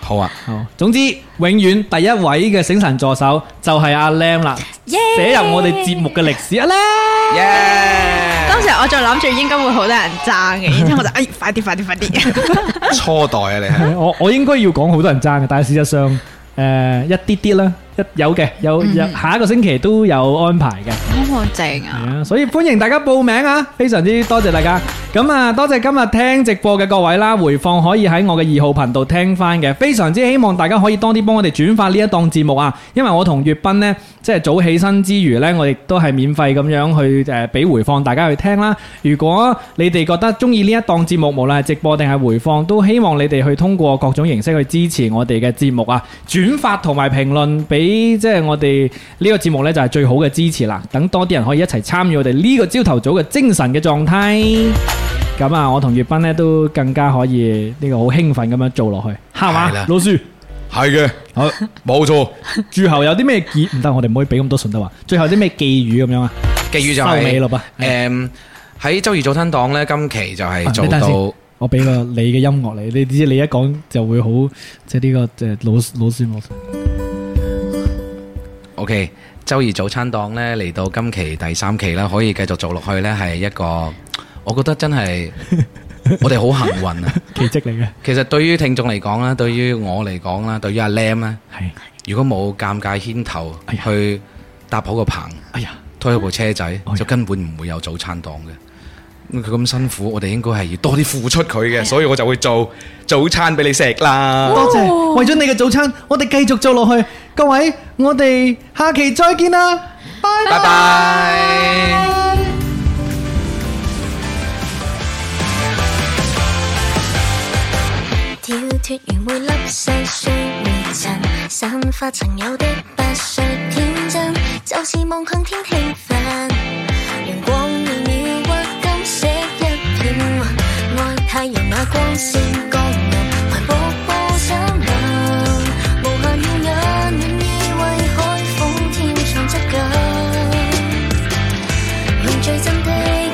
C: 好啊，
A: 好，總之永遠第一位嘅醒神助手就係阿 Lam 啦，寫入我哋節目嘅歷史啊 Lam！
C: 耶！
D: 當時我就諗住應該會好多人爭嘅，然之後我就哎快啲快啲快啲，
C: 初代啊，你係
A: 我我應該要講好多人爭嘅，但係事實上誒、一啲啲啦，一有嘅有有下一個星期都有安排嘅。
D: [laughs] 好正啊！
A: 係啊，所以歡迎大家報名啊！非常之多謝大家。咁啊，多謝今日聽直播嘅各位啦，回放可以喺我嘅二號頻道聽翻嘅。非常之希望大家可以多啲幫我哋轉發呢一檔節目啊，因為我同粵斌呢，即係早起身之餘呢，我亦都係免費咁樣去誒俾、回放大家去聽啦。如果你哋覺得中意呢一檔節目，無論係直播定係回放，都希望你哋去通過各種形式去支持我哋嘅節目啊！轉發同埋評論俾即係我哋呢個節目呢，就係最好嘅支持啦。等多啲人可以一齊參與我哋呢個朝頭早嘅精神嘅狀態。咁啊，我同月斌呢，都更加可以呢個好興奮咁樣做落去， [laughs] 係嘛
C: 係啦？
A: 老師，
C: 係嘅，
A: 好，
C: 冇錯。
A: 最後有啲咩寄唔得，我哋唔可以俾咁多順德話。最後有啲咩寄語咁樣啊？
C: 寄語就
A: 收尾
C: 係
A: 咯噃。
C: 誒喺周二早餐檔咧，今期就係做
A: 啊你等陣
C: 到
A: 先。我俾個你嘅音樂你，你知你一講就會好，即係呢個誒老老師冇。
C: OK，周二早餐檔呢，嚟到今期第三期啦，可以繼續做落去呢，係一個，我覺得真
A: [laughs]
C: 係我哋好幸運啊！
A: 奇蹟嚟嘅，
C: 其實對於聽眾嚟講啦，對於我嚟講啦，對於阿 Lam 咧，
A: 係，
C: 如果冇尷尬牽頭
A: 哎呀
C: 去搭好個棚，
A: 哎呀，哎
C: 推好部車仔
A: 呀，
C: 就根本唔會有早餐檔嘅。佢咁辛苦，我哋應該係要多啲付出佢
A: 哎
C: 嘅，所以我就會做早餐俾你食啦。
A: 多謝，為咗你嘅早餐，我哋繼續做落去，各位，我哋下期再見啦，拜拜。
C: 拜拜。
I: 跳脱完每粒細碎微塵，散發曾有的八歲天真，就是夢向天興奮。陽光妙妙或金色一片雲，愛太陽那光線降臨，懷瀑布燦爛，無限耀眼，願意為海風添上質感。用最真的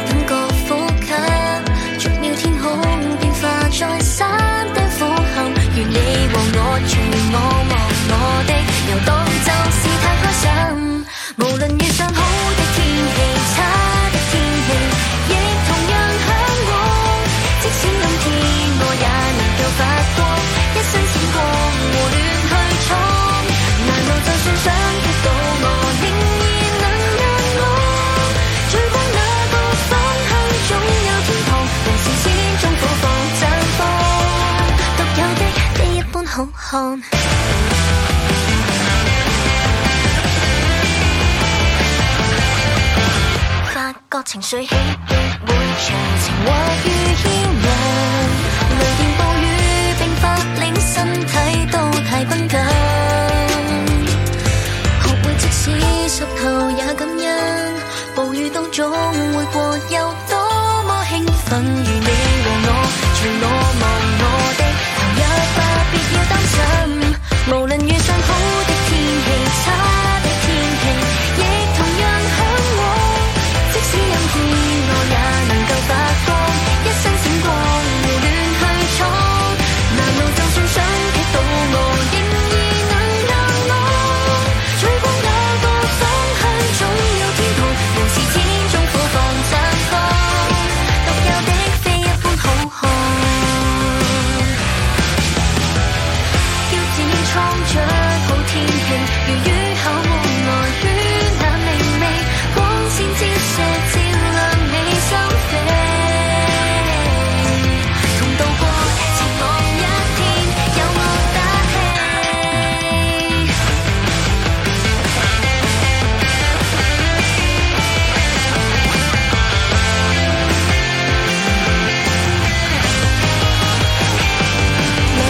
I: 感覺呼吸，逐秒天空變化在山頂俯瞰，如你和我隨我望我的遊蕩就是太開心。無論遇上好的天氣、差的天氣，亦同樣向往。即使今天我也能夠發光，一身閃光胡亂去闖，難道就算想擊倒我，仍然能讓我？追光那個方向，總有天堂，人是始終苦況綻放，獨有的你一般好看。發覺情緒起跌會長情或於牽引，雷電暴雨並發令身體都太繃緊。學會即使濕透也感恩，暴雨當中會過，有多麼興奮。如你和我，隨我望我的，頭也不必要擔心。無論遇上好的天氣、差的天氣，亦同樣向往。即使陰天，我也能夠發光，一身閃光，胡亂去闖。難道就算想擊倒我，仍然能硬我？追光那個方向，總有天堂，人是始終苦況綻放，獨有的非一般好看。標指創出好天氣，如雨口換來暖眼明媚，光線折射照亮你心扉，同渡過前往一天，有我打氣。來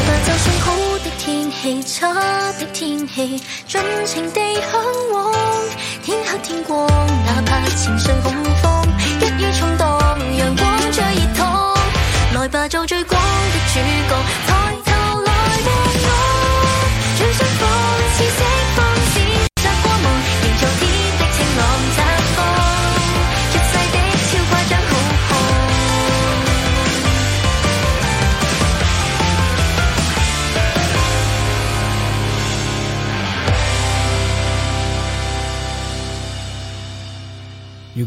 I: 吧，就算好的天氣、差的天氣，盡情地向往。天黑天光，哪怕情緒恐慌，一於衝蕩，陽光最熱燙。來吧，做最光的主
B: 如